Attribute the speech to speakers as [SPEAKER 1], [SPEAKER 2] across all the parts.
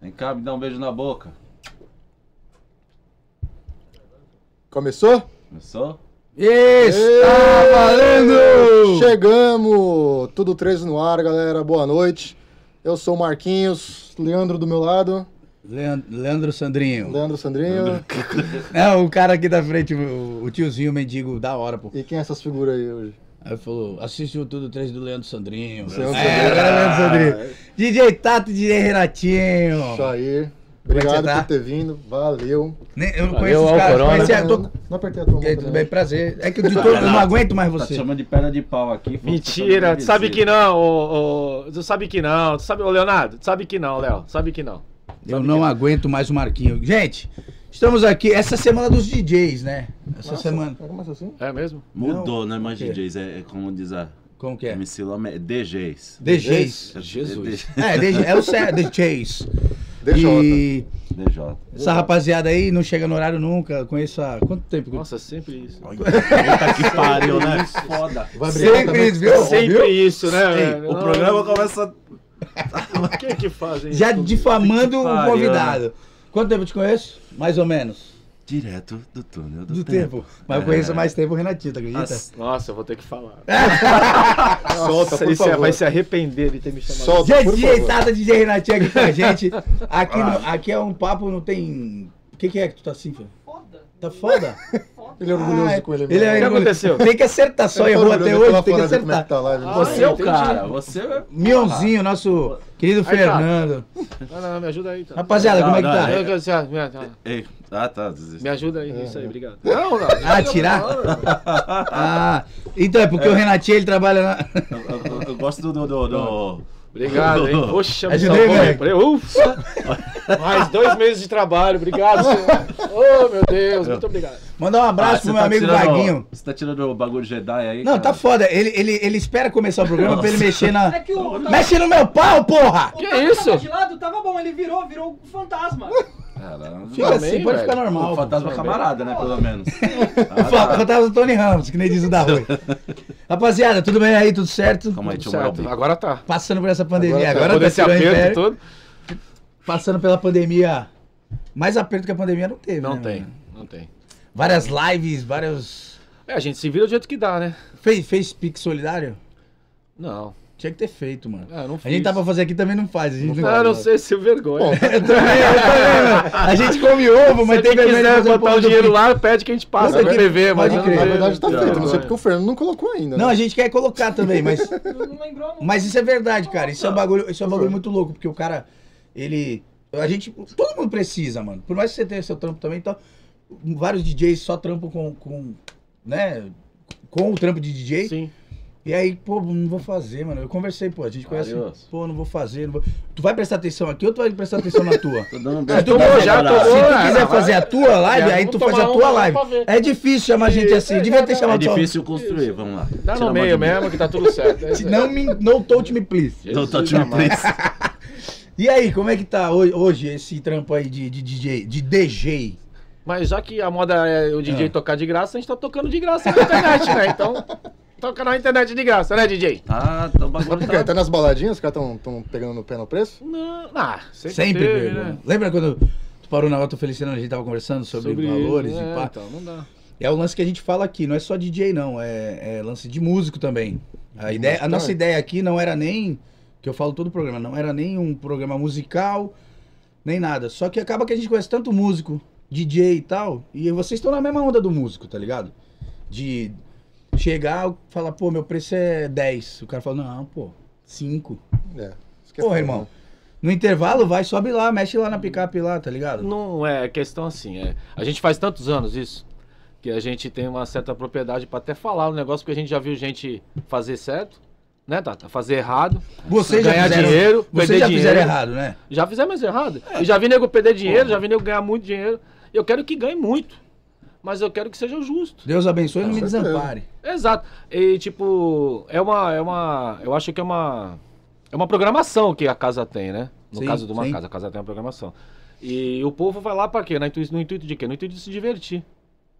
[SPEAKER 1] Vem cá, me dá um beijo na boca.
[SPEAKER 2] Começou?
[SPEAKER 1] Começou?
[SPEAKER 3] Está
[SPEAKER 2] Ê!
[SPEAKER 3] valendo!
[SPEAKER 2] Chegamos! Tudo 13 no ar, galera. Boa noite. Eu sou o Marquinhos, Leandro do meu lado,
[SPEAKER 3] Leand- Leandro Sandrinho.
[SPEAKER 2] Leandro Sandrinho.
[SPEAKER 3] Não, o cara aqui da frente, o, o tiozinho mendigo, da hora, pô.
[SPEAKER 2] E quem é essas figuras aí hoje?
[SPEAKER 3] Aí falou, assiste o Tudo 3 do Leandro Sandrinho.
[SPEAKER 2] Leandro
[SPEAKER 3] É,
[SPEAKER 2] Sandrinho.
[SPEAKER 3] agora é Leandro Sandrinho. DJ Tato, DJ Renatinho.
[SPEAKER 2] Isso aí.
[SPEAKER 3] Como é que
[SPEAKER 2] Obrigado
[SPEAKER 3] você tá? é
[SPEAKER 2] por ter vindo. Valeu. né?
[SPEAKER 3] Nem- eu não
[SPEAKER 4] Valeu,
[SPEAKER 3] conheço os
[SPEAKER 4] ó,
[SPEAKER 3] caras,
[SPEAKER 4] Corona.
[SPEAKER 3] conheci, eu tô...
[SPEAKER 2] Não, não apertei a tua mão né?
[SPEAKER 3] E aí, tudo
[SPEAKER 2] também.
[SPEAKER 3] bem, prazer. É que eu, de todo- eu não aguento mais
[SPEAKER 1] Tá te
[SPEAKER 3] você.
[SPEAKER 1] chamando de perna de pau aqui. Fausto,
[SPEAKER 4] Mentira,
[SPEAKER 1] tá
[SPEAKER 4] tu sabe que
[SPEAKER 1] invisível.
[SPEAKER 4] não, ô, ô, tu sabe que não, tu sabe, ô Leonardo, tu sabe que não, Léo, sabe que não.
[SPEAKER 3] Eu não aguento mais o Marquinho. Gente, estamos aqui, essa semana dos DJs, né? Essa
[SPEAKER 2] Nossa,
[SPEAKER 3] semana.
[SPEAKER 2] Começa assim?
[SPEAKER 4] É mesmo?
[SPEAKER 1] Mudou, né? Mais
[SPEAKER 3] Por quê?
[SPEAKER 1] DJs, é, é como diz a
[SPEAKER 3] Como que é?
[SPEAKER 1] MC Loma, é DJs.
[SPEAKER 3] DJs.
[SPEAKER 1] Jesus.
[SPEAKER 3] É, DJ, é o Sé- The Chase.
[SPEAKER 2] Deixa
[SPEAKER 3] e
[SPEAKER 1] DJ.
[SPEAKER 3] essa rapaziada aí não chega no horário nunca. eu Conheço há quanto tempo? que eu-
[SPEAKER 4] Nossa, sempre isso.
[SPEAKER 1] Puta que pariu, né? Foda.
[SPEAKER 2] Vai brigar também?
[SPEAKER 3] isso, viu?
[SPEAKER 4] sempre
[SPEAKER 3] Viu?
[SPEAKER 4] isso, né?
[SPEAKER 1] Ei,
[SPEAKER 4] velho?
[SPEAKER 1] o
[SPEAKER 4] Não,
[SPEAKER 1] programa começa
[SPEAKER 4] Por que que fazem
[SPEAKER 3] Já
[SPEAKER 4] isso?
[SPEAKER 1] Puta
[SPEAKER 3] difamando o
[SPEAKER 4] né?
[SPEAKER 1] que
[SPEAKER 3] convidado. Quanto tempo eu te conheço? Mais ou menos.
[SPEAKER 1] direto do túnel do,
[SPEAKER 3] Do tempo. Mas eu conheço há mais tempo o Renatinho, tá acredita?
[SPEAKER 1] Nossa.
[SPEAKER 4] Nossa, eu vou ter que falar.
[SPEAKER 2] Solta, por
[SPEAKER 3] é,
[SPEAKER 4] ele se-
[SPEAKER 2] favor.
[SPEAKER 4] vai se arrepender de ter me chamado.
[SPEAKER 2] Solta.
[SPEAKER 3] Gente,
[SPEAKER 2] Por favor.
[SPEAKER 3] deitada de DJ Renatinho aqui com a gente. Aqui, no- aqui é um papo, não tem. O que, que é que tu tá assim, filho? Foda. Tá foda?
[SPEAKER 2] Ele é orgulhoso
[SPEAKER 3] Ah,
[SPEAKER 2] com ele.
[SPEAKER 3] Ele é
[SPEAKER 4] O que
[SPEAKER 3] orgulhoso.
[SPEAKER 4] aconteceu?
[SPEAKER 3] Tem que acertar, só
[SPEAKER 2] Ele tá
[SPEAKER 3] errou
[SPEAKER 2] orgulhoso,
[SPEAKER 3] até
[SPEAKER 2] ele tá lá
[SPEAKER 3] hoje, tem
[SPEAKER 2] fora, viu como
[SPEAKER 3] que
[SPEAKER 2] é
[SPEAKER 3] acertar.
[SPEAKER 2] que tá lá, ele não
[SPEAKER 4] Ah,
[SPEAKER 2] sabe.
[SPEAKER 1] Você é o
[SPEAKER 4] entendi.
[SPEAKER 1] cara, você é.
[SPEAKER 3] Mionzinho, nosso querido
[SPEAKER 4] Aí tá.
[SPEAKER 3] Fernando.
[SPEAKER 4] Não, não, me ajuda aí. Tá?
[SPEAKER 3] Rapaziada, como é que
[SPEAKER 1] Não,
[SPEAKER 3] tá?
[SPEAKER 1] não,
[SPEAKER 4] Eu- eu- eu- me- me-
[SPEAKER 1] Ei, ah, tá. desiste.
[SPEAKER 4] Me ajuda aí, isso aí, obrigado. Não, não.
[SPEAKER 3] Ah, tirar? Ah, então é porque o Renatinho ele trabalha na.
[SPEAKER 1] Eu, eu- eu gosto do. do, do, do-
[SPEAKER 4] Obrigado, hein? Poxa, me
[SPEAKER 3] Ajudei,
[SPEAKER 4] salvou,
[SPEAKER 3] velho.
[SPEAKER 4] hein? Falei, Ufa! Mais dois meses de trabalho, obrigado, senhor. Ô, meu Deus, muito obrigado.
[SPEAKER 3] Mandar um abraço
[SPEAKER 1] Ah,
[SPEAKER 3] pro
[SPEAKER 1] você
[SPEAKER 3] meu
[SPEAKER 1] tá
[SPEAKER 3] amigo
[SPEAKER 1] tirando-
[SPEAKER 3] Vaguinho.
[SPEAKER 1] Você tá tirando o bagulho Jedi aí?
[SPEAKER 3] Não,
[SPEAKER 1] cara?
[SPEAKER 3] tá foda. Ele, ele, ele espera começar o programa pra ele mexer na.
[SPEAKER 5] É que o. tava-
[SPEAKER 3] Mexe no meu pau, porra!
[SPEAKER 5] o
[SPEAKER 4] Que é
[SPEAKER 5] cara
[SPEAKER 4] isso?
[SPEAKER 5] Tava de lado, tava bom, ele virou, virou um fantasma.
[SPEAKER 1] Caramba.
[SPEAKER 3] Fica
[SPEAKER 4] Também,
[SPEAKER 3] assim, pode
[SPEAKER 4] velho.
[SPEAKER 3] ficar
[SPEAKER 1] O
[SPEAKER 3] normal.
[SPEAKER 1] fantasma
[SPEAKER 4] Também.
[SPEAKER 1] camarada, né? Pelo menos.
[SPEAKER 3] O fantasma do Tony Ramos, que nem diz o da Rui. Rapaziada, tudo bem aí? Tudo certo?
[SPEAKER 1] Calma aí, deixa eu molhar o
[SPEAKER 4] Certo,
[SPEAKER 1] bico.
[SPEAKER 4] agora tá.
[SPEAKER 3] Passando por essa pandemia.
[SPEAKER 2] Agora
[SPEAKER 3] Agora,
[SPEAKER 4] Todo
[SPEAKER 3] tá
[SPEAKER 4] esse
[SPEAKER 3] tirando
[SPEAKER 4] aperto
[SPEAKER 3] império,
[SPEAKER 4] todo.
[SPEAKER 3] Passando pela pandemia. Mais aperto que a pandemia não teve.
[SPEAKER 4] Não
[SPEAKER 3] né,
[SPEAKER 4] tem,
[SPEAKER 3] mano?
[SPEAKER 4] não tem.
[SPEAKER 3] Várias lives, vários.
[SPEAKER 4] É, a gente se vira do jeito que dá, né?
[SPEAKER 3] Fez, fez pique solidário?
[SPEAKER 4] Não.
[SPEAKER 3] Tinha que ter feito, mano.
[SPEAKER 4] Ah, eu não
[SPEAKER 3] A gente
[SPEAKER 4] fiz.
[SPEAKER 3] tá pra fazer aqui também não faz. A gente não,
[SPEAKER 4] Ah, não Ah, sei se vergonha.
[SPEAKER 2] Bom,
[SPEAKER 3] Eu também, eu também, mano. A gente come ovo, mas
[SPEAKER 4] se
[SPEAKER 3] tem
[SPEAKER 4] quem
[SPEAKER 3] vergonha de
[SPEAKER 4] quiser
[SPEAKER 3] fazer
[SPEAKER 4] botar
[SPEAKER 3] porra
[SPEAKER 4] o
[SPEAKER 3] do
[SPEAKER 4] dinheiro
[SPEAKER 3] pique.
[SPEAKER 4] lá, pede que a gente passa
[SPEAKER 3] Pode
[SPEAKER 4] pra
[SPEAKER 3] crer,
[SPEAKER 4] TV, mas
[SPEAKER 3] pode
[SPEAKER 4] eu
[SPEAKER 3] crer.
[SPEAKER 2] Na
[SPEAKER 4] tenho-
[SPEAKER 2] verdade tá feito, não
[SPEAKER 4] tenho
[SPEAKER 2] sei
[SPEAKER 4] vergonha.
[SPEAKER 2] porque o Fernando não colocou ainda.
[SPEAKER 3] Não,
[SPEAKER 2] né?
[SPEAKER 3] a gente quer colocar também, mas,
[SPEAKER 5] Não não lembrou? Não.
[SPEAKER 3] mas isso é verdade, cara. Isso é um
[SPEAKER 4] Ah.
[SPEAKER 3] bagulho, isso é um bagulho muito louco, porque o cara, ele. A gente. Todo mundo precisa, mano. Por mais que você tenha seu trampo também, então. Vários DJs só trampam com. com né? Com o trampo de DJ.
[SPEAKER 4] Sim.
[SPEAKER 3] E aí, pô, não vou fazer, mano. Eu conversei, pô, a gente conhece.
[SPEAKER 1] Adiós.
[SPEAKER 3] Pô, não vou fazer. Não vou... Tu vai prestar atenção aqui ou tu vai prestar atenção na tua?
[SPEAKER 1] Tô dando um
[SPEAKER 3] Se tu,
[SPEAKER 4] É, Tomou,
[SPEAKER 3] quiser-
[SPEAKER 4] já
[SPEAKER 3] se
[SPEAKER 4] tomou,
[SPEAKER 3] tu
[SPEAKER 4] é,
[SPEAKER 3] quiser
[SPEAKER 4] não,
[SPEAKER 3] fazer
[SPEAKER 4] vai.
[SPEAKER 3] a tua live,
[SPEAKER 4] Já
[SPEAKER 3] aí
[SPEAKER 4] vamos
[SPEAKER 3] tu faz a
[SPEAKER 4] tomar
[SPEAKER 3] tua
[SPEAKER 4] uma
[SPEAKER 3] live.
[SPEAKER 4] pra ver.
[SPEAKER 3] É difícil chamar a gente assim,
[SPEAKER 4] É,
[SPEAKER 3] devia ter
[SPEAKER 4] é,
[SPEAKER 3] chamado
[SPEAKER 1] É
[SPEAKER 3] só-
[SPEAKER 1] difícil construir, vamos lá.
[SPEAKER 4] Dá no meio mesmo que tá tudo certo. É isso aí.
[SPEAKER 3] Não me, não touch me, please.
[SPEAKER 1] Eu tô te
[SPEAKER 4] amado.
[SPEAKER 3] E aí, como é que tá ho- hoje esse trampo aí de, de DJ? De DJ?
[SPEAKER 4] Mas já que a moda é o
[SPEAKER 3] Ah.
[SPEAKER 4] DJ tocar de graça, a gente tá tocando de graça na internet, né? Então, toca na internet de graça, né, DJ?
[SPEAKER 1] Ah, então o bagulho
[SPEAKER 2] Por quê?
[SPEAKER 1] tá...
[SPEAKER 2] Tá nas baladinhas, os caras estão pegando no pé no preço?
[SPEAKER 4] Não, ah, sempre,
[SPEAKER 3] Sempre,
[SPEAKER 4] teve, né?
[SPEAKER 3] pegou. Lembra quando tu parou na Auto Feliciano, a gente tava conversando sobre,
[SPEAKER 4] isso,
[SPEAKER 3] valores
[SPEAKER 4] né?
[SPEAKER 3] e pá?
[SPEAKER 4] Então, não dá.
[SPEAKER 3] É o lance que a gente fala aqui, não é só DJ não, é, é lance de músico também. A, ideia, a nossa
[SPEAKER 2] também.
[SPEAKER 3] ideia aqui não era nem, que eu falo todo o programa, não era nem um programa musical, nem nada. Só que acaba que a gente conhece tanto músico, DJ e tal, e vocês estão na mesma onda do músico, tá ligado? De chegar, falar, pô, meu preço é 10. O cara fala, não, pô, 5.
[SPEAKER 2] É. Isso que é
[SPEAKER 3] Porra,
[SPEAKER 2] foda,
[SPEAKER 3] irmão.
[SPEAKER 2] né?
[SPEAKER 3] No intervalo, vai, sobe lá, mexe lá na picape lá, tá ligado?
[SPEAKER 4] Não é questão assim, é. A gente faz tantos anos isso que a gente tem uma certa propriedade pra até falar o negócio porque a gente já viu gente fazer certo, né, Tata? Fazer errado,
[SPEAKER 3] Vocês já
[SPEAKER 4] ganhar
[SPEAKER 3] fizeram,
[SPEAKER 4] dinheiro, perder
[SPEAKER 3] vocês já
[SPEAKER 4] dinheiro.
[SPEAKER 3] fizeram errado, É. né?
[SPEAKER 4] Já fizemos mais errado. E já vi nego perder dinheiro, já vi nego ganhar muito dinheiro. Eu quero que ganhe muito, mas eu quero que seja justo.
[SPEAKER 3] Deus abençoe e não me
[SPEAKER 2] certeza.
[SPEAKER 3] desampare.
[SPEAKER 4] Exato. E tipo, é uma é uma, eu acho que é uma é uma programação que a casa tem, né? No
[SPEAKER 3] Sim,
[SPEAKER 4] caso de uma
[SPEAKER 3] sim.
[SPEAKER 4] casa, a casa tem uma programação. E o povo vai lá pra quê? Na intuito- No intuito de quê? No intuito de se divertir,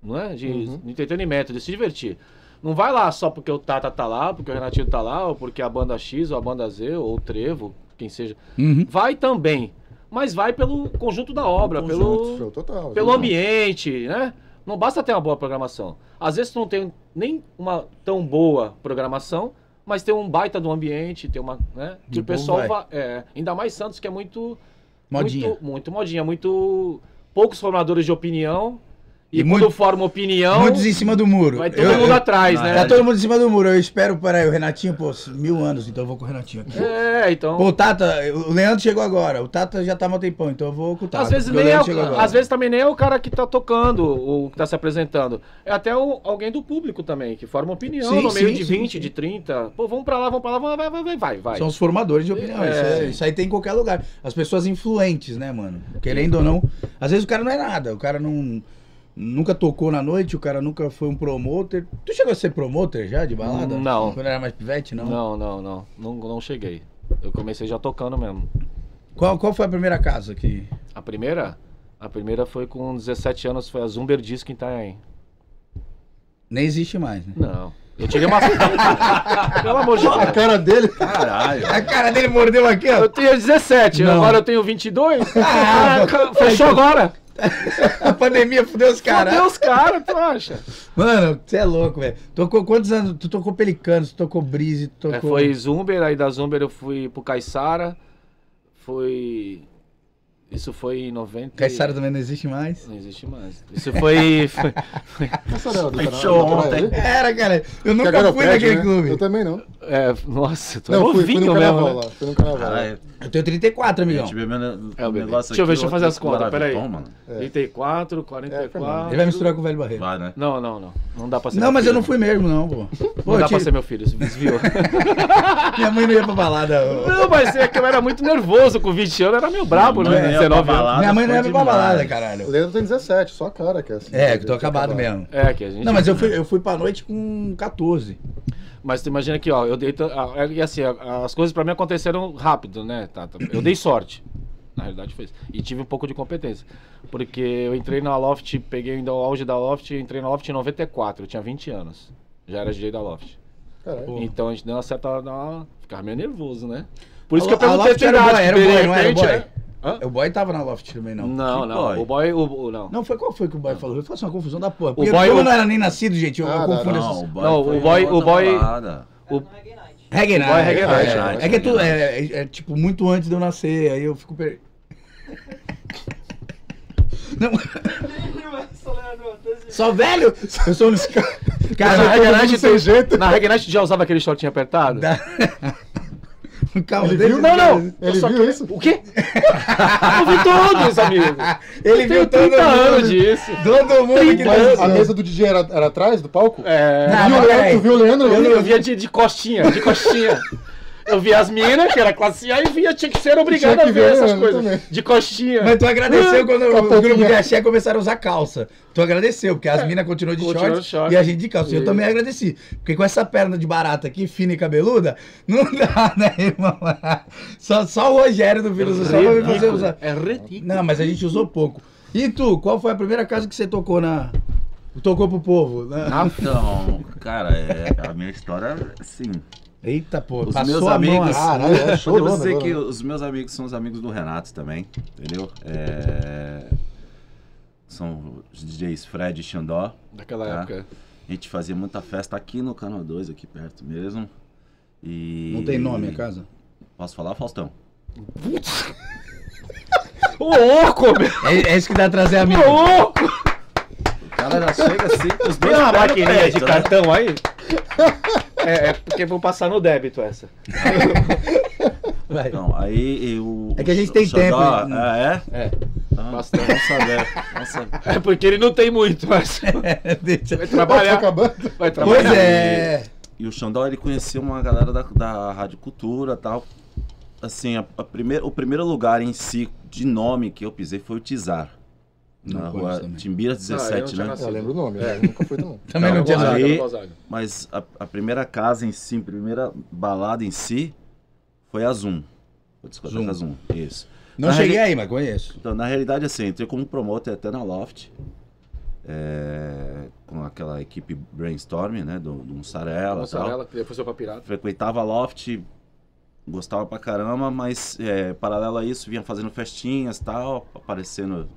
[SPEAKER 4] não é? De,
[SPEAKER 3] Uhum.
[SPEAKER 4] de entretenimento, de se divertir. Não vai lá só porque o Tata tá lá, porque o Renatinho tá lá, ou porque a banda X, ou a banda Z, ou o Trevo, quem seja.
[SPEAKER 3] Uhum.
[SPEAKER 4] Vai também. mas vai pelo conjunto da obra,
[SPEAKER 2] Conjunto,
[SPEAKER 4] pelo,
[SPEAKER 2] show, total,
[SPEAKER 4] pelo
[SPEAKER 2] total.
[SPEAKER 4] ambiente, né? Não basta ter uma boa programação. Às vezes tu não tem nem uma tão boa programação, mas tem um baita do ambiente, tem uma, né? Que
[SPEAKER 3] E
[SPEAKER 4] o
[SPEAKER 3] o
[SPEAKER 4] pessoal
[SPEAKER 3] povo vai.
[SPEAKER 4] vai, é, ainda mais Santos que é muito
[SPEAKER 3] Modinha.
[SPEAKER 4] muito, muito modinha, muito poucos formadores de opinião e,
[SPEAKER 3] E
[SPEAKER 4] quando
[SPEAKER 3] muito-
[SPEAKER 4] forma opinião
[SPEAKER 3] Muitos em cima do muro.
[SPEAKER 4] Então, vai todo
[SPEAKER 3] Eu-
[SPEAKER 4] mundo
[SPEAKER 3] eu-
[SPEAKER 4] atrás, né?
[SPEAKER 3] Tá todo mundo em cima do muro. Eu espero, peraí, o Renatinho, pô, mil anos, então eu vou com o Renatinho aqui.
[SPEAKER 4] É, então.
[SPEAKER 3] Pô, o Tata, o Leandro chegou agora. O Tata já tá há um tempão, então eu vou com o Tata.
[SPEAKER 4] às vezes
[SPEAKER 3] porque o
[SPEAKER 4] nem é,
[SPEAKER 3] Leandro
[SPEAKER 4] o-
[SPEAKER 3] chegou agora.
[SPEAKER 4] às vezes também nem é o cara que tá tocando, o que tá se apresentando. É até o- alguém do público também, que forma opinião
[SPEAKER 3] Sim,
[SPEAKER 4] no meio
[SPEAKER 3] sim,
[SPEAKER 4] de
[SPEAKER 3] sim,
[SPEAKER 4] 20,
[SPEAKER 3] sim.
[SPEAKER 4] de 30. Pô, vamos pra lá, vamos pra lá, vamos, vai, vai, vai, vai, vai.
[SPEAKER 3] São os formadores de opinião.
[SPEAKER 4] É,
[SPEAKER 3] isso, é-
[SPEAKER 4] sim.
[SPEAKER 3] isso aí tem em qualquer lugar. As pessoas influentes, né, mano? Querendo ou não. Às vezes o cara não é nada. O cara não. Nunca tocou na noite, o cara nunca foi um promoter. Tu chegou a ser promoter já de balada?
[SPEAKER 4] Não.
[SPEAKER 3] Quando era mais pivete, não?
[SPEAKER 4] Não, não, não, não. Não cheguei. Eu comecei já tocando mesmo.
[SPEAKER 3] Qual, qual foi a primeira casa que.
[SPEAKER 4] A primeira? A primeira foi com 17 anos, foi a Zumber Disco em Itanhaém.
[SPEAKER 3] Nem existe mais, né?
[SPEAKER 4] Não. Eu tirei uma. Pelo amor de
[SPEAKER 2] A
[SPEAKER 4] Deus.
[SPEAKER 2] cara dele.
[SPEAKER 1] Caralho.
[SPEAKER 3] A cara dele mordeu aqui, ó.
[SPEAKER 4] Eu tinha 17,
[SPEAKER 3] Não.
[SPEAKER 4] agora eu tenho 22.
[SPEAKER 3] Ah,
[SPEAKER 4] Ah, fechou agora.
[SPEAKER 3] A pandemia fudeu os
[SPEAKER 4] Meu
[SPEAKER 3] caras.
[SPEAKER 4] Deus, cara, tu acha?
[SPEAKER 3] Mano, você é louco, velho. Tocou quantos anos? Tu tocou Pelicanos, tu tocou Brise, tu
[SPEAKER 4] É,
[SPEAKER 3] tocou.
[SPEAKER 4] foi Zumber, aí da Zumber eu fui pro Caissara. Foi. Isso foi em 90. e-
[SPEAKER 3] Caissara também não existe mais.
[SPEAKER 4] Não existe mais. Isso foi. foi-
[SPEAKER 2] Essa era do canal-
[SPEAKER 1] Show
[SPEAKER 2] do canal
[SPEAKER 1] ontem.
[SPEAKER 2] ali? Que
[SPEAKER 3] Era, cara. Eu nunca
[SPEAKER 2] agora é o
[SPEAKER 3] fui
[SPEAKER 2] Fred,
[SPEAKER 3] naquele
[SPEAKER 2] né?
[SPEAKER 3] clube.
[SPEAKER 2] Eu
[SPEAKER 3] Eu,
[SPEAKER 2] também não.
[SPEAKER 4] é, nossa, tu é
[SPEAKER 2] Não, fui, fui
[SPEAKER 4] novinho
[SPEAKER 2] no
[SPEAKER 4] mesmo.
[SPEAKER 2] carnaval
[SPEAKER 4] né?
[SPEAKER 2] lá. Fui no carnaval.
[SPEAKER 1] Caralho.
[SPEAKER 3] tenho
[SPEAKER 1] A
[SPEAKER 3] 34, amigão.
[SPEAKER 1] gente bebendo
[SPEAKER 4] É, eu
[SPEAKER 1] um
[SPEAKER 4] bebi.
[SPEAKER 1] negócio
[SPEAKER 4] Deixa eu ver, deixa eu
[SPEAKER 1] outro
[SPEAKER 4] fazer as contas,
[SPEAKER 1] Guaraviton,
[SPEAKER 4] peraí.
[SPEAKER 1] mano.
[SPEAKER 3] É.
[SPEAKER 4] 34, 44.
[SPEAKER 3] Ele vai misturar com o velho Barreiro.
[SPEAKER 1] Vai, né?
[SPEAKER 4] Não, não, não. Não dá pra ser.
[SPEAKER 3] Não,
[SPEAKER 4] meu
[SPEAKER 3] mas eu
[SPEAKER 4] filho.
[SPEAKER 3] não fui mesmo, não, pô. Pô,
[SPEAKER 4] Não dá
[SPEAKER 3] eu
[SPEAKER 4] pra
[SPEAKER 3] tive-
[SPEAKER 4] ser meu filho, desviou.
[SPEAKER 3] Minha mãe não ia pra balada. ô.
[SPEAKER 4] Não, mas é que eu era muito nervoso com 20 anos, era meio brabo,
[SPEAKER 1] Minha mãe
[SPEAKER 4] né?
[SPEAKER 1] ia pra
[SPEAKER 4] 19 anos.
[SPEAKER 1] balada,
[SPEAKER 3] Minha mãe não ia
[SPEAKER 1] foi
[SPEAKER 3] pra balada,
[SPEAKER 1] demais.
[SPEAKER 2] O
[SPEAKER 3] caralho.
[SPEAKER 2] Leandro tem 17, só a cara que é assim.
[SPEAKER 3] É, que eu tô acabado mesmo.
[SPEAKER 4] É, que a gente.
[SPEAKER 3] Não, mas eu fui, eu fui pra noite com 14.
[SPEAKER 4] Mas tu imagina que, ó, eu dei. tan- ah, é- E assim, a- as coisas pra mim aconteceram rápido, né, Tata? Eu dei sorte. Na realidade foi isso. E tive um pouco de competência. Porque eu entrei na Loft, peguei ainda o auge da Loft, entrei na Loft em 94, eu tinha 20 anos. Já era DJ da Loft.
[SPEAKER 2] Caralho.
[SPEAKER 3] Pô.
[SPEAKER 4] Então a gente deu uma certa. deu Uma... Ficava meio nervoso, né? Por isso
[SPEAKER 3] A
[SPEAKER 4] que eu
[SPEAKER 3] Lo- a
[SPEAKER 4] perguntei
[SPEAKER 3] Loft era o
[SPEAKER 4] idade,
[SPEAKER 3] boy, era o
[SPEAKER 4] porque de
[SPEAKER 3] boy, não era o
[SPEAKER 4] repente,
[SPEAKER 3] boy?
[SPEAKER 4] né? Hã?
[SPEAKER 3] O boy tava na loft também, não.
[SPEAKER 4] Não,
[SPEAKER 1] Que
[SPEAKER 4] não.
[SPEAKER 1] boy?
[SPEAKER 4] O boy. O, o- não.
[SPEAKER 3] Não, foi qual foi que o boy falou? Foi uma confusão da porra. Porque
[SPEAKER 4] boy-
[SPEAKER 3] como
[SPEAKER 4] o-
[SPEAKER 3] eu não era nem nascido, gente, eu, eu
[SPEAKER 2] Ah,
[SPEAKER 3] confundo
[SPEAKER 1] Não,
[SPEAKER 3] essas.
[SPEAKER 4] Não,
[SPEAKER 1] foi
[SPEAKER 4] o boy-
[SPEAKER 1] outra
[SPEAKER 4] o boy-
[SPEAKER 1] balada.
[SPEAKER 4] O-
[SPEAKER 5] Era no Reggae Night.
[SPEAKER 3] Reggae Night.
[SPEAKER 4] boy é reggae
[SPEAKER 3] é,
[SPEAKER 1] night.
[SPEAKER 3] é, é que é, tudo, é, é- é, tipo muito antes de eu nascer, aí eu fico. Per... Não,
[SPEAKER 5] Isso, Leandro, desse-
[SPEAKER 3] só velho! Eu sou um dos caras.
[SPEAKER 4] Mas na
[SPEAKER 3] Cara,
[SPEAKER 4] Reggae
[SPEAKER 3] todo
[SPEAKER 4] Night
[SPEAKER 3] mundo
[SPEAKER 4] tu-
[SPEAKER 3] tem jeito.
[SPEAKER 4] Na Reggae Night tu já usava aquele shortinho apertado?
[SPEAKER 3] Da- O carro
[SPEAKER 2] Ele
[SPEAKER 3] dele-
[SPEAKER 2] viu?
[SPEAKER 4] Não, não. eu
[SPEAKER 2] Ele
[SPEAKER 4] só
[SPEAKER 2] viu
[SPEAKER 4] queria-
[SPEAKER 2] isso?
[SPEAKER 4] O quê? eu vi todos, amigo.
[SPEAKER 3] Ele
[SPEAKER 4] Eu
[SPEAKER 3] viu
[SPEAKER 4] tenho
[SPEAKER 3] todo
[SPEAKER 4] 30 anos
[SPEAKER 3] mundo.
[SPEAKER 4] disso.
[SPEAKER 3] Todo mundo que
[SPEAKER 2] Mas a
[SPEAKER 3] dança.
[SPEAKER 2] mesa do DJ era, era atrás do palco?
[SPEAKER 4] É,
[SPEAKER 3] Não,
[SPEAKER 2] Viu o
[SPEAKER 3] mas
[SPEAKER 2] Leandro?
[SPEAKER 3] peraí.
[SPEAKER 2] Tu viu o Leandro?
[SPEAKER 4] eu, eu via de, de costinha, de costinha. Eu via as minas, que era classe A, e via, tinha que ser obrigado
[SPEAKER 2] Tinha que
[SPEAKER 4] a ver
[SPEAKER 2] ver,
[SPEAKER 4] essas
[SPEAKER 2] eu
[SPEAKER 4] coisas.
[SPEAKER 2] também.
[SPEAKER 4] De costinha.
[SPEAKER 3] Mas tu agradeceu quando
[SPEAKER 2] Com a
[SPEAKER 3] o grupo de
[SPEAKER 2] touquinha.
[SPEAKER 3] axé começaram a usar calça. Tu agradeceu, porque as minas continuam de
[SPEAKER 4] continuou
[SPEAKER 3] shorts
[SPEAKER 4] de short.
[SPEAKER 3] e a gente de calça. E Eu
[SPEAKER 4] E-
[SPEAKER 3] também agradeci. Porque com essa perna de barata aqui, fina e cabeluda, não dá, né, irmão? Só, só o Rogério do Vila Só vai me fazer usar.
[SPEAKER 4] É retículo.
[SPEAKER 3] Não, mas a gente usou pouco. E tu, qual foi a primeira casa que você tocou na. Tocou pro povo? né?
[SPEAKER 1] Então, cara, é, a minha história, assim.
[SPEAKER 3] Eita, pô,
[SPEAKER 1] Os
[SPEAKER 3] passou
[SPEAKER 1] meus
[SPEAKER 3] a mão
[SPEAKER 1] amigos.
[SPEAKER 3] assim.
[SPEAKER 2] Caralho, é
[SPEAKER 1] Poder
[SPEAKER 2] chorona
[SPEAKER 1] você
[SPEAKER 2] agora,
[SPEAKER 1] que
[SPEAKER 2] né?
[SPEAKER 1] os meus amigos são os amigos do Renato também, entendeu? É, São os DJs Fred e Xandó.
[SPEAKER 4] Daquela
[SPEAKER 1] Tá.
[SPEAKER 4] época.
[SPEAKER 1] A gente fazia muita festa aqui no Canal 2, aqui perto mesmo. E.
[SPEAKER 3] Não tem nome a casa?
[SPEAKER 1] Posso falar, Faustão?
[SPEAKER 4] Ô, louco, meu!
[SPEAKER 3] É, é isso que dá a trazer amigo.
[SPEAKER 4] Ô, louco!
[SPEAKER 1] O cara já chega assim, com os
[SPEAKER 4] Tem
[SPEAKER 1] dois pés
[SPEAKER 4] uma
[SPEAKER 1] no
[SPEAKER 4] maquininha de
[SPEAKER 1] peito, né?
[SPEAKER 4] cartão aí? É, é porque vão passar no débito essa.
[SPEAKER 3] Vai.
[SPEAKER 1] Então, aí eu.
[SPEAKER 3] É que a gente tem
[SPEAKER 1] Xandó-
[SPEAKER 3] tempo, né?
[SPEAKER 1] Ah, é? né?
[SPEAKER 3] É.
[SPEAKER 1] Ah,
[SPEAKER 4] Bastante.
[SPEAKER 1] Vamos saber. Vamos saber.
[SPEAKER 4] É porque ele não tem muito, mas
[SPEAKER 3] Deixa.
[SPEAKER 4] vai
[SPEAKER 2] Tá
[SPEAKER 4] trabalhar.
[SPEAKER 2] acabando.
[SPEAKER 4] Vai trabalhar.
[SPEAKER 3] Pois é.
[SPEAKER 1] E o Xandó, ele conheceu uma galera da, da Rádio Cultura e tal. Assim, a, a primeir- o primeiro lugar em si de nome que eu pisei foi o Tizar.
[SPEAKER 3] Não
[SPEAKER 1] na
[SPEAKER 3] conheço
[SPEAKER 1] rua
[SPEAKER 3] também.
[SPEAKER 1] Timbiras
[SPEAKER 4] Ah, eu
[SPEAKER 1] 17,
[SPEAKER 4] já
[SPEAKER 1] né?
[SPEAKER 4] nasci.
[SPEAKER 2] Eu lembro o nome,
[SPEAKER 3] é.
[SPEAKER 2] eu nunca fui não.
[SPEAKER 3] Também não tinha
[SPEAKER 1] Gonzaga.
[SPEAKER 3] nada.
[SPEAKER 1] Aí- Mas a, a primeira casa em si, a primeira balada em si, foi a Zoom. Foi a discoteca Zoom. Isso.
[SPEAKER 3] Não
[SPEAKER 1] Na
[SPEAKER 3] cheguei
[SPEAKER 1] reali-
[SPEAKER 3] aí, mas conheço.
[SPEAKER 1] Então, na realidade, assim, entrei como promotor até na Loft. é, com aquela equipe brainstorming, né? Do, do Mussarela. e tal.
[SPEAKER 4] Mussarela, que depois foi pra pirata.
[SPEAKER 1] frequentava a loft gostava pra caramba, mas é, paralelo a isso, vinha fazendo festinhas e tal, aparecendo.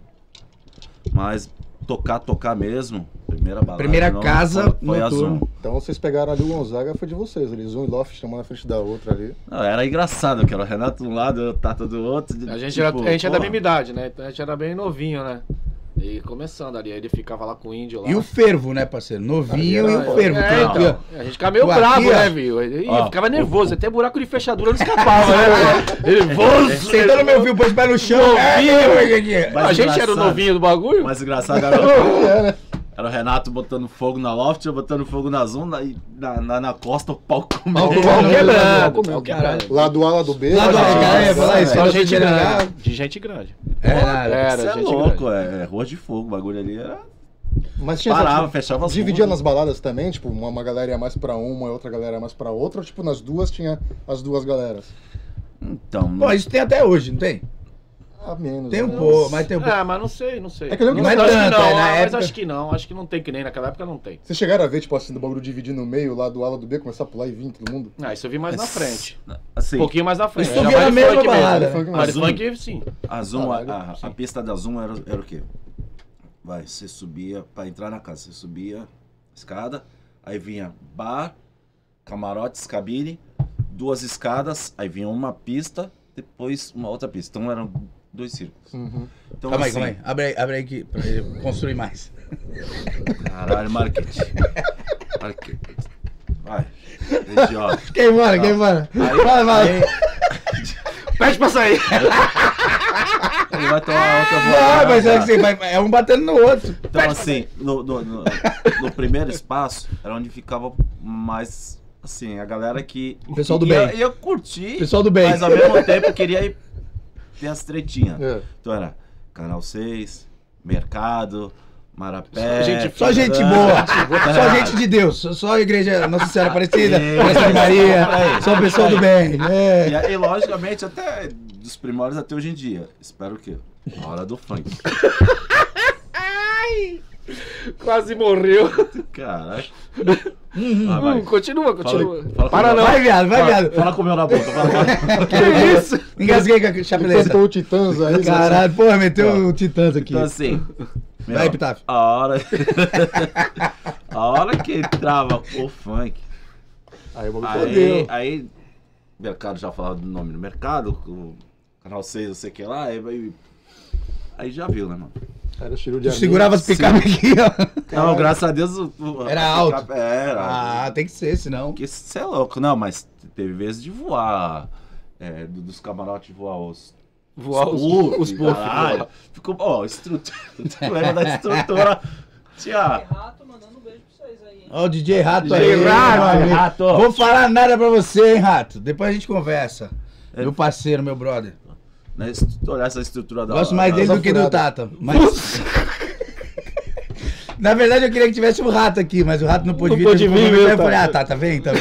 [SPEAKER 1] Mas tocar, tocar mesmo, primeira balada.
[SPEAKER 3] Primeira
[SPEAKER 1] não,
[SPEAKER 3] casa
[SPEAKER 1] foi, foi a
[SPEAKER 3] noturna.
[SPEAKER 1] Zoom.
[SPEAKER 2] Então vocês pegaram ali o Gonzaga, foi de vocês. Eles um e Loft uma na frente da outra ali.
[SPEAKER 1] Não, era engraçado, que era o Renato de um lado, eu Tata do outro. de-
[SPEAKER 4] A gente,
[SPEAKER 1] tipo,
[SPEAKER 4] era, a gente é da
[SPEAKER 1] porra.
[SPEAKER 4] mesma idade, né? Então a gente era bem novinho, né? E começando ali, aí ele ficava lá com o índio lá.
[SPEAKER 3] E o fervo, né, parceiro? Novinho
[SPEAKER 2] Aí
[SPEAKER 3] e
[SPEAKER 2] era
[SPEAKER 3] o
[SPEAKER 2] foda.
[SPEAKER 3] fervo.
[SPEAKER 4] É,
[SPEAKER 3] que-
[SPEAKER 4] então. A gente ficava meio
[SPEAKER 3] Tu
[SPEAKER 4] bravo,
[SPEAKER 3] aqui, ó.
[SPEAKER 4] né, viu? E
[SPEAKER 1] Ó,
[SPEAKER 4] ficava nervoso, até buraco de fechadura não escapava, né? Nervoso!
[SPEAKER 3] Sentando meu fio, pôs o pé no chão. É,
[SPEAKER 1] Mas
[SPEAKER 4] a gente era o
[SPEAKER 1] engraçado.
[SPEAKER 4] novinho do bagulho?
[SPEAKER 1] Mas engraçado era, era o Renato botando fogo na loft, eu botando fogo na zona e na, na, na costa o pau comendo.
[SPEAKER 2] Pau
[SPEAKER 4] Pau
[SPEAKER 2] comendo.
[SPEAKER 4] quebrando,
[SPEAKER 2] Caralho.
[SPEAKER 4] pau quebrando.
[SPEAKER 2] Lá do A, lá do B.
[SPEAKER 3] Lá do
[SPEAKER 2] lá
[SPEAKER 1] A,
[SPEAKER 2] do B.
[SPEAKER 1] cara,
[SPEAKER 2] Nossa,
[SPEAKER 1] é, fala isso.
[SPEAKER 2] velho.
[SPEAKER 4] Só
[SPEAKER 3] Era
[SPEAKER 4] gente
[SPEAKER 3] gente
[SPEAKER 4] grande.
[SPEAKER 3] grande.
[SPEAKER 4] De gente grande.
[SPEAKER 3] Era.
[SPEAKER 1] Isso é
[SPEAKER 4] gente
[SPEAKER 1] louco, é, é rua de fogo, o bagulho ali era.
[SPEAKER 2] Mas assim, tinha
[SPEAKER 1] Parava,
[SPEAKER 2] essa-
[SPEAKER 1] fechava as
[SPEAKER 2] Dividia
[SPEAKER 1] ruas.
[SPEAKER 2] nas baladas também, tipo, uma, uma galera ia mais pra uma e outra galera ia mais pra outra, ou tipo, nas duas tinha as duas galeras.
[SPEAKER 1] Então,
[SPEAKER 3] Pô, isso tem até hoje, não tem?
[SPEAKER 2] A menos.
[SPEAKER 3] Tem um
[SPEAKER 2] né?
[SPEAKER 3] pouco, mas tem um pouco.
[SPEAKER 4] Ah, mas não sei, não sei.
[SPEAKER 2] É que eu lembro que
[SPEAKER 4] Mas
[SPEAKER 2] na
[SPEAKER 4] acho
[SPEAKER 3] época-
[SPEAKER 4] que não,
[SPEAKER 3] na
[SPEAKER 4] ah, mas
[SPEAKER 3] época-
[SPEAKER 4] acho que não, acho que não tem que nem naquela época não tem.
[SPEAKER 2] Vocês chegaram a ver, tipo assim, do bagulho dividir no meio, lá do A, lá do B, começar a pular e vir todo mundo?
[SPEAKER 4] Ah, isso eu vi mais na frente.
[SPEAKER 1] Assim,
[SPEAKER 4] Um pouquinho mais na frente.
[SPEAKER 3] Isso eu
[SPEAKER 4] Era
[SPEAKER 3] vi na
[SPEAKER 4] baile
[SPEAKER 3] mesma
[SPEAKER 4] funk mesmo.
[SPEAKER 3] balada.
[SPEAKER 2] Funk
[SPEAKER 4] Baile
[SPEAKER 1] Zoom.
[SPEAKER 4] funk, sim.
[SPEAKER 1] a Zoom, a-
[SPEAKER 2] Caralho,
[SPEAKER 1] a, a
[SPEAKER 2] sim.
[SPEAKER 1] pista da Zoom era, era o quê? Vai, você subia, pra entrar na casa, você subia a escada, aí vinha bar, camarotes, cabine, duas escadas, aí vinha uma pista, depois uma outra pista. Então eram dois círculos.
[SPEAKER 2] Uhum.
[SPEAKER 1] Então,
[SPEAKER 3] Calma aí,
[SPEAKER 1] assim,
[SPEAKER 3] calma aí. Abre aí, abre aí que pra ele construir mais.
[SPEAKER 1] Caralho, marketing. marketing. Vai. Idiota.
[SPEAKER 3] Queimando, queimando. Vai, vai.
[SPEAKER 4] Pede pra sair.
[SPEAKER 1] Ele vai tomar outra
[SPEAKER 3] Ah,
[SPEAKER 1] bola.
[SPEAKER 3] mas é, que você vai- é um batendo no outro.
[SPEAKER 1] Então, assim, no, no- no- no primeiro espaço era onde ficava mais. Assim, a galera que.
[SPEAKER 3] O pessoal do
[SPEAKER 1] ia,
[SPEAKER 3] bem.
[SPEAKER 1] Ia curtir,
[SPEAKER 3] Pessoal do bem.
[SPEAKER 1] mas ao mesmo tempo queria ir ter as tretinhas.
[SPEAKER 2] É.
[SPEAKER 1] Então era Canal 6, Mercado, Marapé.
[SPEAKER 4] Só gente-
[SPEAKER 3] Só Ah. gente boa. Só gente de Deus. Só- Só a igreja Nossa Senhora Aparecida.
[SPEAKER 1] É.
[SPEAKER 3] Nossa de Maria. Só o pessoal do bem.
[SPEAKER 1] E,
[SPEAKER 3] É.
[SPEAKER 1] aí, logicamente, até dos primórdios até hoje em dia. Espero que. A hora do funk.
[SPEAKER 4] Quase morreu.
[SPEAKER 1] Caraca. Ah, vai.
[SPEAKER 4] Hum,
[SPEAKER 3] Uhum.
[SPEAKER 4] continua,
[SPEAKER 1] Fala aí.
[SPEAKER 4] continua.
[SPEAKER 1] Fala
[SPEAKER 4] Para
[SPEAKER 1] com
[SPEAKER 4] não.
[SPEAKER 1] meu-
[SPEAKER 3] Vai, viado, vai,
[SPEAKER 1] Fala,
[SPEAKER 3] viado.
[SPEAKER 1] fala com o meu na boca. Fala, fala.
[SPEAKER 4] Que isso?
[SPEAKER 3] Engasguei com a
[SPEAKER 2] Ele
[SPEAKER 3] chapeleta.
[SPEAKER 2] cantou o Titãs aí. né?
[SPEAKER 3] Ah, Caralho, porra, meteu o Titãs aqui.
[SPEAKER 1] Então assim. meu,
[SPEAKER 3] Vai, Epitáfio.
[SPEAKER 1] a hora. a hora que entrava o funk.
[SPEAKER 2] Aí o bagulho
[SPEAKER 1] Aí,
[SPEAKER 2] fodeu.
[SPEAKER 1] aí. o Mercado já falava do nome do mercado. O canal 6, não sei o que lá. Aí, aí, aí já viu, né, mano?
[SPEAKER 2] Era cheiro de
[SPEAKER 3] Tu
[SPEAKER 2] amigo.
[SPEAKER 3] segurava as picapes aqui, ó.
[SPEAKER 1] Não, graças a Deus. o- o-
[SPEAKER 3] Era
[SPEAKER 1] a-
[SPEAKER 3] alto.
[SPEAKER 1] É, era.
[SPEAKER 3] Ah, tem que ser, senão.
[SPEAKER 1] Porque você é louco. Não, mas teve vezes de voar. é, do- dos camarotes voar os
[SPEAKER 4] Voar os,
[SPEAKER 1] puff,
[SPEAKER 4] os puff.
[SPEAKER 1] caralho. Ficou, ó, estrutura. Tu lembra da estrutura? Tinha.
[SPEAKER 5] Rato mandando um beijo pra vocês aí, hein?
[SPEAKER 3] Ó, o DJ Rato aí.
[SPEAKER 4] DJ
[SPEAKER 3] meu
[SPEAKER 4] Rato,
[SPEAKER 3] amigo.
[SPEAKER 1] Rato.
[SPEAKER 3] Vou falar nada pra você, hein, Rato. Depois a gente conversa.
[SPEAKER 4] É.
[SPEAKER 3] Meu parceiro, meu brother.
[SPEAKER 1] Né, se tu olhar essa estrutura
[SPEAKER 4] Tá,
[SPEAKER 1] da
[SPEAKER 3] Gosto mais
[SPEAKER 1] da-
[SPEAKER 3] dele
[SPEAKER 1] da-
[SPEAKER 3] do que do Tata. Mas... Na verdade, eu queria que tivesse um rato aqui, mas o rato não pôde
[SPEAKER 4] Não
[SPEAKER 3] vir.
[SPEAKER 4] pôde
[SPEAKER 3] teve um
[SPEAKER 4] vir,
[SPEAKER 3] convite,
[SPEAKER 4] viu,
[SPEAKER 3] aí Eu falei, ah,
[SPEAKER 4] Tata?
[SPEAKER 3] Tata, vem então.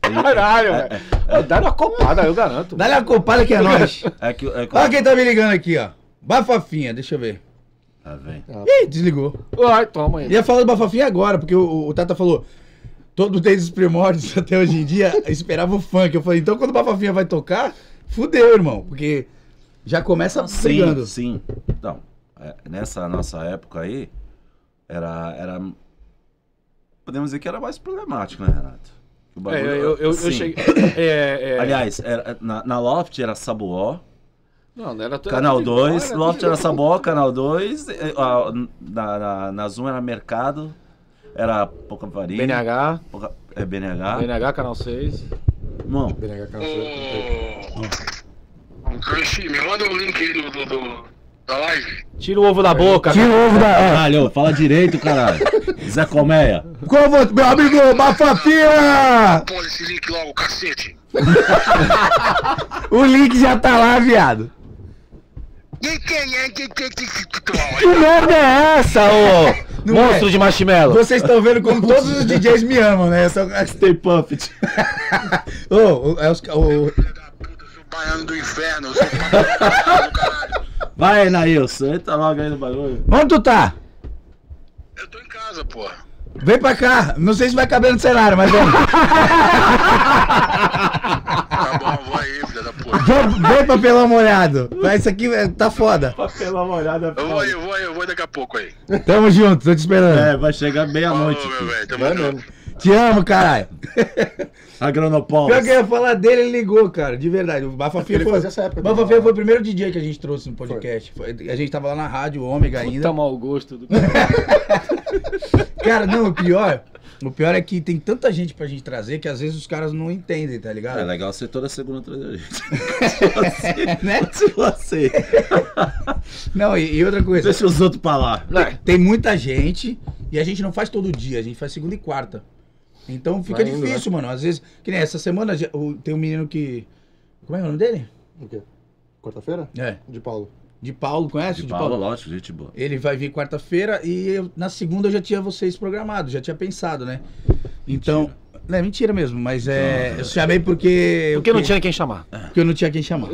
[SPEAKER 4] Caralho, velho. Ô, Dá-lhe uma copada, eu garanto.
[SPEAKER 3] Dá-lhe uma copada que é nóis.
[SPEAKER 1] É que. É que
[SPEAKER 3] Olha quem tá me ligando aqui, ó. Bafafinha, deixa eu ver.
[SPEAKER 1] Ah, vem.
[SPEAKER 4] Tá.
[SPEAKER 3] Ih, desligou.
[SPEAKER 4] Ai, toma aí.
[SPEAKER 3] Ia falar do Bafafinha agora, porque o, o Tata falou. Todo desde os primórdios até hoje em dia esperava o funk. Eu falei, então quando o Bafafinha vai tocar, fudeu, irmão. Porque já começa brigando.
[SPEAKER 1] Sim, sim. Então, é, nessa nossa época aí, era, era. Podemos dizer que era mais problemático, né, Renato? O
[SPEAKER 4] É, eu, eu, eu,
[SPEAKER 1] sim.
[SPEAKER 4] eu cheguei. É, é,
[SPEAKER 1] assim. Aliás, era- na, na Loft era Sabuó,
[SPEAKER 4] não, não era tudo-
[SPEAKER 1] Canal
[SPEAKER 4] tudo
[SPEAKER 1] 2,
[SPEAKER 4] igual,
[SPEAKER 1] Loft
[SPEAKER 4] tudo
[SPEAKER 1] era
[SPEAKER 4] igual.
[SPEAKER 1] Sabuó, Canal 2, eh, a- na, na, na Zoom era Mercado, era Pocavari,
[SPEAKER 4] BNH,
[SPEAKER 1] Poca- é, BNH.
[SPEAKER 4] BNH, Canal 6.
[SPEAKER 1] Irmão,
[SPEAKER 2] Berenga Canseco.
[SPEAKER 6] Ô, Crush, me manda o link aí do, do- do- da live.
[SPEAKER 4] Tira o ovo da boca.
[SPEAKER 3] Tira o ovo da.
[SPEAKER 1] caralho, fala direito, caralho. Zé Colmeia.
[SPEAKER 3] Qual você, meu amigo Bafafinha?
[SPEAKER 6] Pô, esse link lá, o cacete.
[SPEAKER 3] O link já tá lá, viado.
[SPEAKER 6] E quem é que que que que que tu
[SPEAKER 4] Que merda é essa, ô?
[SPEAKER 3] Não
[SPEAKER 4] Monstro
[SPEAKER 3] é.
[SPEAKER 4] de marshmallow.
[SPEAKER 3] Vocês estão vendo como todos os DJs me amam, né? Só...
[SPEAKER 1] Stay Puffed.
[SPEAKER 3] Ô, o- é os- o-
[SPEAKER 6] Filho da puta, eu sou baiano do inferno, eu sou baiano do caralho.
[SPEAKER 1] Vai, Nailson, entra logo aí no bagulho.
[SPEAKER 3] Onde tu tá?
[SPEAKER 6] Eu tô em casa, porra.
[SPEAKER 3] Vem pra cá. Não sei se vai caber no cenário, mas vem.
[SPEAKER 6] tá bom, vou aí, filha da puta.
[SPEAKER 7] Vem, vem papelão molhado. Vai, Isso aqui é, tá foda.
[SPEAKER 4] Pela molhada.
[SPEAKER 6] Eu vou aí, eu vou aí, eu vou daqui a pouco aí.
[SPEAKER 7] Tamo junto, tô te esperando.
[SPEAKER 1] É, vai chegar meia-noite.
[SPEAKER 6] Falou, meu
[SPEAKER 1] filho.
[SPEAKER 6] velho, tamo
[SPEAKER 2] Vai
[SPEAKER 6] junto.
[SPEAKER 2] mesmo.
[SPEAKER 7] Te amo, caralho.
[SPEAKER 1] A Granopolis.
[SPEAKER 3] Pior que eu ia falar dele, ele ligou, cara, de verdade. O Bafafia
[SPEAKER 2] Ele
[SPEAKER 3] foi,
[SPEAKER 2] fazia essa época.
[SPEAKER 3] Bafafia foi o primeiro DJ que a gente trouxe no podcast. Foi- A gente tava lá na rádio Ômega ainda.
[SPEAKER 4] Puta mau gosto do
[SPEAKER 3] Cara, não, o pior. O pior é que tem tanta gente pra gente trazer que às vezes os caras não entendem, tá ligado?
[SPEAKER 1] É legal ser toda segunda atrás da gente.
[SPEAKER 3] Né?
[SPEAKER 1] Se você.
[SPEAKER 3] Não, e, e outra coisa.
[SPEAKER 1] Deixa os outros pra lá.
[SPEAKER 3] Tem muita gente e a gente não faz todo dia, a gente faz segunda e quarta. Então fica
[SPEAKER 2] Vai indo,
[SPEAKER 3] difícil, mano. Às vezes, que nem essa semana já- o- tem um menino que. Como é o nome dele?
[SPEAKER 2] O quê? Quarta-feira?
[SPEAKER 3] É.
[SPEAKER 2] De Paulo.
[SPEAKER 3] De Paulo, conhece?
[SPEAKER 1] De Paulo, lógico, gente boa.
[SPEAKER 3] Ele vai vir quarta-feira e eu- na segunda eu já tinha vocês programados, já tinha pensado, né? Então. Não, é mentira mesmo, mas é. Eu chamei porque.
[SPEAKER 4] Então, Porque não tinha quem chamar.
[SPEAKER 3] Porque eu não tinha quem chamar.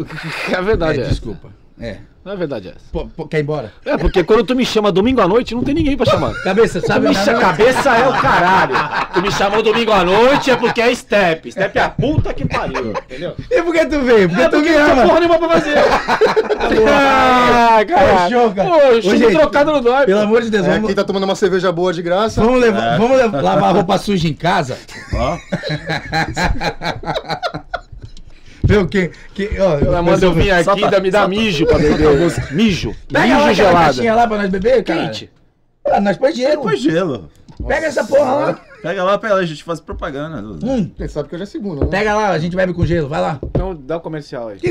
[SPEAKER 4] É verdade,
[SPEAKER 3] É,
[SPEAKER 4] é.
[SPEAKER 3] desculpa. É.
[SPEAKER 4] Não é verdade essa.
[SPEAKER 3] Pô, pô, quer ir embora?
[SPEAKER 4] É, porque quando tu me chama domingo à noite, não tem ninguém pra chamar.
[SPEAKER 3] Cabeça, sabe?
[SPEAKER 4] Tu me
[SPEAKER 3] Não,
[SPEAKER 4] cha-
[SPEAKER 3] não,
[SPEAKER 4] Tá Cabeça é o caralho. Tu me chamou domingo à noite é porque é step. Step é a puta que pariu. Entendeu?
[SPEAKER 7] E por que tu veio? Porque
[SPEAKER 4] É
[SPEAKER 7] tu
[SPEAKER 4] porque
[SPEAKER 7] me
[SPEAKER 4] não tinha
[SPEAKER 7] ama.
[SPEAKER 4] porra nenhuma pra fazer. ah, cara.
[SPEAKER 3] Fechou, cara.
[SPEAKER 4] Pô,
[SPEAKER 3] Ô, gente,
[SPEAKER 4] chumbo trocado no dói.
[SPEAKER 3] Pelo
[SPEAKER 4] pô.
[SPEAKER 3] amor de Deus,
[SPEAKER 2] É,
[SPEAKER 3] vamos,
[SPEAKER 2] quem tá tomando uma cerveja boa de
[SPEAKER 4] tá
[SPEAKER 2] graça.
[SPEAKER 3] vamos, levar, vamos levar- lavar roupa suja em casa.
[SPEAKER 1] Ó,
[SPEAKER 3] Meu, que, que, ó,
[SPEAKER 4] Ela manda eu vir
[SPEAKER 1] Só
[SPEAKER 4] aqui,
[SPEAKER 1] pra-
[SPEAKER 4] dá- me dá mijo pra beber. Mijo.
[SPEAKER 3] Pega lá
[SPEAKER 4] Mijo
[SPEAKER 3] aquela
[SPEAKER 4] gelado.
[SPEAKER 3] caixinha lá pra nós beber, cara.
[SPEAKER 4] Quente.
[SPEAKER 3] Ah, nós põe dinheiro.
[SPEAKER 1] põe é gelo.
[SPEAKER 3] Pega essa porra lá.
[SPEAKER 1] Pega lá, pega lá, a gente faz propaganda.
[SPEAKER 3] Hum,
[SPEAKER 2] Quem sabe que hoje é segunda, né?
[SPEAKER 3] pega lá, a gente bebe com gelo, vai lá.
[SPEAKER 4] Então dá o comercial aí.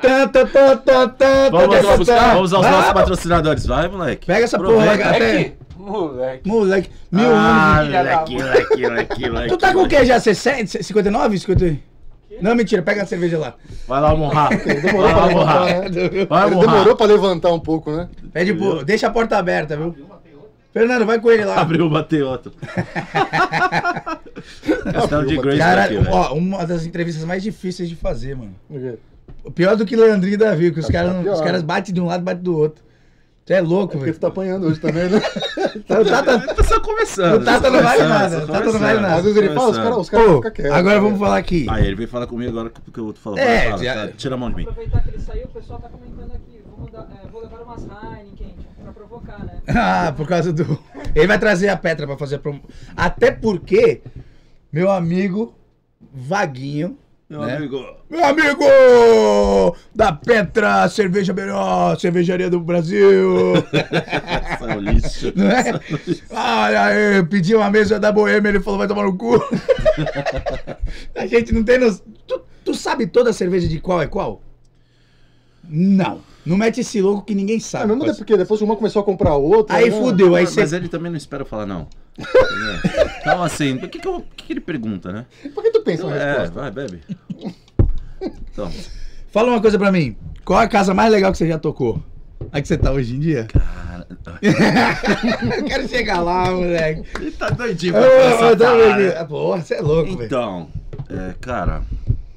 [SPEAKER 3] Tã, tã, tã, tã, tã,
[SPEAKER 1] Vamos,
[SPEAKER 3] tã,
[SPEAKER 1] lá buscar,
[SPEAKER 3] tã.
[SPEAKER 1] vamos aos
[SPEAKER 3] tá, Vai
[SPEAKER 1] nossos
[SPEAKER 3] lá,
[SPEAKER 1] patrocinadores. Vai, moleque.
[SPEAKER 3] Ah! Pega essa porra lá,
[SPEAKER 1] Aproveita.
[SPEAKER 3] cara.
[SPEAKER 4] É que, moleque.
[SPEAKER 3] Moleque, mil
[SPEAKER 1] Ah,
[SPEAKER 3] anos.
[SPEAKER 1] moleque, moleque, moleque, moleque.
[SPEAKER 3] Tu tá com o que já? 60, 59? 50? Não, mentira, pega a cerveja lá.
[SPEAKER 1] Vai lá, honrar.
[SPEAKER 2] Demorou
[SPEAKER 1] Vai
[SPEAKER 2] pra
[SPEAKER 1] lá,
[SPEAKER 2] levantar,
[SPEAKER 1] honrar.
[SPEAKER 2] né?
[SPEAKER 1] Vai,
[SPEAKER 2] Ele
[SPEAKER 1] honrar.
[SPEAKER 2] demorou pra levantar um pouco, né?
[SPEAKER 3] Pede pro, deixa a porta aberta, viu? Fernando, vai com ele lá.
[SPEAKER 1] Abriu, bateu outro. Castelo de Grace tá
[SPEAKER 3] Cara,
[SPEAKER 1] aqui, velho.
[SPEAKER 3] ó, uma das entrevistas mais difíceis de fazer, mano.
[SPEAKER 2] O quê?
[SPEAKER 3] Pior do que Leandrinho e Davi, que os caras não-
[SPEAKER 2] tá pior.
[SPEAKER 3] os caras batem de um lado, batem do outro. Tu é louco,
[SPEAKER 2] Porque
[SPEAKER 3] velho.
[SPEAKER 2] tu tá apanhando hoje também, né?
[SPEAKER 3] O Tata-
[SPEAKER 1] Tá só começando.
[SPEAKER 3] O Tata
[SPEAKER 1] só
[SPEAKER 3] não vale
[SPEAKER 1] começando,
[SPEAKER 3] nada,
[SPEAKER 1] só
[SPEAKER 3] o Tata não vale
[SPEAKER 1] começando,
[SPEAKER 3] nada.
[SPEAKER 1] só
[SPEAKER 2] Às vezes ele fala, os
[SPEAKER 1] começando.
[SPEAKER 2] caras os caras
[SPEAKER 3] Ô,
[SPEAKER 2] ficam quietos.
[SPEAKER 3] agora
[SPEAKER 2] né?
[SPEAKER 3] vamos falar aqui.
[SPEAKER 1] Aí ele veio falar comigo agora porque eu vou falar.
[SPEAKER 3] É,
[SPEAKER 1] vai, fala,
[SPEAKER 3] já-
[SPEAKER 1] tá, tira a mão de mim.
[SPEAKER 5] Aproveitar que ele saiu, o pessoal tá comentando aqui. Vou, mandar, é, vou levar umas Heineken tipo, pra provocar, né?
[SPEAKER 3] Ah, por causa do. Ele vai trazer a Petra pra fazer a promo... Até porque, meu amigo Vaguinho.
[SPEAKER 1] Meu
[SPEAKER 3] né?
[SPEAKER 1] amigo.
[SPEAKER 3] Meu amigo da Petra, cerveja melhor, cervejaria do Brasil.
[SPEAKER 1] Essa é o lixo.
[SPEAKER 3] Não é? Olha aí, pedi uma mesa da Boêmia, ele falou, vai tomar no cu. a gente não tem noção. Tu, tu sabe toda a cerveja de qual é qual? Não. Não mete esse louco que ninguém
[SPEAKER 2] Ah,
[SPEAKER 3] sabe.
[SPEAKER 2] mesmo
[SPEAKER 3] parceiro.
[SPEAKER 2] de- porque depois uma começou a comprar outra.
[SPEAKER 3] Aí
[SPEAKER 2] né?
[SPEAKER 3] fudeu, aí
[SPEAKER 1] Mas
[SPEAKER 3] você.
[SPEAKER 1] ele também não espera eu falar, não. Entendeu? então, assim, o que, que, eu- o que que ele pergunta, né?
[SPEAKER 2] Por que tu pensa
[SPEAKER 1] Então,
[SPEAKER 2] na
[SPEAKER 1] é,
[SPEAKER 2] resposta?
[SPEAKER 1] vai, bebe. Então,
[SPEAKER 3] Fala uma coisa pra mim. Qual é a casa mais legal que você já tocou? A que você tá hoje em dia? Eu quero chegar lá, moleque.
[SPEAKER 1] ele tá doidinho
[SPEAKER 3] Eu,
[SPEAKER 1] pra começar a falar, né?
[SPEAKER 3] Porra, você é louco, velho.
[SPEAKER 1] Então, é, cara, pra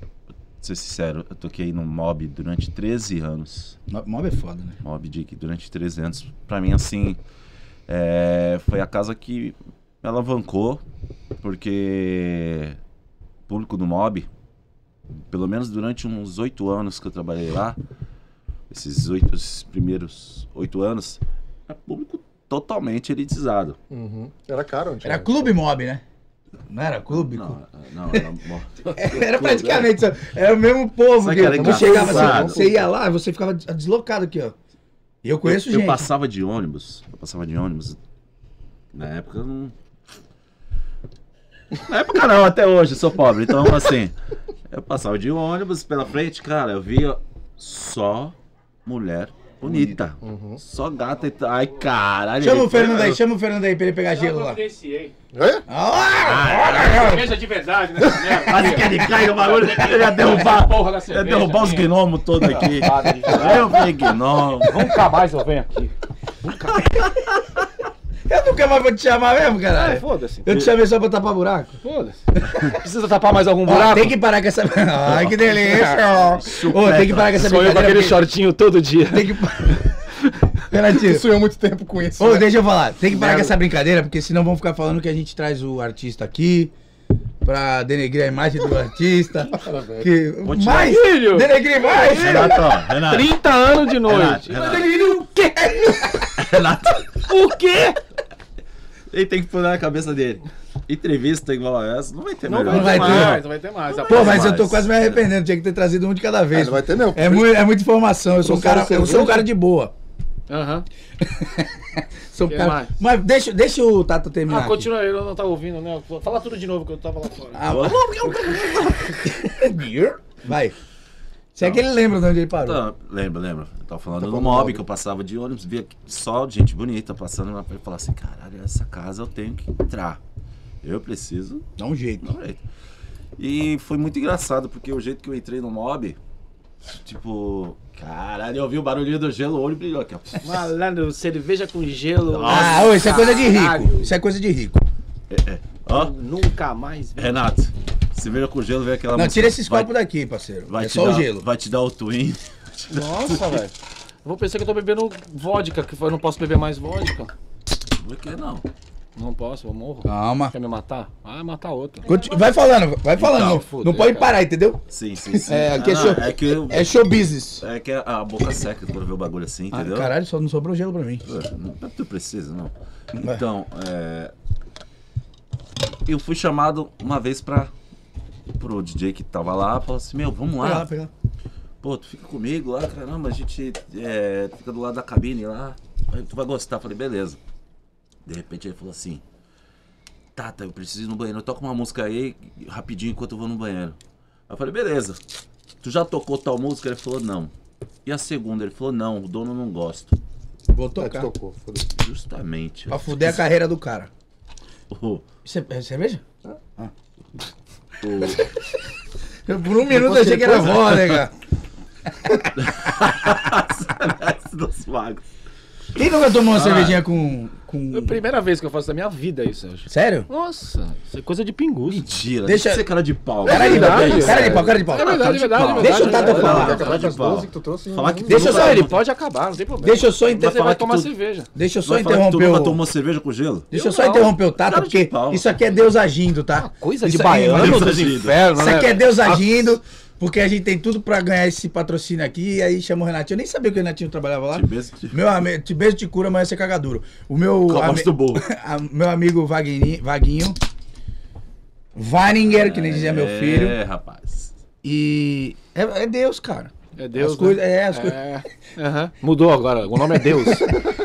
[SPEAKER 1] ser sincero, eu toquei no Mob durante 13 anos.
[SPEAKER 3] No- Mob é foda, né?
[SPEAKER 1] Mob Dick durante 13 anos. Pra mim, assim, é, foi a casa que me alavancou, porque o público do Mob, pelo menos durante uns 8 anos que eu trabalhei lá, esses, oito, esses primeiros 8 anos, é público totalmente elitizado.
[SPEAKER 2] Uhum. Era caro antes.
[SPEAKER 3] Era
[SPEAKER 2] né?
[SPEAKER 3] clube mob, né? Não era clube? né?
[SPEAKER 1] Não, é, não, era mo-
[SPEAKER 3] Era praticamente, só- era o mesmo povo
[SPEAKER 1] Sabe
[SPEAKER 3] que
[SPEAKER 1] que era
[SPEAKER 3] tu chegava assim,
[SPEAKER 1] engraçado?
[SPEAKER 3] você ia lá, você ficava des- deslocado aqui, ó. E eu conheço
[SPEAKER 1] eu,
[SPEAKER 3] gente.
[SPEAKER 1] Eu passava de ônibus. Eu passava de ônibus. Na época eu não. Na época não, até hoje, eu sou pobre. Então, assim, eu passava de ônibus pela frente, cara, eu via só mulher bonita.
[SPEAKER 2] Uhum.
[SPEAKER 1] Só gata e. Ai, caralho.
[SPEAKER 3] Chama o
[SPEAKER 1] foi-
[SPEAKER 3] Fernando aí, chama o Fernando aí pra ele
[SPEAKER 4] Tá
[SPEAKER 3] pegar gelo lá.
[SPEAKER 4] Apreciei.
[SPEAKER 2] É?
[SPEAKER 3] Ah,
[SPEAKER 4] Cerveja de verdade, né?
[SPEAKER 1] Quase que ele cai no bagulho. Ele ia derrubar.
[SPEAKER 4] Porra da
[SPEAKER 1] Ele ia
[SPEAKER 4] cerveja,
[SPEAKER 1] derrubar os
[SPEAKER 4] minha.
[SPEAKER 1] gnomos todos aqui.
[SPEAKER 4] Arrombado de caralho.
[SPEAKER 1] Eu vi gnomo.
[SPEAKER 4] Nunca mais eu venho aqui.
[SPEAKER 3] Eu nunca mais vou te chamar mesmo, caralho.
[SPEAKER 4] É, foda-se.
[SPEAKER 3] Eu te chamei só pra tapar buraco.
[SPEAKER 4] Foda-se. Precisa tapar mais algum
[SPEAKER 3] Ó,
[SPEAKER 4] buraco?
[SPEAKER 3] tem que parar com essa. Ai, que delícia! Ô, tem que parar com essa
[SPEAKER 4] Sou eu com aquele
[SPEAKER 3] brincadeira. porque-
[SPEAKER 4] shortinho todo dia.
[SPEAKER 3] Tem que. Renatinho.
[SPEAKER 2] Isso eu há muito tempo com isso.
[SPEAKER 3] Ô,
[SPEAKER 2] né?
[SPEAKER 3] deixa eu falar. Tem que parar com essa brincadeira, porque senão vão ficar falando que a gente traz o artista aqui. pra denegrir a imagem do artista. que...
[SPEAKER 1] Vou tirar.
[SPEAKER 3] Mais!
[SPEAKER 4] Filho!
[SPEAKER 3] Denegrir mais!
[SPEAKER 1] Renato, ó, Renato.
[SPEAKER 4] 30 anos de
[SPEAKER 1] Renato,
[SPEAKER 4] noite.
[SPEAKER 1] Renato,
[SPEAKER 3] o quê?
[SPEAKER 1] Renato.
[SPEAKER 4] O quê?
[SPEAKER 1] Ele tem que pôr na cabeça dele. Entrevista igual a essa, não vai ter
[SPEAKER 4] É Não
[SPEAKER 1] melhor.
[SPEAKER 4] vai,
[SPEAKER 3] Não vai
[SPEAKER 4] ter
[SPEAKER 3] ter.
[SPEAKER 4] mais, não vai ter mais.
[SPEAKER 3] Pô,
[SPEAKER 4] Rapaz,
[SPEAKER 3] mas eu tô
[SPEAKER 1] Mas-
[SPEAKER 3] quase me arrependendo. Tinha que ter trazido um de cada
[SPEAKER 2] Ah,
[SPEAKER 3] vez.
[SPEAKER 2] não vai ter mesmo.
[SPEAKER 3] É, muito, é muita informação. Eu sou, um cara, eu sou um cara de boa.
[SPEAKER 4] Aham.
[SPEAKER 3] Sou um
[SPEAKER 4] Que
[SPEAKER 3] cara...
[SPEAKER 4] mais?
[SPEAKER 3] Mas deixa, deixa o Tato terminar.
[SPEAKER 4] Ah,
[SPEAKER 3] aqui.
[SPEAKER 4] continua aí, eu não tá ouvindo, né? Fala tudo de novo que eu tava lá fora.
[SPEAKER 3] Ah, Vai. Se é que ele lembra de onde ele parou.
[SPEAKER 1] Tá, lembra, lembra. Eu tava falando
[SPEAKER 2] Tá
[SPEAKER 1] do
[SPEAKER 2] falando
[SPEAKER 1] mob
[SPEAKER 2] mob.
[SPEAKER 1] que eu passava de ônibus, via só gente bonita passando lá pra ele falar assim: caralho, essa casa eu tenho que entrar. Eu preciso
[SPEAKER 3] Dá um jeito.
[SPEAKER 1] dar um jeito. E foi muito engraçado, porque o jeito que eu entrei no mob, tipo, caralho, eu ouvi o barulhinho do gelo, o olho brilhou aqui, ó.
[SPEAKER 4] Malandro, cerveja com gelo.
[SPEAKER 3] Ah, ô, isso é coisa de rico.
[SPEAKER 4] Caralho.
[SPEAKER 3] Isso é coisa de rico.
[SPEAKER 1] Tá Ó,
[SPEAKER 4] Nunca mais. velho.
[SPEAKER 1] Renato, se vira com o gelo, vem aquela
[SPEAKER 3] Não,
[SPEAKER 1] música.
[SPEAKER 3] tira esses
[SPEAKER 1] Vai-
[SPEAKER 3] copos daqui, parceiro.
[SPEAKER 1] Vai
[SPEAKER 3] é
[SPEAKER 1] te
[SPEAKER 3] só
[SPEAKER 1] dar,
[SPEAKER 3] o gelo.
[SPEAKER 1] Vai te dar o twin.
[SPEAKER 4] Nossa, velho. Eu Vou pensar que eu tô bebendo vodka, que eu não posso beber mais vodka.
[SPEAKER 1] Por que não?
[SPEAKER 4] Não posso, eu morro.
[SPEAKER 3] Calma.
[SPEAKER 4] Quer me matar? Ah, matar outra.
[SPEAKER 3] Conti- Vai falando, vai falando.
[SPEAKER 4] Então,
[SPEAKER 3] não
[SPEAKER 4] foda-se,
[SPEAKER 3] pode
[SPEAKER 4] cara.
[SPEAKER 3] parar, entendeu?
[SPEAKER 1] Sim, sim, sim.
[SPEAKER 3] É, aqui é
[SPEAKER 1] Ah,
[SPEAKER 3] show-
[SPEAKER 1] É que, eu-
[SPEAKER 3] É show business.
[SPEAKER 1] é que a, a boca seca quando vê o bagulho assim,
[SPEAKER 3] Ah,
[SPEAKER 1] entendeu?
[SPEAKER 3] caralho, só não sobrou gelo pra mim.
[SPEAKER 1] Pô, Não é tu precisa, não. Então, é... Eu fui chamado uma vez pra... Pro DJ que tava lá, falou assim, meu, vamos
[SPEAKER 3] Pega
[SPEAKER 1] lá.
[SPEAKER 3] lá, pega lá.
[SPEAKER 1] Pô, tu fica comigo lá, caramba, a gente é, fica do lado da cabine lá. aí Tu vai gostar. Falei, beleza. De repente ele falou assim, Tata, eu preciso ir no banheiro. Toca uma música aí, rapidinho, enquanto eu vou no banheiro. Aí eu falei, beleza. Tu já tocou tal música? Ele falou, não. E a segunda? Ele falou, não, o dono não gosta.
[SPEAKER 3] Vou tocar.
[SPEAKER 2] Tocou, foda-se.
[SPEAKER 1] Justamente.
[SPEAKER 3] Pra fuder a carreira do cara.
[SPEAKER 1] O, o,
[SPEAKER 3] Isso é, é cerveja?
[SPEAKER 1] Ah. o
[SPEAKER 3] Eu, por um minuto achei que era vó, né, cara?
[SPEAKER 1] dos magos.
[SPEAKER 3] Quem nunca tomou uma
[SPEAKER 1] Ah.
[SPEAKER 3] cervejinha com.
[SPEAKER 4] É a
[SPEAKER 3] com...
[SPEAKER 4] primeira vez que eu faço da minha vida isso, eu acho.
[SPEAKER 3] Sério?
[SPEAKER 4] Nossa, isso é coisa de pinguço.
[SPEAKER 1] Mentira.
[SPEAKER 3] Deixa-
[SPEAKER 1] Deixa você cara de pau.
[SPEAKER 3] Cara de pau,
[SPEAKER 4] verdade,
[SPEAKER 3] cara de
[SPEAKER 4] é.
[SPEAKER 3] pau, cara de pau.
[SPEAKER 4] É verdade, é verdade, é verdade.
[SPEAKER 3] Deixa o Tata
[SPEAKER 4] é
[SPEAKER 3] falar.
[SPEAKER 4] verdade.
[SPEAKER 1] Cara de
[SPEAKER 2] As
[SPEAKER 1] pau.
[SPEAKER 2] 12 que tu trouxe,
[SPEAKER 1] Falar que
[SPEAKER 2] não-
[SPEAKER 3] Deixa eu só-
[SPEAKER 4] Não, ele pode acabar, não tem problema.
[SPEAKER 3] Deixa eu só
[SPEAKER 4] Você
[SPEAKER 3] interromper.
[SPEAKER 4] vai
[SPEAKER 1] que
[SPEAKER 4] tomar
[SPEAKER 1] tu-
[SPEAKER 4] cerveja.
[SPEAKER 3] Deixa eu só
[SPEAKER 1] Vai falar que
[SPEAKER 3] interromper
[SPEAKER 1] Tu nunca
[SPEAKER 3] o.
[SPEAKER 1] tomou cerveja com gelo?
[SPEAKER 3] Deixa eu
[SPEAKER 4] Eu
[SPEAKER 3] só
[SPEAKER 4] não.
[SPEAKER 3] interromper o Tata,
[SPEAKER 1] Cara de
[SPEAKER 3] porque
[SPEAKER 1] pau.
[SPEAKER 3] isso aqui é Deus agindo, tá?
[SPEAKER 4] Ah, Coisa
[SPEAKER 3] Isso
[SPEAKER 4] de
[SPEAKER 3] aí, mano.
[SPEAKER 4] baiano dos
[SPEAKER 1] Isso aí.
[SPEAKER 4] infernos,
[SPEAKER 3] Isso
[SPEAKER 4] né?
[SPEAKER 3] aqui é Deus agindo, porque a gente tem tudo pra ganhar esse patrocínio aqui. E aí chama o Renatinho. Eu nem sabia que o Renatinho trabalhava lá.
[SPEAKER 1] Te beijo, te-
[SPEAKER 3] Meu amigo, te beijo, te cura, mas você é cagaduro. O meu.
[SPEAKER 1] Com a voz
[SPEAKER 3] ami-
[SPEAKER 1] do burro.
[SPEAKER 3] a- meu amigo Vaguinho. Vaguinho Weininger, que nem dizia meu filho.
[SPEAKER 1] É, rapaz.
[SPEAKER 3] E. É, é Deus, cara.
[SPEAKER 4] É Deus.
[SPEAKER 3] As coisas-
[SPEAKER 4] né?
[SPEAKER 3] é, as coisas-
[SPEAKER 4] aham. Mudou agora, o nome é Deus.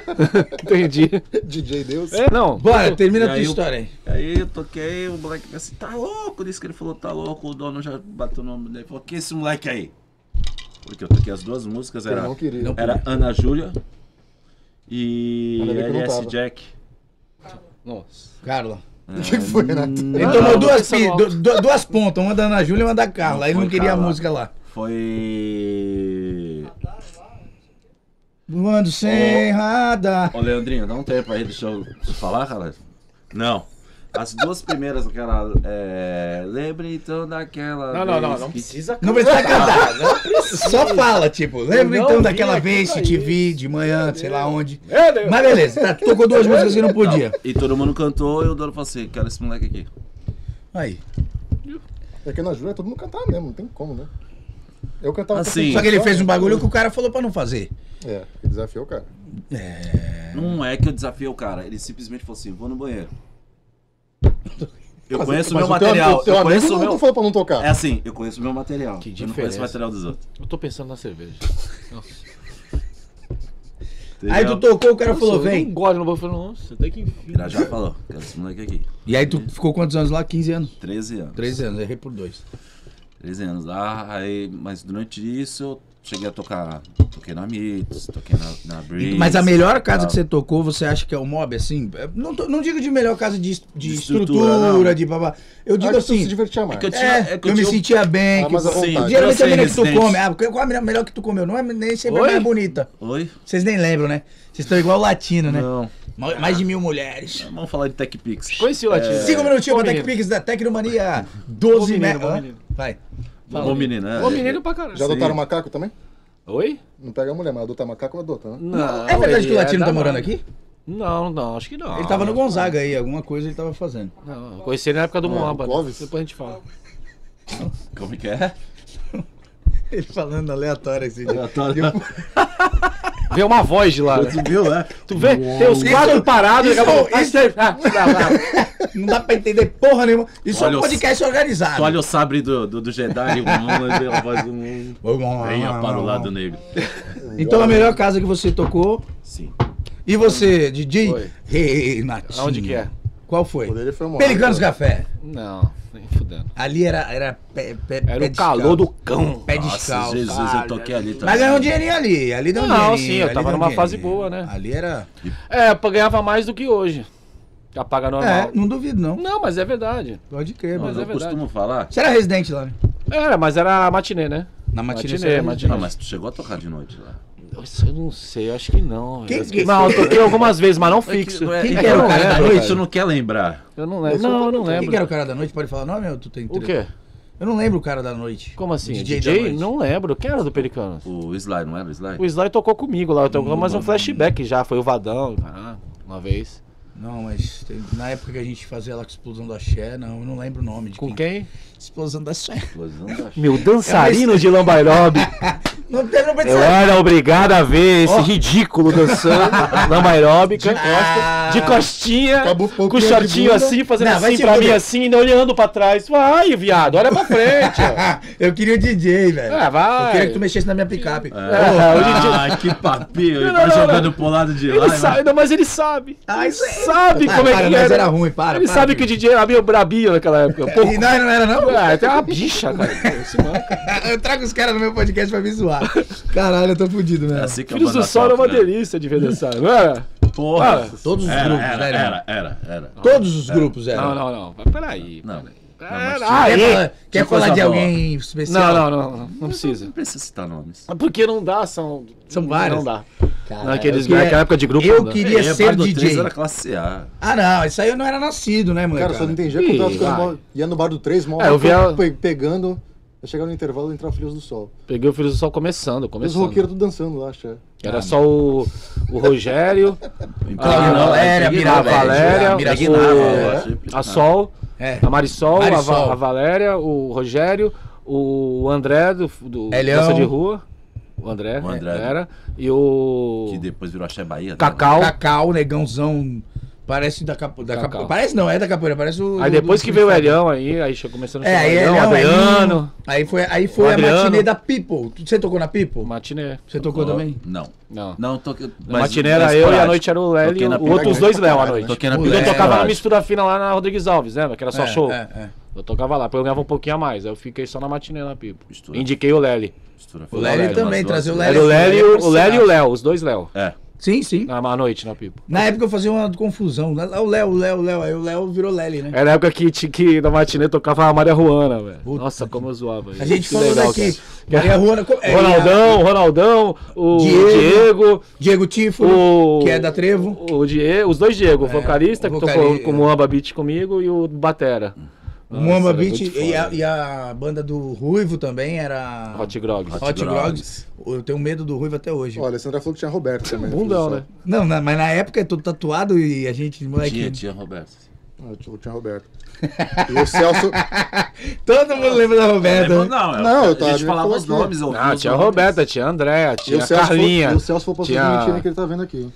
[SPEAKER 4] Entendi.
[SPEAKER 2] DJ Deus.
[SPEAKER 4] É, não.
[SPEAKER 3] Bora, termina
[SPEAKER 1] E
[SPEAKER 3] a tua
[SPEAKER 1] aí eu-
[SPEAKER 3] história aí.
[SPEAKER 1] Aí eu toquei, o moleque disse, tá louco? Disse que ele falou, tá louco, o dono já bateu o nome dele. Falou, que esse moleque aí? Porque eu toquei as duas músicas,
[SPEAKER 2] Eu
[SPEAKER 1] era,
[SPEAKER 2] não queria.
[SPEAKER 3] Não.
[SPEAKER 1] era Ana Júlia e
[SPEAKER 2] Ainda bem que eu não
[SPEAKER 1] LS
[SPEAKER 2] tava.
[SPEAKER 1] Jack.
[SPEAKER 4] Nossa.
[SPEAKER 3] Carla.
[SPEAKER 2] O que que foi, Renato? Então,
[SPEAKER 3] Ele
[SPEAKER 4] Não,
[SPEAKER 3] tomou
[SPEAKER 4] não,
[SPEAKER 3] duas,
[SPEAKER 4] pensa
[SPEAKER 3] pi-
[SPEAKER 4] logo.
[SPEAKER 3] du- du- duas pontas, uma da Ana Júlia e uma da Carla.
[SPEAKER 1] Não
[SPEAKER 3] Aí não
[SPEAKER 1] foi
[SPEAKER 3] queria a
[SPEAKER 1] Carla.
[SPEAKER 3] música lá.
[SPEAKER 1] Foi...
[SPEAKER 3] Voando sem radar.
[SPEAKER 1] Ô, Leandrinho, dá um tempo aí, deixa eu falar, cara. Não. As duas primeiras, aquela. É... Lembre então daquela.
[SPEAKER 4] Não, não, não,
[SPEAKER 1] vez
[SPEAKER 4] não
[SPEAKER 1] que-
[SPEAKER 4] precisa.
[SPEAKER 3] Não precisa cantar. Só fala, tipo, lembra
[SPEAKER 4] Eu não
[SPEAKER 3] então
[SPEAKER 4] vi
[SPEAKER 3] daquela
[SPEAKER 4] aquilo
[SPEAKER 3] vez que
[SPEAKER 4] aí.
[SPEAKER 3] te vi de manhã, sei lá onde.
[SPEAKER 4] É, Deus.
[SPEAKER 3] Mas beleza, tá, tocou duas músicas que não podia.
[SPEAKER 1] E todo mundo cantou e o dono falou assim: quero esse moleque aqui.
[SPEAKER 3] Aí.
[SPEAKER 2] É que na Júlia todo mundo cantava mesmo, não tem como, né? Eu cantava
[SPEAKER 1] Assim.
[SPEAKER 3] Só que ele fez um bagulho que o cara falou pra não fazer.
[SPEAKER 2] né? É, que desafiou, cara.
[SPEAKER 1] Não é que eu desafiei o cara, ele simplesmente falou assim: vou no banheiro. Eu conheço o meu
[SPEAKER 2] teu-
[SPEAKER 1] material.
[SPEAKER 2] teu
[SPEAKER 1] eu
[SPEAKER 2] amigo
[SPEAKER 1] conheço o
[SPEAKER 2] não, não
[SPEAKER 1] meu.
[SPEAKER 2] falou pra não tocar.
[SPEAKER 1] É assim, eu conheço o meu material.
[SPEAKER 4] Que
[SPEAKER 1] eu não
[SPEAKER 4] diferença.
[SPEAKER 1] conheço o material dos outros.
[SPEAKER 4] Eu tô pensando na cerveja. Nossa.
[SPEAKER 3] Aí tu tocou, o cara falou,
[SPEAKER 4] Nossa, eu
[SPEAKER 3] vem.
[SPEAKER 4] Não gosto, não vou falar, nossa, até que enfim.
[SPEAKER 1] Pirajá falou: quero esse moleque aqui.
[SPEAKER 3] E aí tu ficou quantos anos lá? 15 anos.
[SPEAKER 1] 13 anos.
[SPEAKER 3] 13 anos, errei por dois.
[SPEAKER 1] 13 anos lá, aí, mas durante isso eu cheguei a tocar, toquei na Mitos, toquei na, na Breeze.
[SPEAKER 3] Mas a melhor casa
[SPEAKER 1] tal.
[SPEAKER 3] que você tocou, você acha que é o mob, assim? É, Não, tô- não digo de melhor casa de, de,
[SPEAKER 1] De
[SPEAKER 3] estrutura,
[SPEAKER 1] estrutura, não.
[SPEAKER 3] de babá. Eu digo
[SPEAKER 2] Acho que tu se
[SPEAKER 3] assim.
[SPEAKER 2] divertia mais.
[SPEAKER 1] É que eu tinha,
[SPEAKER 3] É,
[SPEAKER 1] é que
[SPEAKER 3] eu me
[SPEAKER 1] tinha-
[SPEAKER 3] sentia bem.
[SPEAKER 2] Ah,
[SPEAKER 3] que-
[SPEAKER 2] mas à
[SPEAKER 1] Sim,
[SPEAKER 2] vontade.
[SPEAKER 3] Geralmente a
[SPEAKER 1] Sei,
[SPEAKER 3] menina que tu
[SPEAKER 1] Residente.
[SPEAKER 3] come, ah, qual é a menina melhor que tu comeu? Não é nem sempre a
[SPEAKER 4] Oi?
[SPEAKER 3] mais bonita.
[SPEAKER 1] Oi?
[SPEAKER 3] Vocês nem lembram, né? Vocês estão igual o latino, né?
[SPEAKER 1] Não.
[SPEAKER 3] Ma- Mais de mil mulheres.
[SPEAKER 1] Vamos falar de Tech Pix.
[SPEAKER 4] Conheci o latino.
[SPEAKER 3] Cinco minutinhos
[SPEAKER 4] Ô,
[SPEAKER 3] pra
[SPEAKER 4] menino.
[SPEAKER 3] TechPix da Tecnomania. 12
[SPEAKER 4] Ô, menino,
[SPEAKER 3] metros.
[SPEAKER 4] ô,
[SPEAKER 3] Hã?
[SPEAKER 4] menino.
[SPEAKER 3] Vai.
[SPEAKER 1] Bom menino, né?
[SPEAKER 4] Ô, menino pra caralho.
[SPEAKER 2] Já adotaram macaco também?
[SPEAKER 4] Oi?
[SPEAKER 2] Não pega a mulher, mas adotar macaco adota, né?
[SPEAKER 4] Não.
[SPEAKER 3] é verdade que o
[SPEAKER 4] ele
[SPEAKER 3] latino
[SPEAKER 4] da
[SPEAKER 3] tá morando
[SPEAKER 4] mata.
[SPEAKER 3] aqui?
[SPEAKER 4] Não, não, acho que Ah, não.
[SPEAKER 3] Ele tava no Gonzaga aí, alguma coisa ele tava fazendo.
[SPEAKER 4] Não, eu conheci ele na época do
[SPEAKER 2] É,
[SPEAKER 4] Moamba.
[SPEAKER 2] o
[SPEAKER 4] né?
[SPEAKER 2] Clóvis?
[SPEAKER 4] Depois a gente fala.
[SPEAKER 1] Como é que é?
[SPEAKER 3] Ele falando aleatório assim.
[SPEAKER 1] Aleatório.
[SPEAKER 4] Vê uma voz de lá. né?
[SPEAKER 1] Tu viu, né?
[SPEAKER 4] Tu vê? Tem os quatro parados e
[SPEAKER 3] isso-
[SPEAKER 4] acabou. Ah,
[SPEAKER 3] isso-
[SPEAKER 4] ah, tá, tá.
[SPEAKER 3] Não dá pra entender porra nenhuma. Isso
[SPEAKER 1] Olha
[SPEAKER 3] é um
[SPEAKER 1] o-
[SPEAKER 3] podcast organizado.
[SPEAKER 1] Tu olha o sabre do, do, do Jedi, o mundo, a voz do mundo.
[SPEAKER 4] Ah,
[SPEAKER 1] Venha para o lado negro.
[SPEAKER 3] Então a melhor casa que você tocou.
[SPEAKER 1] Sim.
[SPEAKER 3] E você, DJ?
[SPEAKER 4] Foi.
[SPEAKER 3] Renatinho.
[SPEAKER 4] Aonde que é?
[SPEAKER 3] Qual foi?
[SPEAKER 2] Poderia foi uma
[SPEAKER 3] Pelicanos Café.
[SPEAKER 4] Não, nem fudendo.
[SPEAKER 3] Ali era, era pé, pé,
[SPEAKER 4] Era
[SPEAKER 3] pé
[SPEAKER 4] o calor do cão.
[SPEAKER 3] Pé
[SPEAKER 1] Nossa,
[SPEAKER 3] descalço.
[SPEAKER 1] Jesus, eu toquei ali tá? também.
[SPEAKER 3] Mas ganhou um dinheirinho ali. Ali deu um
[SPEAKER 4] Não,
[SPEAKER 3] dinheirinho.
[SPEAKER 4] sim, eu
[SPEAKER 3] ali
[SPEAKER 4] tava
[SPEAKER 3] deu um
[SPEAKER 4] numa fase
[SPEAKER 3] dinheirinho.
[SPEAKER 4] boa, né?
[SPEAKER 3] Ali era...
[SPEAKER 4] É, eu ganhava mais do que hoje. Pra pagar normal.
[SPEAKER 3] É, não duvido não.
[SPEAKER 4] Não, mas é verdade.
[SPEAKER 3] Pode crer,
[SPEAKER 1] Não,
[SPEAKER 3] mas...
[SPEAKER 4] Tá Mas
[SPEAKER 1] eu
[SPEAKER 4] é verdade.
[SPEAKER 1] costumo falar.
[SPEAKER 3] Você era residente lá, né?
[SPEAKER 4] Era, mas era matinê, né?
[SPEAKER 3] Na matinê,
[SPEAKER 4] Matinê,
[SPEAKER 3] você era
[SPEAKER 4] matinê.
[SPEAKER 3] residente.
[SPEAKER 1] é Não, mas tu chegou a tocar de noite lá.
[SPEAKER 4] Nossa, eu não sei, eu acho que não.
[SPEAKER 3] Quem
[SPEAKER 4] Eu-
[SPEAKER 3] que-
[SPEAKER 4] Não, eu toquei algumas vezes, mas não fixo.
[SPEAKER 1] não
[SPEAKER 3] Quem
[SPEAKER 1] é
[SPEAKER 3] que era
[SPEAKER 1] que
[SPEAKER 3] o
[SPEAKER 1] eu
[SPEAKER 3] cara
[SPEAKER 1] lembro,
[SPEAKER 3] da noite?
[SPEAKER 1] Tu não quer lembrar.
[SPEAKER 4] Eu não lembro. Não, eu não
[SPEAKER 3] um Quem que era
[SPEAKER 4] lembro.
[SPEAKER 3] o cara da noite? Pode falar nome ou tu tem
[SPEAKER 4] O
[SPEAKER 3] treta?
[SPEAKER 4] quê?
[SPEAKER 3] Eu não lembro o cara da noite.
[SPEAKER 4] Como assim?
[SPEAKER 3] O
[SPEAKER 4] DJ?
[SPEAKER 3] DJ, da noite.
[SPEAKER 4] Não lembro. Quem era do Pericanos?
[SPEAKER 1] O Sly, não era o Sly?
[SPEAKER 4] O Sly tocou comigo lá, eu tocou mais um flashback já, foi o Vadão, caralho, Ah, uma vez.
[SPEAKER 3] Não, mas tem- na época que a gente fazia lá com Explosão do Axé, não, eu não lembro o nome de
[SPEAKER 4] Com
[SPEAKER 3] quem.
[SPEAKER 4] quem?
[SPEAKER 3] Explosão do Axé.
[SPEAKER 4] É,
[SPEAKER 1] Explosão da
[SPEAKER 4] Meu dançarino de Lambairob.
[SPEAKER 3] Não tem nome
[SPEAKER 4] Eu era obrigado a ver esse ridículo dançando Lambairóbica.
[SPEAKER 3] Ah.
[SPEAKER 4] De costinha,
[SPEAKER 2] Acabou
[SPEAKER 4] com
[SPEAKER 2] pouquinho
[SPEAKER 4] o
[SPEAKER 2] de
[SPEAKER 4] shortinho
[SPEAKER 2] bunda.
[SPEAKER 4] assim, fazendo
[SPEAKER 3] Não, vai
[SPEAKER 4] assim
[SPEAKER 3] se
[SPEAKER 4] pra mim,
[SPEAKER 3] fuder.
[SPEAKER 4] assim, olhando pra trás. Vai, viado, olha pra frente. ó.
[SPEAKER 3] Ah, eu queria o DJ, velho.
[SPEAKER 4] Ah, vai.
[SPEAKER 3] Eu queria que tu mexesse na minha picape.
[SPEAKER 4] É, o DJ
[SPEAKER 1] Ah, que papinho.
[SPEAKER 4] Não,
[SPEAKER 1] Ele
[SPEAKER 4] não,
[SPEAKER 1] tá
[SPEAKER 4] não,
[SPEAKER 1] jogando pro lado de lá.
[SPEAKER 4] Ele
[SPEAKER 1] e
[SPEAKER 4] sabe, não, mas ele sabe.
[SPEAKER 3] Ah,
[SPEAKER 4] ele
[SPEAKER 3] isso aí.
[SPEAKER 4] sabe
[SPEAKER 3] Ah,
[SPEAKER 4] como
[SPEAKER 3] para,
[SPEAKER 4] é que
[SPEAKER 3] nós
[SPEAKER 4] era.
[SPEAKER 3] era ruim, para,
[SPEAKER 4] Ele
[SPEAKER 3] para,
[SPEAKER 4] sabe
[SPEAKER 3] Júlio.
[SPEAKER 4] que o DJ era meio brabinho naquela época. Pô,
[SPEAKER 3] E não, não era não?
[SPEAKER 4] ah, até uma bicha, cara. Se manca.
[SPEAKER 3] eu trago os caras no meu podcast pra me zoar. Caralho, eu tô fudido,
[SPEAKER 1] vai.
[SPEAKER 3] né?
[SPEAKER 1] Assim que a
[SPEAKER 4] Filhos do
[SPEAKER 1] banda
[SPEAKER 4] Sol era é uma
[SPEAKER 1] toca, né?
[SPEAKER 4] delícia de ver dançar, não é? Ah. era?
[SPEAKER 1] Porra.
[SPEAKER 3] Todos os
[SPEAKER 1] Era,
[SPEAKER 3] grupos,
[SPEAKER 1] era,
[SPEAKER 3] né, irmão?
[SPEAKER 1] era, era, era.
[SPEAKER 3] Todos os grupos eram.
[SPEAKER 4] Não, não, não. Mas Peraí.
[SPEAKER 1] Não.
[SPEAKER 4] Caralho.
[SPEAKER 1] Não, mas
[SPEAKER 3] Quer,
[SPEAKER 4] Aê!
[SPEAKER 3] falar, quer
[SPEAKER 1] Que coisa
[SPEAKER 3] falar de
[SPEAKER 1] boa.
[SPEAKER 3] alguém
[SPEAKER 4] Não,
[SPEAKER 3] especial?
[SPEAKER 4] não, não, não. Não precisa.
[SPEAKER 1] Não precisa citar nomes.
[SPEAKER 4] É Porque não dá, são.
[SPEAKER 3] São várias.
[SPEAKER 4] Não dá.
[SPEAKER 3] Caralho,
[SPEAKER 4] Naqueles,
[SPEAKER 3] eu queria-
[SPEAKER 4] Naquela época de grupo.
[SPEAKER 3] eu
[SPEAKER 4] não dá.
[SPEAKER 3] queria- Queria
[SPEAKER 1] É,
[SPEAKER 3] ser
[SPEAKER 1] Bardo
[SPEAKER 3] DJ.
[SPEAKER 1] três era classe A.
[SPEAKER 3] Ah, não, isso aí eu não era nascido, né, moleque?
[SPEAKER 2] Cara, só não entendia que eu tava
[SPEAKER 4] Ih,
[SPEAKER 2] ficando
[SPEAKER 4] vai.
[SPEAKER 2] mal- Ia no bar do 3, mal
[SPEAKER 4] É, eu via-
[SPEAKER 2] pe- pegando. Eu chegava no intervalo e entrava Filhos do Sol.
[SPEAKER 4] Peguei o Filhos do Sol começando,
[SPEAKER 2] E Os
[SPEAKER 4] começando.
[SPEAKER 2] roqueiros tudo dançando lá, acha?
[SPEAKER 4] Era só o, o Rogério,
[SPEAKER 1] Ah,
[SPEAKER 3] não, era
[SPEAKER 1] eu peguei
[SPEAKER 3] Mirá,
[SPEAKER 1] lá,
[SPEAKER 4] a
[SPEAKER 3] velho.
[SPEAKER 4] Valéria,
[SPEAKER 3] Mira-
[SPEAKER 1] Eu
[SPEAKER 4] o-
[SPEAKER 1] peguei lá, velho,
[SPEAKER 3] é.
[SPEAKER 1] achei
[SPEAKER 4] a
[SPEAKER 1] impressionante.
[SPEAKER 4] Sol.
[SPEAKER 3] É.
[SPEAKER 4] A Marisol, a,
[SPEAKER 3] Marisol.
[SPEAKER 4] Va- a Valéria, o Rogério, o André do, do
[SPEAKER 3] Elião.
[SPEAKER 4] Dança de Rua. O André, é,
[SPEAKER 1] O André.
[SPEAKER 4] era. E o
[SPEAKER 1] Que depois virou Axé Bahia. né?
[SPEAKER 4] Cacau.
[SPEAKER 3] Cacau, negãozão. Parece da, capo... da
[SPEAKER 4] Cacau.
[SPEAKER 3] capoeira. Parece não, é da capoeira, parece o.
[SPEAKER 4] Aí
[SPEAKER 3] do-
[SPEAKER 4] depois
[SPEAKER 3] do-
[SPEAKER 4] que veio o Elião aí, aí chegou começando a
[SPEAKER 3] É, aí
[SPEAKER 4] Elião,
[SPEAKER 3] Elião,
[SPEAKER 4] Adriano.
[SPEAKER 3] Aí foi, aí foi
[SPEAKER 4] O
[SPEAKER 3] a
[SPEAKER 4] Adriano.
[SPEAKER 3] matinê da People. Tu- Você tocou na People?
[SPEAKER 4] Matiné.
[SPEAKER 3] Você tocou também?
[SPEAKER 1] Não.
[SPEAKER 4] Não.
[SPEAKER 1] Não, tô.
[SPEAKER 4] Mas, matiné era eu e a noite era o Léo e
[SPEAKER 1] Toquei na
[SPEAKER 4] o outro os
[SPEAKER 1] Piranga.
[SPEAKER 4] dois Léo à noite.
[SPEAKER 1] Toquei na
[SPEAKER 4] Porque eu
[SPEAKER 3] Piranga.
[SPEAKER 4] tocava na mistura fina lá na Rodrigues Alves, né? Que era só
[SPEAKER 3] É,
[SPEAKER 4] show.
[SPEAKER 3] é, é.
[SPEAKER 4] Eu tocava lá, porque eu ganhava um pouquinho a mais. Aí eu fiquei só na matiné na Pipo.
[SPEAKER 1] Mistura.
[SPEAKER 4] Indiquei o Lely.
[SPEAKER 1] Mistura.
[SPEAKER 3] O Lélio
[SPEAKER 1] Lélio
[SPEAKER 3] também,
[SPEAKER 1] umas
[SPEAKER 3] trazer o
[SPEAKER 1] duas-
[SPEAKER 4] Era o
[SPEAKER 3] Lélio.
[SPEAKER 4] Lely, o Lélio e o Léo, os dois Léo.
[SPEAKER 1] É.
[SPEAKER 3] Sim, sim.
[SPEAKER 4] Na à noite na Pipo.
[SPEAKER 3] Na época eu fazia uma confusão. Lá- lá O Léo, o Léo, o Léo. Aí o Léo virou Lely, né?
[SPEAKER 4] Era na época que, ti- que na matinê tocava a Maria Ruana, velho.
[SPEAKER 3] Puta
[SPEAKER 4] Nossa, como eu zoava.
[SPEAKER 3] A gente
[SPEAKER 4] É, Que
[SPEAKER 3] falou
[SPEAKER 4] legal,
[SPEAKER 3] daqui.
[SPEAKER 4] cara.
[SPEAKER 3] Maria Ruana. co- é,
[SPEAKER 4] Ronaldão, Ronaldão, o
[SPEAKER 3] Diego.
[SPEAKER 4] Diego,
[SPEAKER 3] e a- Diego Tifo,
[SPEAKER 4] o...
[SPEAKER 3] que é da Trevo.
[SPEAKER 4] O Diego, os dois Diego, o vocalista
[SPEAKER 3] o
[SPEAKER 4] que
[SPEAKER 3] vocali-
[SPEAKER 4] tocou com o Muamba Beat comigo e o Batera.
[SPEAKER 3] O Muamba
[SPEAKER 4] era
[SPEAKER 3] Beat
[SPEAKER 4] muito foda.
[SPEAKER 3] e a, e a banda do Ruivo também era.
[SPEAKER 4] Hot Grogs.
[SPEAKER 1] Hot
[SPEAKER 3] Hot Grogs.
[SPEAKER 1] Grogs.
[SPEAKER 3] Eu tenho medo do Ruivo até hoje.
[SPEAKER 2] Olha, a Sandra falou que tinha Roberto também. no
[SPEAKER 4] Bundão,
[SPEAKER 2] Filhos
[SPEAKER 4] né?
[SPEAKER 2] do
[SPEAKER 3] Não, na- mas na época é todo tatuado e a gente,
[SPEAKER 1] Tinha,
[SPEAKER 3] moleque.
[SPEAKER 1] tinha, Roberto.
[SPEAKER 2] Sol. Ah, eu tinha- eu tinha Roberto. E o Celso.
[SPEAKER 3] Todo mundo lembra da Roberta.
[SPEAKER 1] Lembro
[SPEAKER 3] né?
[SPEAKER 1] não,
[SPEAKER 2] Não, eu
[SPEAKER 1] eu,
[SPEAKER 2] tava-
[SPEAKER 1] a gente falava
[SPEAKER 2] eu
[SPEAKER 1] os
[SPEAKER 2] falava
[SPEAKER 1] nomes, ouvia
[SPEAKER 4] Ah,
[SPEAKER 1] os
[SPEAKER 4] tinha a
[SPEAKER 1] nomes.
[SPEAKER 4] Roberta, tinha a Andréa,
[SPEAKER 2] E
[SPEAKER 4] tinha
[SPEAKER 2] o
[SPEAKER 4] a
[SPEAKER 2] Celso foi-
[SPEAKER 4] Carlinha.
[SPEAKER 2] e o Celso foi pra
[SPEAKER 4] tinha-
[SPEAKER 2] tinha... mentira que ele tá vendo aqui.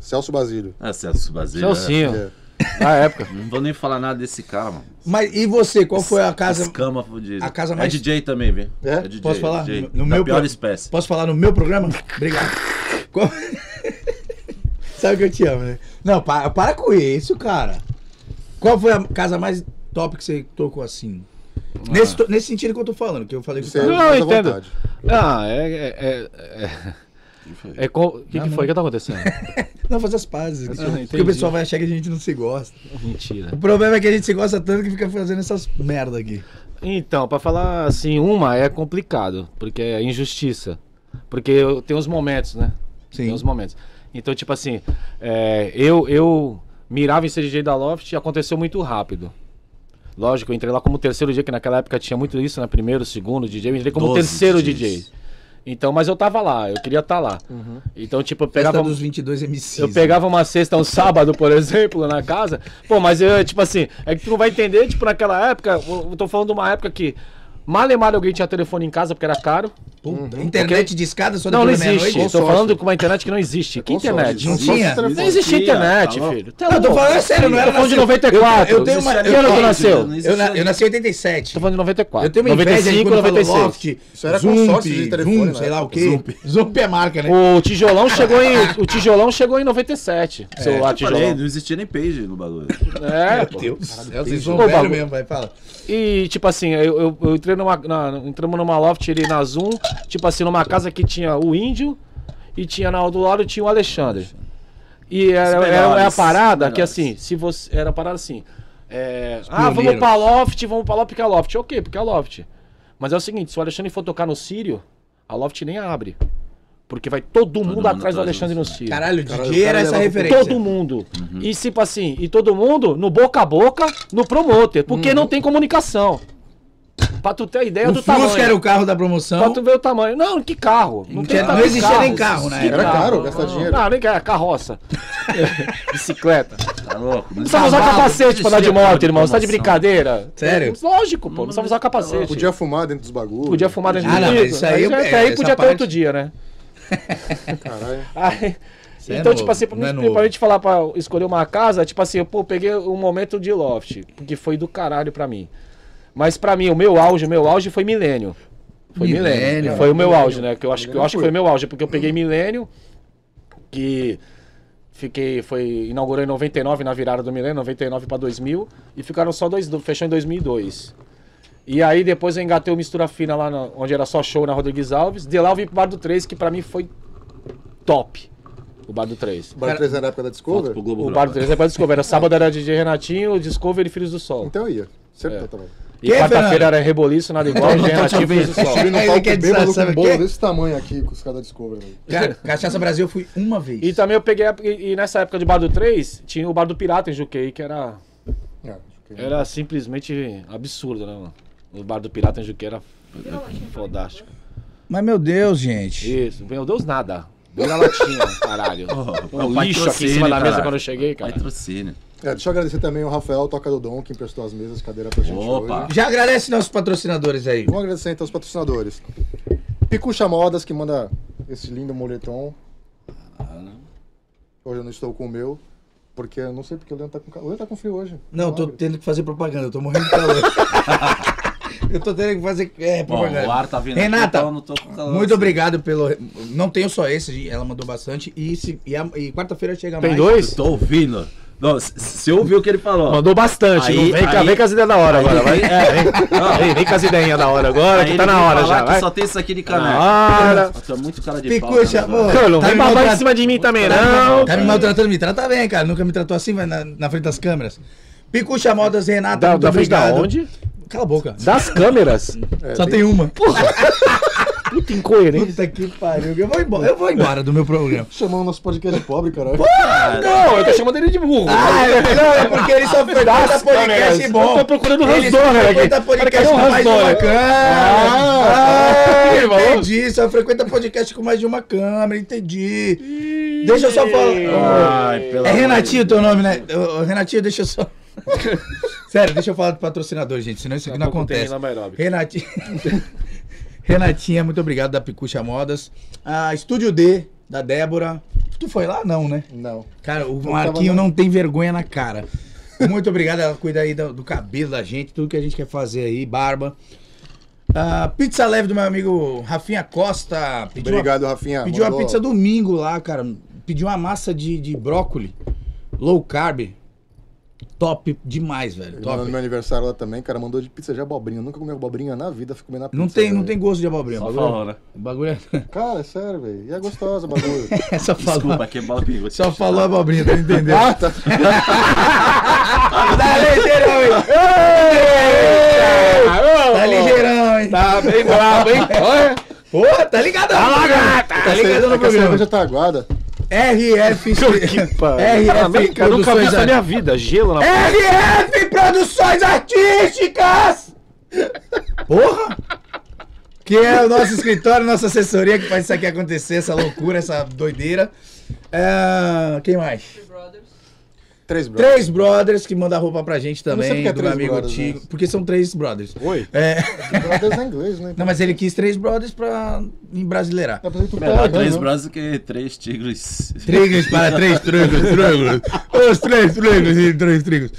[SPEAKER 2] Celso Basílio.
[SPEAKER 1] Ah, Celso Basílio.
[SPEAKER 4] Celcinho,
[SPEAKER 2] É.
[SPEAKER 4] na época.
[SPEAKER 1] é. Não vou nem falar nada desse cara, mano.
[SPEAKER 3] Mas e você, qual foi a casa?
[SPEAKER 1] Escama fudida.
[SPEAKER 3] a casa mais-
[SPEAKER 1] É DJ também, viu?
[SPEAKER 2] É?
[SPEAKER 1] DJ,
[SPEAKER 3] Posso falar?
[SPEAKER 1] DJ.
[SPEAKER 3] No- no
[SPEAKER 1] da
[SPEAKER 3] meu
[SPEAKER 1] pior
[SPEAKER 3] pro-
[SPEAKER 1] espécie.
[SPEAKER 3] Posso falar no meu programa? Obrigado. Qual- Sabe que eu te amo, né? Não, para, para com isso, cara. Qual foi a casa mais top que você tocou assim?
[SPEAKER 4] Ah.
[SPEAKER 3] Nesse, to- nesse sentido que eu tô falando, que eu falei com
[SPEAKER 2] Você
[SPEAKER 3] você.
[SPEAKER 4] Não,
[SPEAKER 2] faz à
[SPEAKER 4] entendo.
[SPEAKER 2] vontade.
[SPEAKER 4] Ah, é. é, é, é... É co- O que, que foi? O que tá acontecendo?
[SPEAKER 3] Não, fazer as pazes.
[SPEAKER 4] Ah,
[SPEAKER 3] porque
[SPEAKER 4] entendi.
[SPEAKER 3] o pessoal vai achar que a gente não se gosta.
[SPEAKER 4] Mentira.
[SPEAKER 3] O problema é que a gente se gosta tanto que fica fazendo essas merda aqui.
[SPEAKER 4] Então, pra falar assim, uma é complicado, porque é injustiça. Porque eu tenho os momentos, né? Tem uns momentos. Então, tipo assim, é, eu, eu mirava em ser DJ da Loft e aconteceu muito rápido. Lógico, eu entrei lá como terceiro DJ, que naquela época tinha muito isso, né? Primeiro, segundo DJ, eu entrei como
[SPEAKER 1] Doze
[SPEAKER 4] terceiro
[SPEAKER 1] DJs.
[SPEAKER 4] DJ. Então, mas eu tava lá, eu queria estar lá. Então, tipo, eu
[SPEAKER 8] Uhum. Festa
[SPEAKER 4] pegava.
[SPEAKER 8] dos 22 MCs.
[SPEAKER 4] Eu pegava uma sexta, um sábado, por exemplo, na casa. Pô, mas eu, tipo assim, é que tu não vai entender, tipo, naquela época, eu eu tô falando de uma época que mal e mal alguém tinha telefone em casa porque era caro.
[SPEAKER 8] Puta, Internet de escada só
[SPEAKER 4] Uhum. Não, não
[SPEAKER 8] depois da meia-noite?
[SPEAKER 4] existe. Tô
[SPEAKER 2] Consórcio.
[SPEAKER 4] falando com uma internet que não existe. Que internet?
[SPEAKER 2] Consórcio,
[SPEAKER 3] Não
[SPEAKER 2] consórcio
[SPEAKER 3] tinha?
[SPEAKER 2] de telefone.
[SPEAKER 4] Não existia internet,
[SPEAKER 1] Alô?
[SPEAKER 4] filho.
[SPEAKER 3] Não, tô falando sério, Tá não era
[SPEAKER 4] Tô falando
[SPEAKER 3] nascido.
[SPEAKER 4] de 94.
[SPEAKER 3] Eu, eu tenho uma.
[SPEAKER 4] Que
[SPEAKER 3] eu-
[SPEAKER 4] ano tu nasceu?
[SPEAKER 1] não
[SPEAKER 3] Eu, na- eu nasci em 87.
[SPEAKER 4] Tô falando de
[SPEAKER 1] Tá.
[SPEAKER 4] 94.
[SPEAKER 8] Eu tenho uma inveja de
[SPEAKER 4] 95,
[SPEAKER 8] quando 96.
[SPEAKER 4] 96.
[SPEAKER 8] Loft,
[SPEAKER 2] Isso era
[SPEAKER 8] Zump,
[SPEAKER 2] consórcio de telefone,
[SPEAKER 8] Zoom,
[SPEAKER 2] né?
[SPEAKER 8] sei lá o quê. Zump. é marca, né?
[SPEAKER 4] O tijolão chegou em o tijolão chegou em 97. o celular
[SPEAKER 1] Eu falei,
[SPEAKER 4] tijolão.
[SPEAKER 1] não existia nem page no bagulho. Tá
[SPEAKER 4] É, pô.
[SPEAKER 3] Deus.
[SPEAKER 8] É, Vocês
[SPEAKER 4] Pô,
[SPEAKER 8] são velho
[SPEAKER 4] bagulho.
[SPEAKER 8] mesmo, vai, fala.
[SPEAKER 4] E, tipo assim, eu, eu, eu entrei numa. na- entramos numa loft ali na Zoom, tipo assim, numa casa que tinha o índio e tinha na, do lado tinha o Alexandre. E era,
[SPEAKER 1] Os
[SPEAKER 4] era- era a
[SPEAKER 1] melhores,
[SPEAKER 4] parada
[SPEAKER 1] os
[SPEAKER 4] que
[SPEAKER 1] melhores.
[SPEAKER 4] assim, se você. Era a parada assim. é, ah, vamos
[SPEAKER 8] pioneiros.
[SPEAKER 4] pra loft, vamos pra loft, porque é loft. Ok, porque é loft. Mas é o seguinte, se o Alexandre for tocar no Sírio, a loft nem abre. Porque vai todo, mundo,
[SPEAKER 1] mundo
[SPEAKER 4] atrás do
[SPEAKER 1] atrás do
[SPEAKER 4] Alexandre no Sírio.
[SPEAKER 3] Caralho, o
[SPEAKER 2] Caralho,
[SPEAKER 3] DJ
[SPEAKER 2] o
[SPEAKER 3] era
[SPEAKER 2] cara
[SPEAKER 3] essa
[SPEAKER 2] levava
[SPEAKER 3] referência.
[SPEAKER 4] Todo mundo. E tipo assim, e todo mundo no boca a boca, no promoter, porque não tem comunicação. Pra tu ter a ideia
[SPEAKER 8] O
[SPEAKER 4] do
[SPEAKER 8] Fusca
[SPEAKER 4] tamanho.
[SPEAKER 8] era o carro da promoção.
[SPEAKER 4] Pra tu ver o tamanho. Não, que carro. Não, tem
[SPEAKER 8] tinha-
[SPEAKER 4] tamanho
[SPEAKER 8] não
[SPEAKER 4] de
[SPEAKER 8] existia nem carro, né?
[SPEAKER 4] Que
[SPEAKER 2] Era caro, gastar dinheiro.
[SPEAKER 4] Não, nem era carroça. Bicicleta.
[SPEAKER 1] Tá louco?
[SPEAKER 4] Não precisava usar
[SPEAKER 1] Cavalo,
[SPEAKER 4] capacete pra andar de
[SPEAKER 1] existia carro
[SPEAKER 4] moto, irmão. Você tá de
[SPEAKER 1] promoção.
[SPEAKER 4] brincadeira?
[SPEAKER 3] Sério?
[SPEAKER 4] Lógico, pô. Não precisava usar capacete.
[SPEAKER 2] Podia fumar dentro dos bagulhos.
[SPEAKER 4] Podia fumar dentro
[SPEAKER 3] Ah,
[SPEAKER 4] do
[SPEAKER 3] não,
[SPEAKER 4] vidro.
[SPEAKER 3] mas isso aí
[SPEAKER 4] Mas
[SPEAKER 3] é-
[SPEAKER 4] até aí
[SPEAKER 3] essa
[SPEAKER 4] podia até
[SPEAKER 3] parte-
[SPEAKER 4] outro dia, né?
[SPEAKER 2] Caralho.
[SPEAKER 4] Aí-
[SPEAKER 3] é
[SPEAKER 4] então,
[SPEAKER 3] novo,
[SPEAKER 4] tipo assim, pra,
[SPEAKER 3] não é
[SPEAKER 4] mim-
[SPEAKER 3] novo.
[SPEAKER 4] pra gente falar pra escolher uma casa, tipo assim, eu pô, peguei um momento de loft, que foi do caralho pra mim. Mas pra mim, o meu auge, o meu auge foi milênio. Foi milênio.
[SPEAKER 3] Milênio.
[SPEAKER 4] Foi o meu auge, né? Que eu acho, que eu acho que foi o meu auge, porque eu peguei milênio, que fiquei, foi, inaugurou em 99 na virada do milênio, 99 pra 2000, e ficaram só dois, fechou em 2002. E aí depois eu engatei o Mistura Fina lá, na- onde era só show na Rodrigues Alves. De lá eu vim pro Bar do 3, que pra mim foi top. O Bar do 3.
[SPEAKER 2] Bar 3 era na época da
[SPEAKER 1] Volta
[SPEAKER 2] Discover?
[SPEAKER 1] pro Globo
[SPEAKER 4] O Bar do
[SPEAKER 1] Rural.
[SPEAKER 4] 3 é pra Discover. Era sábado era DJ Renatinho, Discover e Filhos do Sol.
[SPEAKER 2] Então ia. Sempre
[SPEAKER 4] É.
[SPEAKER 2] tava.
[SPEAKER 4] E
[SPEAKER 3] Que, Fernando? tá
[SPEAKER 4] quarta-feira era Reboliço, nada igual, DJ Renatinho e Filhos do Sol.
[SPEAKER 2] Subi no
[SPEAKER 3] Ele
[SPEAKER 2] palco
[SPEAKER 3] quer
[SPEAKER 2] bêbado
[SPEAKER 3] saber
[SPEAKER 2] com um
[SPEAKER 3] o
[SPEAKER 2] bolo
[SPEAKER 3] quê?
[SPEAKER 2] desse tamanho aqui com os caras da Discover. velho.
[SPEAKER 3] Cara, Cachaça Brasil eu fui uma vez.
[SPEAKER 1] Então-
[SPEAKER 4] E também eu peguei, a- e, e nessa época de Bar do 3, tinha o Bar do Pirata em Juquei, que era,
[SPEAKER 2] É, acho que-
[SPEAKER 4] era simplesmente absurdo, né, mano? O Bar do Pirata em Juquei era fodástico.
[SPEAKER 8] Mas meu Deus, gente.
[SPEAKER 4] Isso, meu Deus, nada. Deu na latinha, caralho.
[SPEAKER 1] Oh,
[SPEAKER 4] um lixo aqui em cima da mesa quando eu cheguei, cara.
[SPEAKER 1] Patrocínio.
[SPEAKER 2] É, deixa eu agradecer também o Rafael Toca do Dom, que emprestou as mesas, cadeira pra gente
[SPEAKER 1] Opa.
[SPEAKER 2] hoje.
[SPEAKER 3] Já agradece nossos patrocinadores aí.
[SPEAKER 2] Vamos agradecer então aos patrocinadores. Picucha Modas, que manda esse lindo moletom. Hoje eu não estou com o meu, porque eu não sei porque o Leandro tá com calor. O Leandro tá com frio hoje.
[SPEAKER 8] Não, eu tô
[SPEAKER 2] Magro.
[SPEAKER 8] tendo que fazer propaganda, eu tô morrendo de calor. eu tô tendo que fazer é,
[SPEAKER 1] Bom,
[SPEAKER 8] propaganda.
[SPEAKER 1] o ar tá vindo. aqui,
[SPEAKER 8] Renata,
[SPEAKER 1] então eu não tô com calor,
[SPEAKER 3] Muito
[SPEAKER 1] assim.
[SPEAKER 3] obrigado pelo.
[SPEAKER 8] Não tenho só esse, ela mandou bastante. E, se- e a- e quarta-feira chega
[SPEAKER 4] Tem
[SPEAKER 8] mais.
[SPEAKER 4] dois?
[SPEAKER 1] Tô ouvindo. Não, c- Você ouviu o que ele falou.
[SPEAKER 4] Mandou bastante.
[SPEAKER 1] Aí-
[SPEAKER 4] viu? vem, cá,
[SPEAKER 1] aí-
[SPEAKER 4] vem com as ideias da hora agora. Vai. É, vem, vem, vem com as ideias da hora agora,
[SPEAKER 1] Aí
[SPEAKER 4] que tá
[SPEAKER 1] ele
[SPEAKER 4] na
[SPEAKER 1] vem
[SPEAKER 4] hora
[SPEAKER 1] falar
[SPEAKER 4] já.
[SPEAKER 1] que
[SPEAKER 4] Vai.
[SPEAKER 1] Só tem isso aqui de caneca.
[SPEAKER 4] Na hora.
[SPEAKER 1] Nossa, é muito cara de pau.
[SPEAKER 3] Picucha,
[SPEAKER 1] né, velho?
[SPEAKER 3] amor.
[SPEAKER 4] Cara, não vem
[SPEAKER 3] me
[SPEAKER 4] babar em
[SPEAKER 3] maltratando-
[SPEAKER 4] cima de mim também,
[SPEAKER 3] Tá,
[SPEAKER 4] não.
[SPEAKER 3] me maltratando, me trata bem, cara. Nunca me tratou assim, mas na, na frente das câmeras. Picucha Modas, Renata,
[SPEAKER 4] Da,
[SPEAKER 3] muito
[SPEAKER 4] da frente da
[SPEAKER 3] obrigado.
[SPEAKER 4] onde? É,
[SPEAKER 3] Cala a boca.
[SPEAKER 4] Das câmeras.
[SPEAKER 3] Só tem uma.
[SPEAKER 4] Puta incoerente.
[SPEAKER 3] Puta que pariu. Eu vou embora. Eu vou embora do meu programa.
[SPEAKER 2] Chamando o nosso podcast de pobre, caralho.
[SPEAKER 4] Não, eu tô chamando ele de burro.
[SPEAKER 3] Ah, é, não, é porque ele só foi dar podcast
[SPEAKER 4] Eu
[SPEAKER 3] bom.
[SPEAKER 4] tô procurando o
[SPEAKER 3] Ele
[SPEAKER 4] Hans
[SPEAKER 3] só
[SPEAKER 4] Donner aqui.
[SPEAKER 3] frequenta
[SPEAKER 4] Cara,
[SPEAKER 3] podcast
[SPEAKER 4] Cadê o
[SPEAKER 3] com mais
[SPEAKER 4] Hans
[SPEAKER 3] de uma
[SPEAKER 4] Donner? Ah,
[SPEAKER 3] câmera.
[SPEAKER 4] irmão.
[SPEAKER 3] Ah, entendi, só frequenta podcast com mais de uma câmera, entendi. Deixa eu só falar.
[SPEAKER 4] Ah,
[SPEAKER 1] Ai, pelo
[SPEAKER 3] É
[SPEAKER 1] amor de
[SPEAKER 3] Renatinho teu nome, né? Ô, ô, Renatinho, deixa eu só. Sério, deixa eu falar do patrocinador, gente, senão isso aqui não
[SPEAKER 4] Daqui a pouco tem
[SPEAKER 3] acontece.
[SPEAKER 4] Lama Aeróbica.
[SPEAKER 3] Renatinha. Renatinha, muito obrigado da Picucha Modas. A Estúdio D, da Débora. Tu foi lá? Não, né?
[SPEAKER 2] Não.
[SPEAKER 3] Cara, o
[SPEAKER 2] tava
[SPEAKER 3] Marquinho
[SPEAKER 2] não.
[SPEAKER 3] não tem vergonha na cara. Muito obrigado, ela cuida aí do, do cabelo da gente, tudo que a gente quer fazer aí, barba. Ah, pizza leve do meu amigo Rafinha Costa. Pediu uma-
[SPEAKER 2] Obrigado, Rafinha.
[SPEAKER 3] Pediu uma
[SPEAKER 2] Mandou-
[SPEAKER 3] pizza domingo lá, cara. Pediu uma massa de, de brócoli, low carb. Top demais, velho.
[SPEAKER 2] Ele mandou no
[SPEAKER 3] Top.
[SPEAKER 2] meu aniversário lá também, cara, mandou de pizza de abobrinha. Eu nunca comi abobrinha na vida, fico comendo a pizza.
[SPEAKER 3] Não tem, não
[SPEAKER 2] velho.
[SPEAKER 3] tem gosto de abobrinha.
[SPEAKER 1] Deus.
[SPEAKER 3] o
[SPEAKER 1] Só
[SPEAKER 3] bagulho,
[SPEAKER 1] falou, né?
[SPEAKER 3] o bagulho é-
[SPEAKER 2] Cara, é sério, velho. E é gostosa o bagulho.
[SPEAKER 3] é só falar.
[SPEAKER 1] Desculpa, aqui é bola perigo.
[SPEAKER 3] Só falou abobrinha, tá entendendo?
[SPEAKER 2] ah, tá.
[SPEAKER 3] tá ligeirão, hein? Tá ligeirão, hein?
[SPEAKER 4] Tá bem brabo, hein? Olha.
[SPEAKER 3] Pô, tá ligado? Tá ligado no
[SPEAKER 2] Essa cerveja
[SPEAKER 3] programa.
[SPEAKER 2] tá aguada.
[SPEAKER 3] RF É, RF
[SPEAKER 4] Eu nunca vi
[SPEAKER 3] Produções É.
[SPEAKER 4] isso na minha vida. Gelo na
[SPEAKER 3] Ar- RF Produções Artísticas! Porra! que é o nosso escritório, nossa assessoria que faz isso aqui acontecer, essa loucura, essa doideira. É, quem mais?
[SPEAKER 5] Three Brothers.
[SPEAKER 2] Três brothers.
[SPEAKER 3] Três brothers que mandam roupa pra gente
[SPEAKER 2] não sei
[SPEAKER 3] também,
[SPEAKER 2] porque é
[SPEAKER 3] do meu
[SPEAKER 2] três
[SPEAKER 3] amigo
[SPEAKER 2] brothers,
[SPEAKER 3] antigo.
[SPEAKER 2] né?
[SPEAKER 3] Porque são três brothers.
[SPEAKER 4] Oi?
[SPEAKER 3] É,
[SPEAKER 2] brothers é inglês, né?
[SPEAKER 3] não, mas ele quis três brothers pra embrasileirar.
[SPEAKER 2] Dá pra dizer que tu tá
[SPEAKER 1] Melhor
[SPEAKER 2] errando,
[SPEAKER 1] três
[SPEAKER 2] né?
[SPEAKER 1] braços que três tigres.
[SPEAKER 3] Trigos para três trigos, trigos. Os três trigos e assim, três trigos.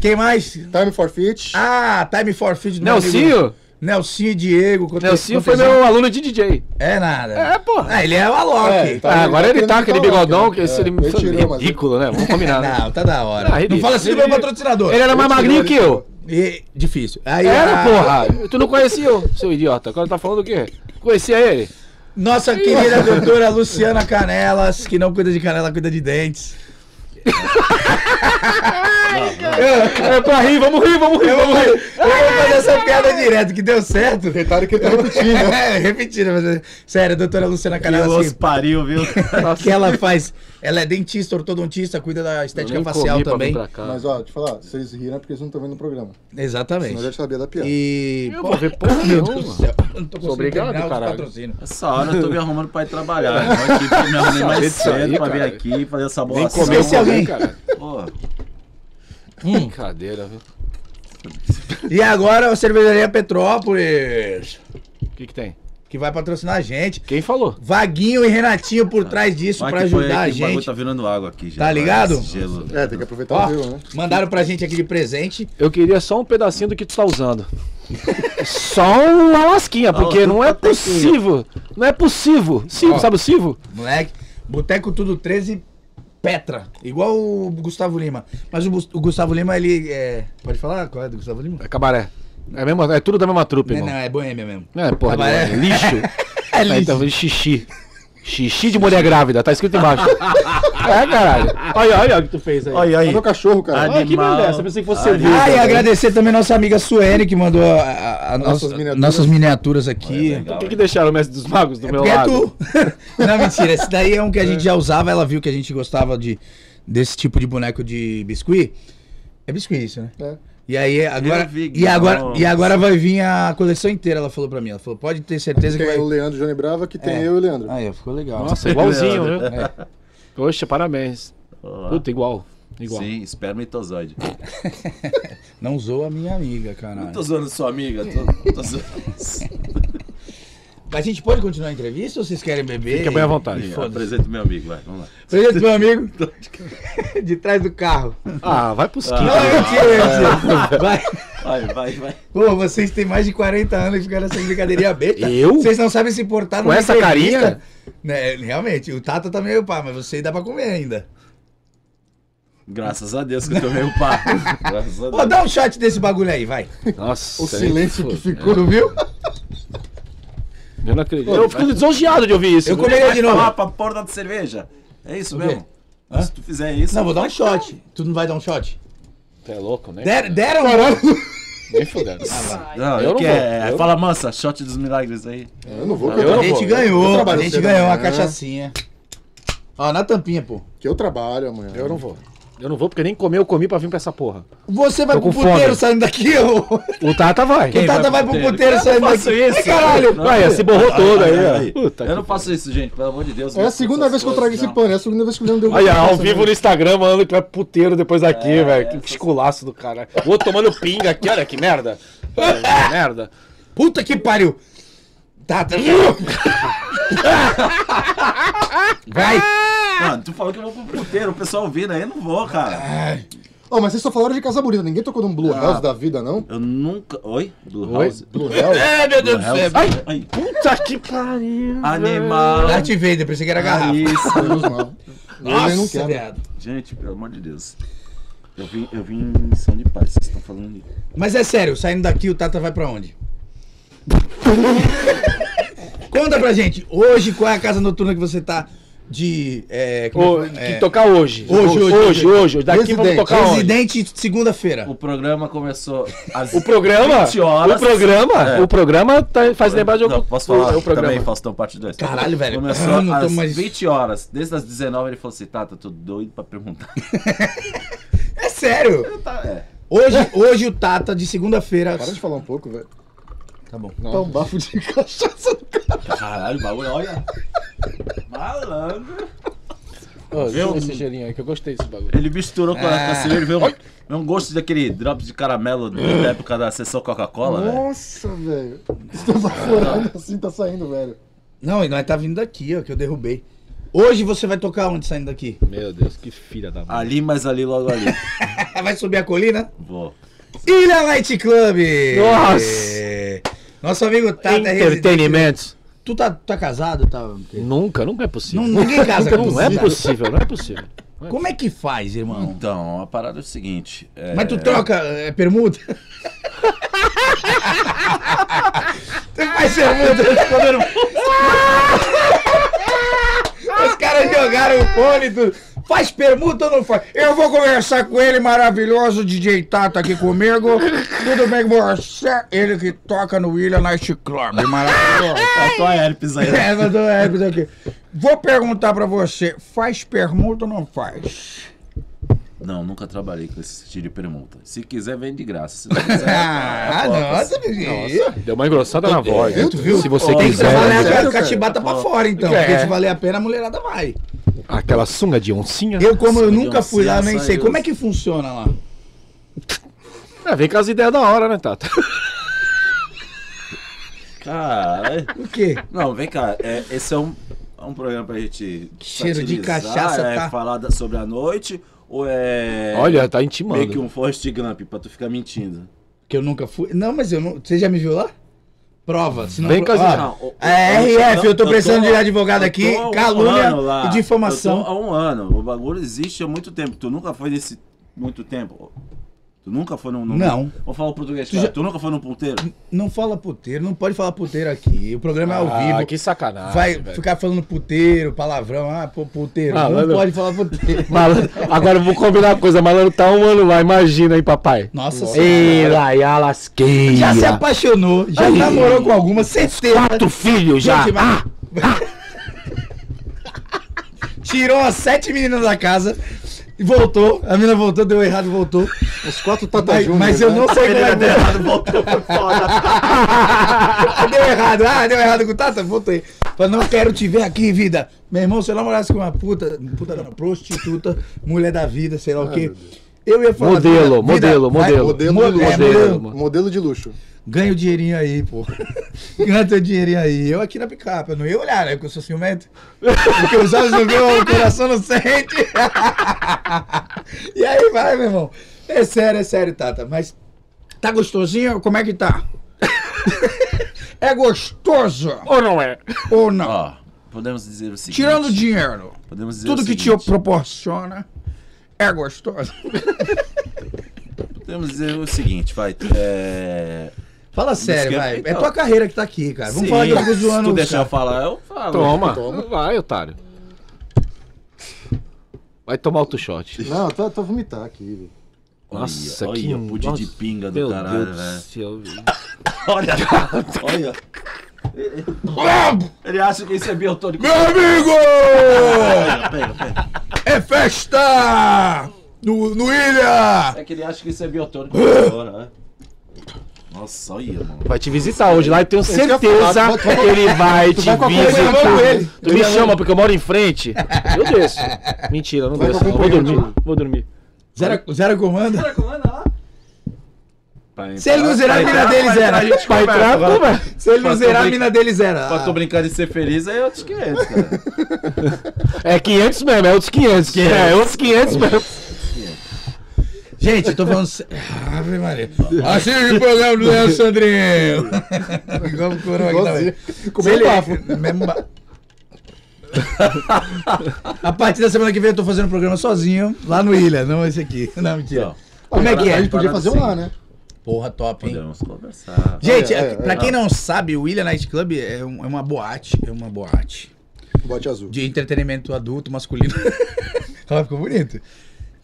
[SPEAKER 3] Quem mais?
[SPEAKER 2] Time for fit.
[SPEAKER 3] Ah, Time for Fit do meu amigo
[SPEAKER 4] Nelsinho?
[SPEAKER 3] Nelsinho e Diego. quanto-
[SPEAKER 4] Nelsinho
[SPEAKER 3] quanto
[SPEAKER 4] foi
[SPEAKER 3] tempo?
[SPEAKER 4] meu aluno de DJ.
[SPEAKER 3] É nada.
[SPEAKER 4] É, porra.
[SPEAKER 3] Ah, ele é o Alok.
[SPEAKER 2] É, tá.
[SPEAKER 4] Ah, agora ele tá aquele bigodão, que esse ele
[SPEAKER 2] ele tirou, mas-
[SPEAKER 4] ridículo, né? Vamos combinar, né?
[SPEAKER 3] Não, tá da hora.
[SPEAKER 4] Ah,
[SPEAKER 3] não
[SPEAKER 4] ridículo.
[SPEAKER 3] fala assim do meu patrocinador.
[SPEAKER 4] Ele era mais magrinho que eu.
[SPEAKER 3] E- difícil. Aí,
[SPEAKER 4] Era,
[SPEAKER 3] a-
[SPEAKER 4] porra. Tu não conhecia eu, seu idiota. Agora tá falando o quê? Conhecia ele?
[SPEAKER 3] Nossa querida doutora Luciana Canelas, que não cuida de canela, cuida de dentes.
[SPEAKER 4] É, é pra rir, vamos rir, vamos rir,
[SPEAKER 3] Eu vou,
[SPEAKER 4] vamos
[SPEAKER 3] eu
[SPEAKER 4] rir.
[SPEAKER 3] vou fazer essa piada direto, que deu certo.
[SPEAKER 2] Detalhe que ele tá repetindo. né?
[SPEAKER 3] É, repetindo. mas- Sério, doutora Luciana Canelas,
[SPEAKER 1] Os
[SPEAKER 3] que,
[SPEAKER 1] pariu, viu?
[SPEAKER 3] que ela faz... Ela é dentista, ortodontista, cuida da estética
[SPEAKER 4] Nem
[SPEAKER 3] facial
[SPEAKER 4] comi pra
[SPEAKER 3] também.
[SPEAKER 4] vir pra cá.
[SPEAKER 2] Mas ó, deixa eu falar, vocês riram é porque vocês não estão vendo o programa. Senão eu já
[SPEAKER 3] Exatamente.
[SPEAKER 2] sabia da piada.
[SPEAKER 3] E...
[SPEAKER 4] Eu
[SPEAKER 3] pô,
[SPEAKER 4] vou ver porra
[SPEAKER 3] meu
[SPEAKER 4] nenhuma.
[SPEAKER 3] Deus do céu. eu Não tô conseguindo
[SPEAKER 4] Obrigado,
[SPEAKER 3] terminar os
[SPEAKER 4] caralho.
[SPEAKER 3] patrocínios.
[SPEAKER 1] Essa É hora eu tô me arrumando pra ir trabalhar. Eu tô aqui, tô me arrumando mais
[SPEAKER 4] Isso aí,
[SPEAKER 1] cedo pra vir
[SPEAKER 4] cara.
[SPEAKER 1] aqui fazer essa bola.
[SPEAKER 4] Nem comer,
[SPEAKER 3] Esqueci
[SPEAKER 4] vamos
[SPEAKER 3] alguém.
[SPEAKER 4] rir, cara.
[SPEAKER 1] Pô,
[SPEAKER 3] Hum.
[SPEAKER 4] Brincadeira, viu?
[SPEAKER 3] E agora a cervejaria Petrópolis,
[SPEAKER 4] O que que tem?
[SPEAKER 3] que vai patrocinar a gente.
[SPEAKER 4] Quem falou?
[SPEAKER 3] Vaguinho e Renatinho por trás disso
[SPEAKER 1] vai
[SPEAKER 3] pra
[SPEAKER 1] Ah, que foi
[SPEAKER 3] ajudar
[SPEAKER 1] aí
[SPEAKER 3] a
[SPEAKER 1] que o bagulho
[SPEAKER 3] gente.
[SPEAKER 1] tá virando água aqui já.
[SPEAKER 3] Tá
[SPEAKER 1] vai,
[SPEAKER 3] ligado?
[SPEAKER 1] esse Gelo.
[SPEAKER 2] É, tem que aproveitar
[SPEAKER 3] Ó,
[SPEAKER 2] o viu, né?
[SPEAKER 1] tá-
[SPEAKER 3] mandaram pra gente aqui de presente.
[SPEAKER 4] Eu queria só um pedacinho do que tu tá usando. só uma lasquinha, porque não é possível. Não é possível. Sivo,
[SPEAKER 3] Ó.
[SPEAKER 4] sabe o Sivo?
[SPEAKER 3] Moleque, Boteco Tudo 13 Petra. Igual o Gustavo Lima. Mas o, Bus- o Gustavo Lima, ele é. Pode falar qual é do Gustavo Lima?
[SPEAKER 4] É cabaré. É, mesmo, é tudo da mesma trupe,
[SPEAKER 3] Não,
[SPEAKER 4] irmão.
[SPEAKER 3] não, é boêmia mesmo.
[SPEAKER 4] Não, é porra,
[SPEAKER 3] Cabaré.
[SPEAKER 4] é lixo.
[SPEAKER 3] É
[SPEAKER 4] Aí tá
[SPEAKER 3] lixo.
[SPEAKER 4] vendo xixi. Xixi de mulher grávida, tá escrito embaixo. é, caralho. Olha, olha o que tu fez aí.
[SPEAKER 1] Olha
[SPEAKER 2] É
[SPEAKER 1] aí.
[SPEAKER 2] meu cachorro, cara.
[SPEAKER 1] Ai,
[SPEAKER 4] Olha que
[SPEAKER 1] Animal.
[SPEAKER 4] merda é essa, eu pensei que fosse cerveja.
[SPEAKER 3] Ah, e agradecer também nossa amiga Suene, que mandou a- a- a
[SPEAKER 2] Nossas
[SPEAKER 3] nossa-
[SPEAKER 2] miniaturas.
[SPEAKER 3] nossas miniaturas aqui.
[SPEAKER 1] legal,
[SPEAKER 4] Por que, que
[SPEAKER 1] hein?
[SPEAKER 4] deixaram o mestre dos magos do
[SPEAKER 3] É
[SPEAKER 4] meu
[SPEAKER 3] porque é
[SPEAKER 4] lado?
[SPEAKER 3] tu. Não, mentira. Esse daí é um que a gente já usava. Ela viu que a gente gostava de, desse tipo de boneco de biscuit. É biscuit isso, né?
[SPEAKER 2] É.
[SPEAKER 3] E aí, agora,
[SPEAKER 1] Eu vi,
[SPEAKER 3] e, agora,
[SPEAKER 1] nossa.
[SPEAKER 3] e agora vai vir a coleção inteira, ela falou pra mim. Ela falou, pode ter certeza que
[SPEAKER 2] Tem
[SPEAKER 3] vai...
[SPEAKER 2] o Leandro Johnny Brava, que tem
[SPEAKER 3] É.
[SPEAKER 2] eu e o Leandro.
[SPEAKER 3] Aí, ficou legal.
[SPEAKER 4] Nossa, É igualzinho,
[SPEAKER 1] Leandro.
[SPEAKER 4] viu? Poxa, parabéns.
[SPEAKER 1] Olá.
[SPEAKER 4] Puta, igual. Igual.
[SPEAKER 1] Sim, espermatozoide.
[SPEAKER 3] Não usou a minha amiga,
[SPEAKER 1] Não
[SPEAKER 3] caralho.
[SPEAKER 1] tô zoando sua amiga. Tô, tô zoando.
[SPEAKER 3] A gente pode continuar a entrevista ou vocês querem beber?
[SPEAKER 4] Fica bem à vontade.
[SPEAKER 1] Aí, Apresento meu amigo, vai, vamos lá.
[SPEAKER 3] Presente meu amigo. de trás do carro.
[SPEAKER 4] Ah, vai pros né,
[SPEAKER 3] Não, é.
[SPEAKER 4] quintos.
[SPEAKER 3] mentira, mentira. Vai.
[SPEAKER 1] Vai, vai, vai.
[SPEAKER 3] Pô, vocês têm mais de 40 anos e ficaram nessa brincadeirinha besta.
[SPEAKER 4] Eu?
[SPEAKER 3] Vocês não sabem se portar
[SPEAKER 4] Com
[SPEAKER 3] numa
[SPEAKER 4] essa
[SPEAKER 3] entrevista.
[SPEAKER 4] carinha?
[SPEAKER 3] Né, realmente, o Tata tá meio pá, mas você dá pra comer ainda.
[SPEAKER 1] Graças a Deus que eu tomei o papo. Graças a
[SPEAKER 3] Pô,
[SPEAKER 1] Deus.
[SPEAKER 3] dá um shot desse bagulho aí, vai.
[SPEAKER 4] Nossa. é
[SPEAKER 2] O silêncio que ficou.
[SPEAKER 3] Tu viu?
[SPEAKER 4] Eu não acredito. Eu fico desonjeado de ouvir isso.
[SPEAKER 3] Eu
[SPEAKER 4] viu?
[SPEAKER 3] comeria de novo.
[SPEAKER 1] Falar pra porta de cerveja. É isso
[SPEAKER 3] quê?
[SPEAKER 1] mesmo? Se tu fizer isso.
[SPEAKER 3] Não, vou dar um shot. Tu não vai dar um shot?
[SPEAKER 4] Tu é louco, né?
[SPEAKER 3] Der, deram?
[SPEAKER 4] Nem fudendo.
[SPEAKER 1] Não,
[SPEAKER 4] Eu
[SPEAKER 1] eu
[SPEAKER 4] não
[SPEAKER 1] quer.
[SPEAKER 4] vou. Eu-
[SPEAKER 1] É, Fala, mansa, shot dos milagres aí.
[SPEAKER 3] É.
[SPEAKER 2] Eu não vou que
[SPEAKER 4] Eu
[SPEAKER 2] eu,
[SPEAKER 3] A
[SPEAKER 4] não
[SPEAKER 2] trabalho.
[SPEAKER 3] gente
[SPEAKER 4] vou.
[SPEAKER 2] Eu
[SPEAKER 3] ganhou, a
[SPEAKER 2] trabalho
[SPEAKER 3] gente
[SPEAKER 2] cedo É.
[SPEAKER 3] ganhou uma
[SPEAKER 2] amanhã.
[SPEAKER 3] cachaçinha. Ó, na tampinha, pô.
[SPEAKER 2] que eu trabalho amanhã. Eu não vou.
[SPEAKER 4] Eu não vou porque nem comer eu comi pra vir pra essa porra.
[SPEAKER 3] Você vai
[SPEAKER 4] Tô
[SPEAKER 3] pro
[SPEAKER 4] com
[SPEAKER 3] puteiro
[SPEAKER 4] fome.
[SPEAKER 3] saindo daqui, ô.
[SPEAKER 4] O Tata vai.
[SPEAKER 3] o Tata vai pro puteiro, saindo daqui.
[SPEAKER 1] isso.
[SPEAKER 4] Caralho. Vai, se borrou todo aí, ó. Puta
[SPEAKER 1] Eu não faço isso, gente, pelo amor de Deus.
[SPEAKER 2] É a segunda vez que eu trago esse pano, é a segunda vez que o Leandro deu
[SPEAKER 4] Aí, ó, ao
[SPEAKER 2] essa,
[SPEAKER 4] vivo
[SPEAKER 2] né?
[SPEAKER 4] no Instagram, mano, que vai puteiro depois daqui, velho. Que esculaço do caralho. O outro tomando pinga aqui, olha que merda. Olha que merda.
[SPEAKER 3] Puta que pariu. Tata. vai.
[SPEAKER 1] Mano, tu falou que eu vou pro puteiro, o pessoal ouvindo aí, eu não vou, cara.
[SPEAKER 2] Ó, mas vocês só falaram de Casa Bonita, ninguém tocou num Blue House da vida, não?
[SPEAKER 1] Eu nunca. Oi? Blue
[SPEAKER 4] Oi?
[SPEAKER 1] House?
[SPEAKER 2] Blue House?
[SPEAKER 3] É, meu Deus
[SPEAKER 1] Blue House?
[SPEAKER 3] Ai,
[SPEAKER 1] Ai,
[SPEAKER 4] Puta que pariu.
[SPEAKER 1] Ah, animal.
[SPEAKER 3] Darth Vader, pensei que era garrafa.
[SPEAKER 1] Isso.
[SPEAKER 2] Menos mal. Eu não
[SPEAKER 3] Nossa,
[SPEAKER 2] quero.
[SPEAKER 3] viado.
[SPEAKER 1] Gente, pelo amor de Deus. Eu vim, eu vim em missão de paz, vocês estão falando de.
[SPEAKER 3] Mas é sério, saindo daqui o Tata vai pra onde? Conta pra gente, hoje qual é a casa noturna que você tá de. É,
[SPEAKER 4] Ô,
[SPEAKER 3] como é que- é,
[SPEAKER 4] que tocar hoje.
[SPEAKER 3] Hoje, hoje,
[SPEAKER 4] hoje. hoje. Daqui
[SPEAKER 2] Residente,
[SPEAKER 4] vamos tocar hoje.
[SPEAKER 3] Residente segunda-feira.
[SPEAKER 1] O programa começou às
[SPEAKER 4] O programa,
[SPEAKER 1] 20 horas.
[SPEAKER 4] o programa,
[SPEAKER 1] É.
[SPEAKER 4] o programa tá- faz lembrar de algum... É
[SPEAKER 1] Não, posso falar
[SPEAKER 4] o, o programa.
[SPEAKER 1] também, Faustão, parte 2.
[SPEAKER 3] Caralho, velho.
[SPEAKER 1] Começou
[SPEAKER 3] Eu não tô
[SPEAKER 1] às
[SPEAKER 3] mais-
[SPEAKER 1] 20 horas. Desde as 19 ele falou assim, Tata, tô doido pra perguntar.
[SPEAKER 3] É sério!
[SPEAKER 1] Tá, é.
[SPEAKER 3] Hoje, hoje o Tata de segunda-feira.
[SPEAKER 2] Para de falar um pouco, velho.
[SPEAKER 3] Tá bom.
[SPEAKER 2] Tá um bafo de cachaça.
[SPEAKER 1] Caralho, o bagulho, olha. Malandro.
[SPEAKER 4] Ó,
[SPEAKER 1] Viu?
[SPEAKER 4] viu esse cheirinho aí, que eu gostei desse bagulho. É.
[SPEAKER 1] Ele misturou com a com a cerveja e veio um, veio um gosto daquele drops de caramelo
[SPEAKER 4] Hum.
[SPEAKER 1] da época da sessão Coca-Cola, né? velho.
[SPEAKER 2] Nossa, velho. Você tá baforando assim, tá saindo, velho.
[SPEAKER 3] Não, e nós tá vindo daqui, ó, que eu derrubei. Hoje você vai tocar onde saindo daqui?
[SPEAKER 4] Meu Deus, que filha da mãe.
[SPEAKER 1] Ali, mas ali, logo ali.
[SPEAKER 3] Vai subir a colina?
[SPEAKER 1] Vou.
[SPEAKER 3] Ilha Night Club! É.
[SPEAKER 4] Nossa!
[SPEAKER 3] Nosso amigo Tata é residente.
[SPEAKER 4] Entretenimentos.
[SPEAKER 3] Tu tá, tá casado? Tá...
[SPEAKER 4] Nunca, nunca é possível.
[SPEAKER 3] Não, ninguém casa
[SPEAKER 4] Nunca,
[SPEAKER 3] com
[SPEAKER 4] não é
[SPEAKER 3] zero.
[SPEAKER 4] possível, não é possível.
[SPEAKER 3] Como é que faz, irmão?
[SPEAKER 1] Então, a parada é o seguinte. é-
[SPEAKER 3] Mas tu troca é, permuta? tu faz permuta? Os caras jogaram o fone e tudo. Faz permuta ou não faz? Eu vou conversar com ele, maravilhoso DJ Tato aqui comigo. Tudo bem com você? Ele que toca no William Night Club, maravilhoso.
[SPEAKER 1] Faltou a herpes aí. né?
[SPEAKER 3] É, mandou a herpes aqui. Vou perguntar pra você, faz permuta ou não faz?
[SPEAKER 1] Não, nunca trabalhei com esse estilo de permuta. Se quiser, vem de graça. Se não quiser,
[SPEAKER 3] Ah, nossa, menino.
[SPEAKER 4] Deu uma engrossada na voz.
[SPEAKER 2] tu viu?
[SPEAKER 4] Se você né?
[SPEAKER 1] Ó,
[SPEAKER 3] Tem que
[SPEAKER 1] Sério,
[SPEAKER 3] trabalhar
[SPEAKER 2] sério,
[SPEAKER 3] com a
[SPEAKER 2] cara?
[SPEAKER 3] catibata pra fora, então.
[SPEAKER 4] É.
[SPEAKER 3] Porque se valer a pena, a mulherada vai.
[SPEAKER 4] Aquela sunga de oncinha.
[SPEAKER 3] Eu, como eu
[SPEAKER 1] Nossa,
[SPEAKER 3] nunca fui lá, nem
[SPEAKER 1] nossa,
[SPEAKER 3] sei.
[SPEAKER 1] eu-
[SPEAKER 3] Como é que funciona lá?
[SPEAKER 4] É, vem com as ideias da hora, né, Tata?
[SPEAKER 1] Caralho.
[SPEAKER 3] O quê?
[SPEAKER 1] Não, vem cá. é, esse é um, é um programa pra gente.
[SPEAKER 3] Cheiro de
[SPEAKER 1] satirizar,
[SPEAKER 3] cachaça,
[SPEAKER 1] é,
[SPEAKER 3] tá?
[SPEAKER 1] Falar da- sobre a noite. Ou é.
[SPEAKER 4] Olha, tá intimando.
[SPEAKER 1] Meio que um Forrest Gump pra tu ficar mentindo.
[SPEAKER 3] Que eu nunca fui. Não, mas eu não. Você já me viu lá? Prova. Senão
[SPEAKER 4] Vem com as
[SPEAKER 3] Ó,
[SPEAKER 4] ideias.
[SPEAKER 1] Ah, Não, o-
[SPEAKER 3] É,
[SPEAKER 1] o-
[SPEAKER 3] RF, eu tô precisando de
[SPEAKER 1] há-
[SPEAKER 3] advogado
[SPEAKER 1] eu
[SPEAKER 3] aqui,
[SPEAKER 1] tô há um
[SPEAKER 3] calúnia
[SPEAKER 1] ano lá.
[SPEAKER 3] e difamação.
[SPEAKER 1] Eu tô há um ano. O bagulho existe há muito tempo. Tu nunca foi nesse muito tempo. Tu nunca foi num. num-
[SPEAKER 3] Não.
[SPEAKER 1] Vou falar o português,
[SPEAKER 3] Tu
[SPEAKER 1] cara.
[SPEAKER 3] já-
[SPEAKER 1] Tu nunca foi num ponteiro?
[SPEAKER 3] Não fala puteiro, não pode falar puteiro aqui. O programa é ao
[SPEAKER 4] Ah,
[SPEAKER 3] vivo.
[SPEAKER 4] que sacanagem.
[SPEAKER 3] Vai
[SPEAKER 4] velho.
[SPEAKER 3] ficar falando puteiro, palavrão. Ah, pô, puteiro.
[SPEAKER 4] Ah,
[SPEAKER 3] não
[SPEAKER 4] mano.
[SPEAKER 3] pode falar puteiro.
[SPEAKER 4] Malandro- Agora eu vou combinar uma coisa, malandro tá um ano lá, imagina aí, papai.
[SPEAKER 3] Nossa
[SPEAKER 4] Ei,
[SPEAKER 3] senhora.
[SPEAKER 4] laia lasqueira.
[SPEAKER 3] Já se apaixonou, já
[SPEAKER 4] Ai.
[SPEAKER 3] namorou com alguma, certeza.
[SPEAKER 4] Quatro filhos já.
[SPEAKER 3] Gente, mas-
[SPEAKER 4] Ah,
[SPEAKER 3] Tirou as sete meninas da casa e voltou. A menina voltou, deu errado, voltou.
[SPEAKER 2] Os quatro né? Tata
[SPEAKER 3] Mas,
[SPEAKER 2] Júnior,
[SPEAKER 3] mas eu não sei
[SPEAKER 4] tá
[SPEAKER 3] como é que deu errado. Ah, deu errado. Ah, deu errado com o Tata, voltei. Falei, não quero te ver aqui, vida. Meu irmão, se eu namorasse com uma puta, um puta não, prostituta, mulher da vida, sei lá o quê. Eu ia falar. assim, né,
[SPEAKER 4] Modelo,
[SPEAKER 3] vida, vida,
[SPEAKER 4] modelo,
[SPEAKER 3] vai-
[SPEAKER 2] Modelo,
[SPEAKER 4] modelo.
[SPEAKER 3] Modelo,
[SPEAKER 2] de luxo.
[SPEAKER 3] modelo.
[SPEAKER 2] Modelo de luxo.
[SPEAKER 3] Ganha o dinheirinho aí, pô. Ganha teu dinheirinho aí. Eu aqui na picape, eu não ia olhar, né? Porque eu sou ciumento. Porque os olhos não veem, o coração não sente. e aí vai, meu irmão. É sério, é sério, Tata. Mas tá gostosinho? Como é que tá? é gostoso
[SPEAKER 4] ou não é?
[SPEAKER 3] ou não?
[SPEAKER 1] Ó, podemos dizer o seguinte.
[SPEAKER 3] Tirando o dinheiro,
[SPEAKER 1] Podemos dizer
[SPEAKER 3] tudo
[SPEAKER 1] o
[SPEAKER 3] que te
[SPEAKER 1] seguinte,
[SPEAKER 3] proporciona é gostoso.
[SPEAKER 1] Podemos dizer o seguinte, vai. É.
[SPEAKER 3] Fala sério,
[SPEAKER 1] esquema,
[SPEAKER 3] vai. É
[SPEAKER 1] então.
[SPEAKER 3] tua carreira que tá aqui, cara. Vamos
[SPEAKER 1] sim,
[SPEAKER 3] falar de algo
[SPEAKER 1] Se
[SPEAKER 3] zoando.
[SPEAKER 1] tu
[SPEAKER 3] os
[SPEAKER 1] deixar eu
[SPEAKER 3] caras.
[SPEAKER 1] falar, eu falo.
[SPEAKER 4] Toma. Vai, otário. Vai tomar outro shot.
[SPEAKER 2] Não, tá, tá vomitar aqui, velho.
[SPEAKER 4] Nossa,
[SPEAKER 1] olha,
[SPEAKER 4] que
[SPEAKER 1] olha, pudim de
[SPEAKER 4] nossa,
[SPEAKER 1] pinga do
[SPEAKER 4] Meu
[SPEAKER 1] caralho, né?
[SPEAKER 4] Deus
[SPEAKER 1] velho.
[SPEAKER 4] do céu. velho.
[SPEAKER 1] Olha, olha. Ele acha que isso é biotônico.
[SPEAKER 3] Meu amigo!
[SPEAKER 1] Pega, pega, pega.
[SPEAKER 3] É festa! No, no Ilha!
[SPEAKER 1] É que ele acha que isso é biotônico. Agora, né? Nossa, olha, mano.
[SPEAKER 4] Vai te visitar hoje lá, eu tenho
[SPEAKER 2] que eu ia falar,
[SPEAKER 4] certeza
[SPEAKER 2] tu vai- tu
[SPEAKER 4] que ele vai te
[SPEAKER 2] vai com a né?
[SPEAKER 3] Eu
[SPEAKER 2] coisa
[SPEAKER 3] vou
[SPEAKER 4] visitar.
[SPEAKER 3] com ele.
[SPEAKER 4] Tu me chama porque eu moro em frente. Eu desço. Mentira, não
[SPEAKER 2] Vai
[SPEAKER 4] desço.
[SPEAKER 2] com a
[SPEAKER 4] Vou
[SPEAKER 2] companhia,
[SPEAKER 4] dormir. Vou dormir.
[SPEAKER 3] Zero, zero comando?
[SPEAKER 5] Será que manda lá?
[SPEAKER 1] Pra
[SPEAKER 3] Se ele não
[SPEAKER 1] entrar-
[SPEAKER 3] zerar a
[SPEAKER 1] pra
[SPEAKER 3] mina
[SPEAKER 1] entrar-
[SPEAKER 3] dele,
[SPEAKER 1] pra
[SPEAKER 3] zera.
[SPEAKER 1] entrar, a gente
[SPEAKER 4] Vai
[SPEAKER 1] conversa.
[SPEAKER 4] entrar,
[SPEAKER 1] Agora,
[SPEAKER 4] vai.
[SPEAKER 3] Se ele não
[SPEAKER 1] Pra tu
[SPEAKER 3] zerar, a
[SPEAKER 1] brin-
[SPEAKER 3] mina dele zera.
[SPEAKER 1] Pra tu brincar de ser feliz, aí eu te esqueço, cara.
[SPEAKER 4] É 500 mesmo, é outros 500. É outros 500 mesmo.
[SPEAKER 3] Gente, eu tô falando. sé- Ah, Ave Maria. Assiste o programa do Léo Sandrinho. Igual o coroa aqui também.
[SPEAKER 2] Comeu
[SPEAKER 3] Se ele-
[SPEAKER 2] bafo.
[SPEAKER 3] Mesmo bafo. A partir da semana que vem eu tô fazendo um programa sozinho, lá no Ilha, não esse aqui. Não, mentira.
[SPEAKER 1] Então,
[SPEAKER 3] Como é que
[SPEAKER 2] A
[SPEAKER 3] é?
[SPEAKER 2] gente podia fazer um lá, né?
[SPEAKER 3] Porra, top, hein?
[SPEAKER 1] podemos conversar.
[SPEAKER 3] Gente,
[SPEAKER 2] É, é,
[SPEAKER 3] pra
[SPEAKER 2] é.
[SPEAKER 3] quem não sabe, o William Night Club é, um- é uma boate, é uma boate
[SPEAKER 2] Bote azul.
[SPEAKER 3] de entretenimento adulto masculino. Ela ficou bonito.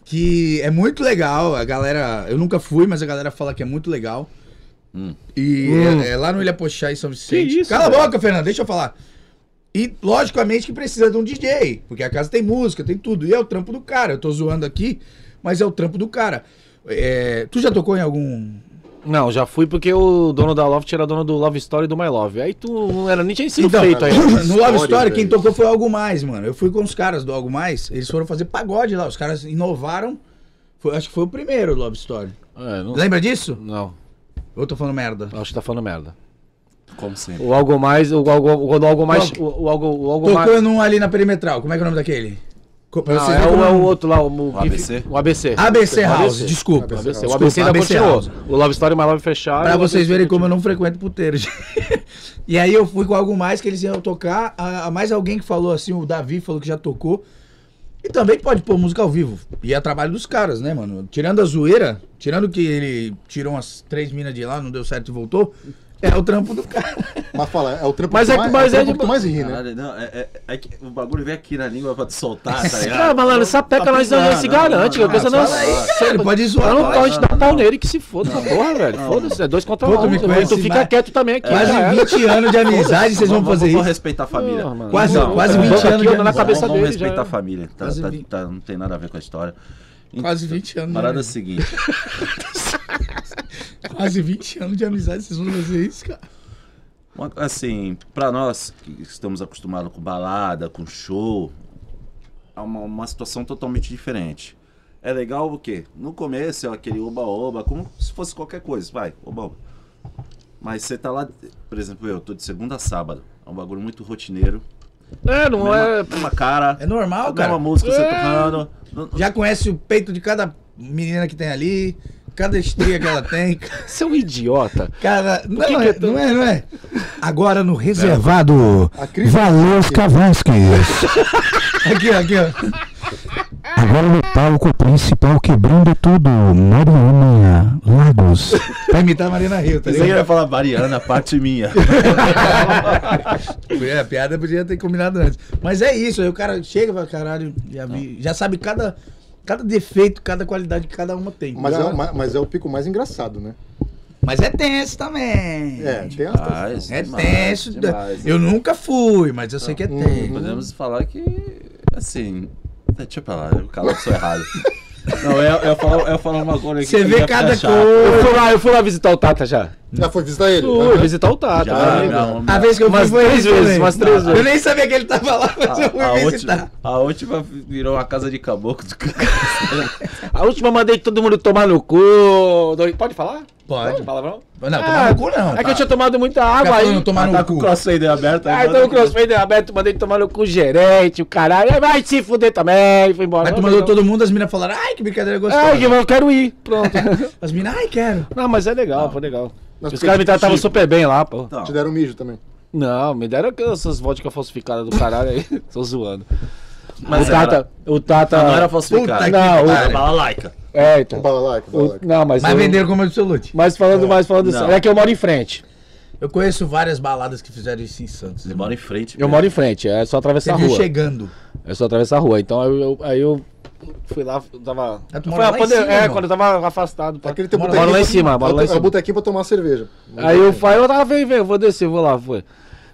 [SPEAKER 3] Que é muito legal, a galera, eu nunca fui, mas a galera fala que é muito legal.
[SPEAKER 1] Hum.
[SPEAKER 3] E
[SPEAKER 4] Hum.
[SPEAKER 3] É, é lá no Ilha Pochá, em São Vicente.
[SPEAKER 4] Que isso,
[SPEAKER 3] Cala a
[SPEAKER 4] velho?
[SPEAKER 3] boca, Fernando, deixa eu falar. E logicamente que precisa de um DJ, porque a casa tem música, tem tudo. E é o trampo do cara. Eu tô zoando aqui, mas é o trampo do cara. É, tu já tocou em algum
[SPEAKER 4] Não, já fui porque o dono da Loft era dono do Love Story e do My Love. Aí tu não era nem tinha sido
[SPEAKER 9] Então,
[SPEAKER 4] feito ainda.
[SPEAKER 3] No Love
[SPEAKER 9] História,
[SPEAKER 3] Story, quem
[SPEAKER 9] velho.
[SPEAKER 3] tocou foi Algo Mais, mano. Eu fui com os caras do Algo Mais, eles foram fazer pagode lá. Os caras inovaram. Foi- acho que foi o primeiro Love Story.
[SPEAKER 4] É, não,
[SPEAKER 3] Lembra disso?
[SPEAKER 4] não,
[SPEAKER 3] Ou eu tô falando merda?
[SPEAKER 4] acho que tá falando merda.
[SPEAKER 1] Como sempre.
[SPEAKER 4] O algo mais, o algo, o do algo mais, o, o algo, o algo mais.
[SPEAKER 3] Tocou num um ali na perimetral. Como é que é o nome daquele? Co- pra
[SPEAKER 4] Não,
[SPEAKER 3] vocês
[SPEAKER 4] é,
[SPEAKER 3] verem
[SPEAKER 4] o, é
[SPEAKER 3] como-
[SPEAKER 4] o outro lá, o, que
[SPEAKER 1] ABC?
[SPEAKER 4] fi- O ABC.
[SPEAKER 3] ABC House,
[SPEAKER 4] ABC.
[SPEAKER 3] desculpa.
[SPEAKER 4] O ABC,
[SPEAKER 2] é
[SPEAKER 3] Desculpa,
[SPEAKER 4] o ABC ainda
[SPEAKER 3] ABC
[SPEAKER 4] continuou.
[SPEAKER 3] House.
[SPEAKER 4] O Love Story é e My Love fecharam.
[SPEAKER 3] é Pra
[SPEAKER 4] e o
[SPEAKER 3] vocês
[SPEAKER 4] ABC
[SPEAKER 3] verem como eu não frequento puteiro. gente. e aí eu fui com algo mais que eles iam tocar. A, a mais alguém que falou assim, o Davi falou que já tocou. E também pode pôr música ao vivo. E é trabalho dos caras, né, mano? Tirando a zoeira, tirando que ele tirou umas três minas de lá, não deu certo e voltou. É o trampo do cara.
[SPEAKER 2] Mas fala, é o trampo
[SPEAKER 4] Mas
[SPEAKER 2] que
[SPEAKER 4] é
[SPEAKER 2] tu
[SPEAKER 4] que-
[SPEAKER 2] mais,
[SPEAKER 4] mas
[SPEAKER 2] é o
[SPEAKER 4] é
[SPEAKER 2] trampo que
[SPEAKER 4] de-
[SPEAKER 2] tu mais ri, né?
[SPEAKER 1] Caralho, não, é, é- é que o bagulho vem aqui na língua pra te soltar, tá
[SPEAKER 4] Ah,
[SPEAKER 3] é.
[SPEAKER 1] ligado?
[SPEAKER 4] malandro, essa peca
[SPEAKER 1] Tá
[SPEAKER 4] nós não,
[SPEAKER 1] pisando,
[SPEAKER 3] né?
[SPEAKER 4] se
[SPEAKER 1] não,
[SPEAKER 4] garante.
[SPEAKER 1] não,
[SPEAKER 4] que
[SPEAKER 3] Ah,
[SPEAKER 4] a coisa
[SPEAKER 1] não,
[SPEAKER 4] não,
[SPEAKER 1] fala aí, cara,
[SPEAKER 3] Sério, pode
[SPEAKER 4] Ah, Eu
[SPEAKER 3] zoar.
[SPEAKER 4] não
[SPEAKER 3] pode.
[SPEAKER 4] pode dar
[SPEAKER 1] não,
[SPEAKER 4] pau
[SPEAKER 1] não.
[SPEAKER 4] nele que se foda, essa porra, velho. Foda-se, é dois contra
[SPEAKER 3] Pô, tu
[SPEAKER 4] um.
[SPEAKER 3] me
[SPEAKER 4] velho.
[SPEAKER 3] conhece
[SPEAKER 4] tu fica
[SPEAKER 3] mais. um
[SPEAKER 4] quieto também aqui.
[SPEAKER 3] Quase
[SPEAKER 4] já era.
[SPEAKER 3] 20 anos de amizade, vocês vão
[SPEAKER 1] Vamos-
[SPEAKER 3] fazer
[SPEAKER 1] vamos
[SPEAKER 3] isso.
[SPEAKER 1] respeitar a família.
[SPEAKER 4] Porra, mano.
[SPEAKER 3] Quase-
[SPEAKER 1] Não,
[SPEAKER 3] quase
[SPEAKER 1] cara,
[SPEAKER 3] 20
[SPEAKER 1] vamos-
[SPEAKER 3] anos de
[SPEAKER 1] vamos-
[SPEAKER 3] amizade.
[SPEAKER 4] na cabeça
[SPEAKER 1] Vamos
[SPEAKER 4] dele, já
[SPEAKER 1] respeitar
[SPEAKER 4] é.
[SPEAKER 1] a família. Tá-
[SPEAKER 3] Quase
[SPEAKER 1] tá-
[SPEAKER 3] 20.
[SPEAKER 1] tá- Não tem nada a ver com a história.
[SPEAKER 9] Quase 20 anos.
[SPEAKER 1] Parada é
[SPEAKER 9] né?
[SPEAKER 1] a seguinte.
[SPEAKER 4] assim.
[SPEAKER 9] Quase 20 anos de amizade, vocês vão fazer isso, cara.
[SPEAKER 1] Uma- Assim, pra nós que estamos acostumados com balada, com show, é uma, uma situação totalmente diferente. É legal o quê? No começo é aquele oba-oba, como se fosse qualquer coisa, vai, oba-oba. Mas você tá lá, por exemplo, eu tô de segunda a sábado. É um bagulho muito rotineiro.
[SPEAKER 4] É, não é.
[SPEAKER 1] mesma, mesma cara,
[SPEAKER 3] É normal,
[SPEAKER 1] mesma
[SPEAKER 3] cara.
[SPEAKER 1] música você
[SPEAKER 4] É.
[SPEAKER 1] tocando. Não- não-
[SPEAKER 3] Já conhece o peito de cada menina que tem ali, cada estria que ela tem.
[SPEAKER 4] Você é um idiota.
[SPEAKER 3] Cara, não,
[SPEAKER 4] que que
[SPEAKER 3] é,
[SPEAKER 4] é tão-
[SPEAKER 3] não é, não é? Agora no reservado,
[SPEAKER 2] A Cris-
[SPEAKER 3] Valor Cavansky. aqui, ó, aqui, ó.
[SPEAKER 10] Agora no palco principal quebrando tudo, Mariana Lagos.
[SPEAKER 3] Pra imitar a Marina Rio, tá
[SPEAKER 1] Pensei que
[SPEAKER 3] ligado?
[SPEAKER 1] ele ia falar Mariana, parte minha.
[SPEAKER 3] É, a piada podia ter combinado antes. Mas é isso, aí o cara chega e fala, caralho, já, vi, já sabe cada, cada defeito, cada qualidade que cada uma tem.
[SPEAKER 2] Mas é, o-
[SPEAKER 3] Cara,
[SPEAKER 2] ma- mas é o pico mais engraçado, né?
[SPEAKER 3] mas é tenso também.
[SPEAKER 2] É, tem as
[SPEAKER 4] Ah.
[SPEAKER 1] Demais,
[SPEAKER 3] É
[SPEAKER 1] demais,
[SPEAKER 3] tenso.
[SPEAKER 1] Ah, demais.
[SPEAKER 3] Eu nunca fui, mas eu sei que é
[SPEAKER 2] Hum.
[SPEAKER 3] tenso.
[SPEAKER 1] Podemos falar que, assim, deixa eu falar, eu calo sou errado. Não, eu, eu, falo, eu falo uma coisa aqui.
[SPEAKER 3] Você
[SPEAKER 1] que
[SPEAKER 3] vê
[SPEAKER 1] ia ficar
[SPEAKER 3] cada
[SPEAKER 1] chato.
[SPEAKER 3] coisa.
[SPEAKER 4] Eu fui lá, eu fui lá visitar o Tata já.
[SPEAKER 2] Já foi visitar ele?
[SPEAKER 4] Fui visitar o Tata.
[SPEAKER 1] Já,
[SPEAKER 4] tá ligado?
[SPEAKER 1] já, uma-
[SPEAKER 3] A vez que eu
[SPEAKER 4] Umas
[SPEAKER 3] fui foi
[SPEAKER 4] três
[SPEAKER 3] ele
[SPEAKER 4] vezes,
[SPEAKER 3] também.
[SPEAKER 4] umas três
[SPEAKER 3] Ah. Eu
[SPEAKER 4] vezes.
[SPEAKER 3] nem sabia que ele tava lá, mas eu
[SPEAKER 1] a, a
[SPEAKER 3] fui visitar.
[SPEAKER 1] última, a última virou a casa de caboclo do cara.
[SPEAKER 4] A última eu mandei todo mundo tomar no cu. Doi- Pode falar?
[SPEAKER 9] Pode.
[SPEAKER 4] palavrão?
[SPEAKER 9] Não, tomar no cu não.
[SPEAKER 4] É
[SPEAKER 3] tá?
[SPEAKER 4] que eu tinha tomado muita água aí.
[SPEAKER 9] falando tomar no
[SPEAKER 1] Tá
[SPEAKER 9] cu.
[SPEAKER 1] com o crossfader aberto.
[SPEAKER 4] Ah, então o crossfade aberto, mandei tomar no cu o gerente, o caralho. Aí Vai se fuder também, foi embora.
[SPEAKER 3] Aí tu
[SPEAKER 4] Não,
[SPEAKER 3] mandou
[SPEAKER 4] não.
[SPEAKER 3] todo mundo, as minas falaram, ai, que brincadeira gostosa.
[SPEAKER 4] né? Ai, eu quero ir. Pronto.
[SPEAKER 3] As minas, ai, quero.
[SPEAKER 4] Não, mas é legal, foi legal.
[SPEAKER 2] Mas
[SPEAKER 4] Os caras me tratavam
[SPEAKER 2] tipo,
[SPEAKER 4] super bem lá, pô.
[SPEAKER 2] Te deram um mijo também.
[SPEAKER 4] Não, me deram aquelas- essas vodka falsificadas do caralho aí. Tô zoando.
[SPEAKER 1] Mas
[SPEAKER 4] o
[SPEAKER 1] era-
[SPEAKER 4] Tata. O Tata.
[SPEAKER 1] Não era
[SPEAKER 4] Puta
[SPEAKER 1] falsificado.
[SPEAKER 4] que Não,
[SPEAKER 1] era
[SPEAKER 4] o-
[SPEAKER 1] bala laica.
[SPEAKER 4] É, então.
[SPEAKER 2] Bala lá, que bala lá.
[SPEAKER 4] O- Não, mas.
[SPEAKER 9] Mas
[SPEAKER 4] eu-
[SPEAKER 9] venderam como é do seu loot.
[SPEAKER 4] Mas falando, mais falando
[SPEAKER 1] Não.
[SPEAKER 4] sério. É que eu moro em frente.
[SPEAKER 3] Eu conheço várias baladas que fizeram isso em Santos.
[SPEAKER 1] Você mora em frente.
[SPEAKER 4] Eu moro em frente, é só
[SPEAKER 3] Você
[SPEAKER 4] atravessar a
[SPEAKER 3] viu
[SPEAKER 4] Tá rua.
[SPEAKER 3] chegando.
[SPEAKER 4] É só atravessar a rua. Então eu, eu- aí eu fui lá, eu tava.
[SPEAKER 3] Ah, tu
[SPEAKER 4] Foi
[SPEAKER 3] mora
[SPEAKER 4] a
[SPEAKER 3] lá em
[SPEAKER 4] pande-
[SPEAKER 3] cima,
[SPEAKER 4] É,
[SPEAKER 3] irmão.
[SPEAKER 4] quando eu tava afastado. pra-
[SPEAKER 2] É Aquele teu
[SPEAKER 4] Mora
[SPEAKER 2] botequinho
[SPEAKER 4] lá em
[SPEAKER 2] pra-
[SPEAKER 4] cima, mora lá em
[SPEAKER 2] É o
[SPEAKER 4] cima.
[SPEAKER 2] botequinho pra tomar cerveja.
[SPEAKER 4] Aí eu falei, eu tava, vem, vem, eu vou descer, vou lá, foi.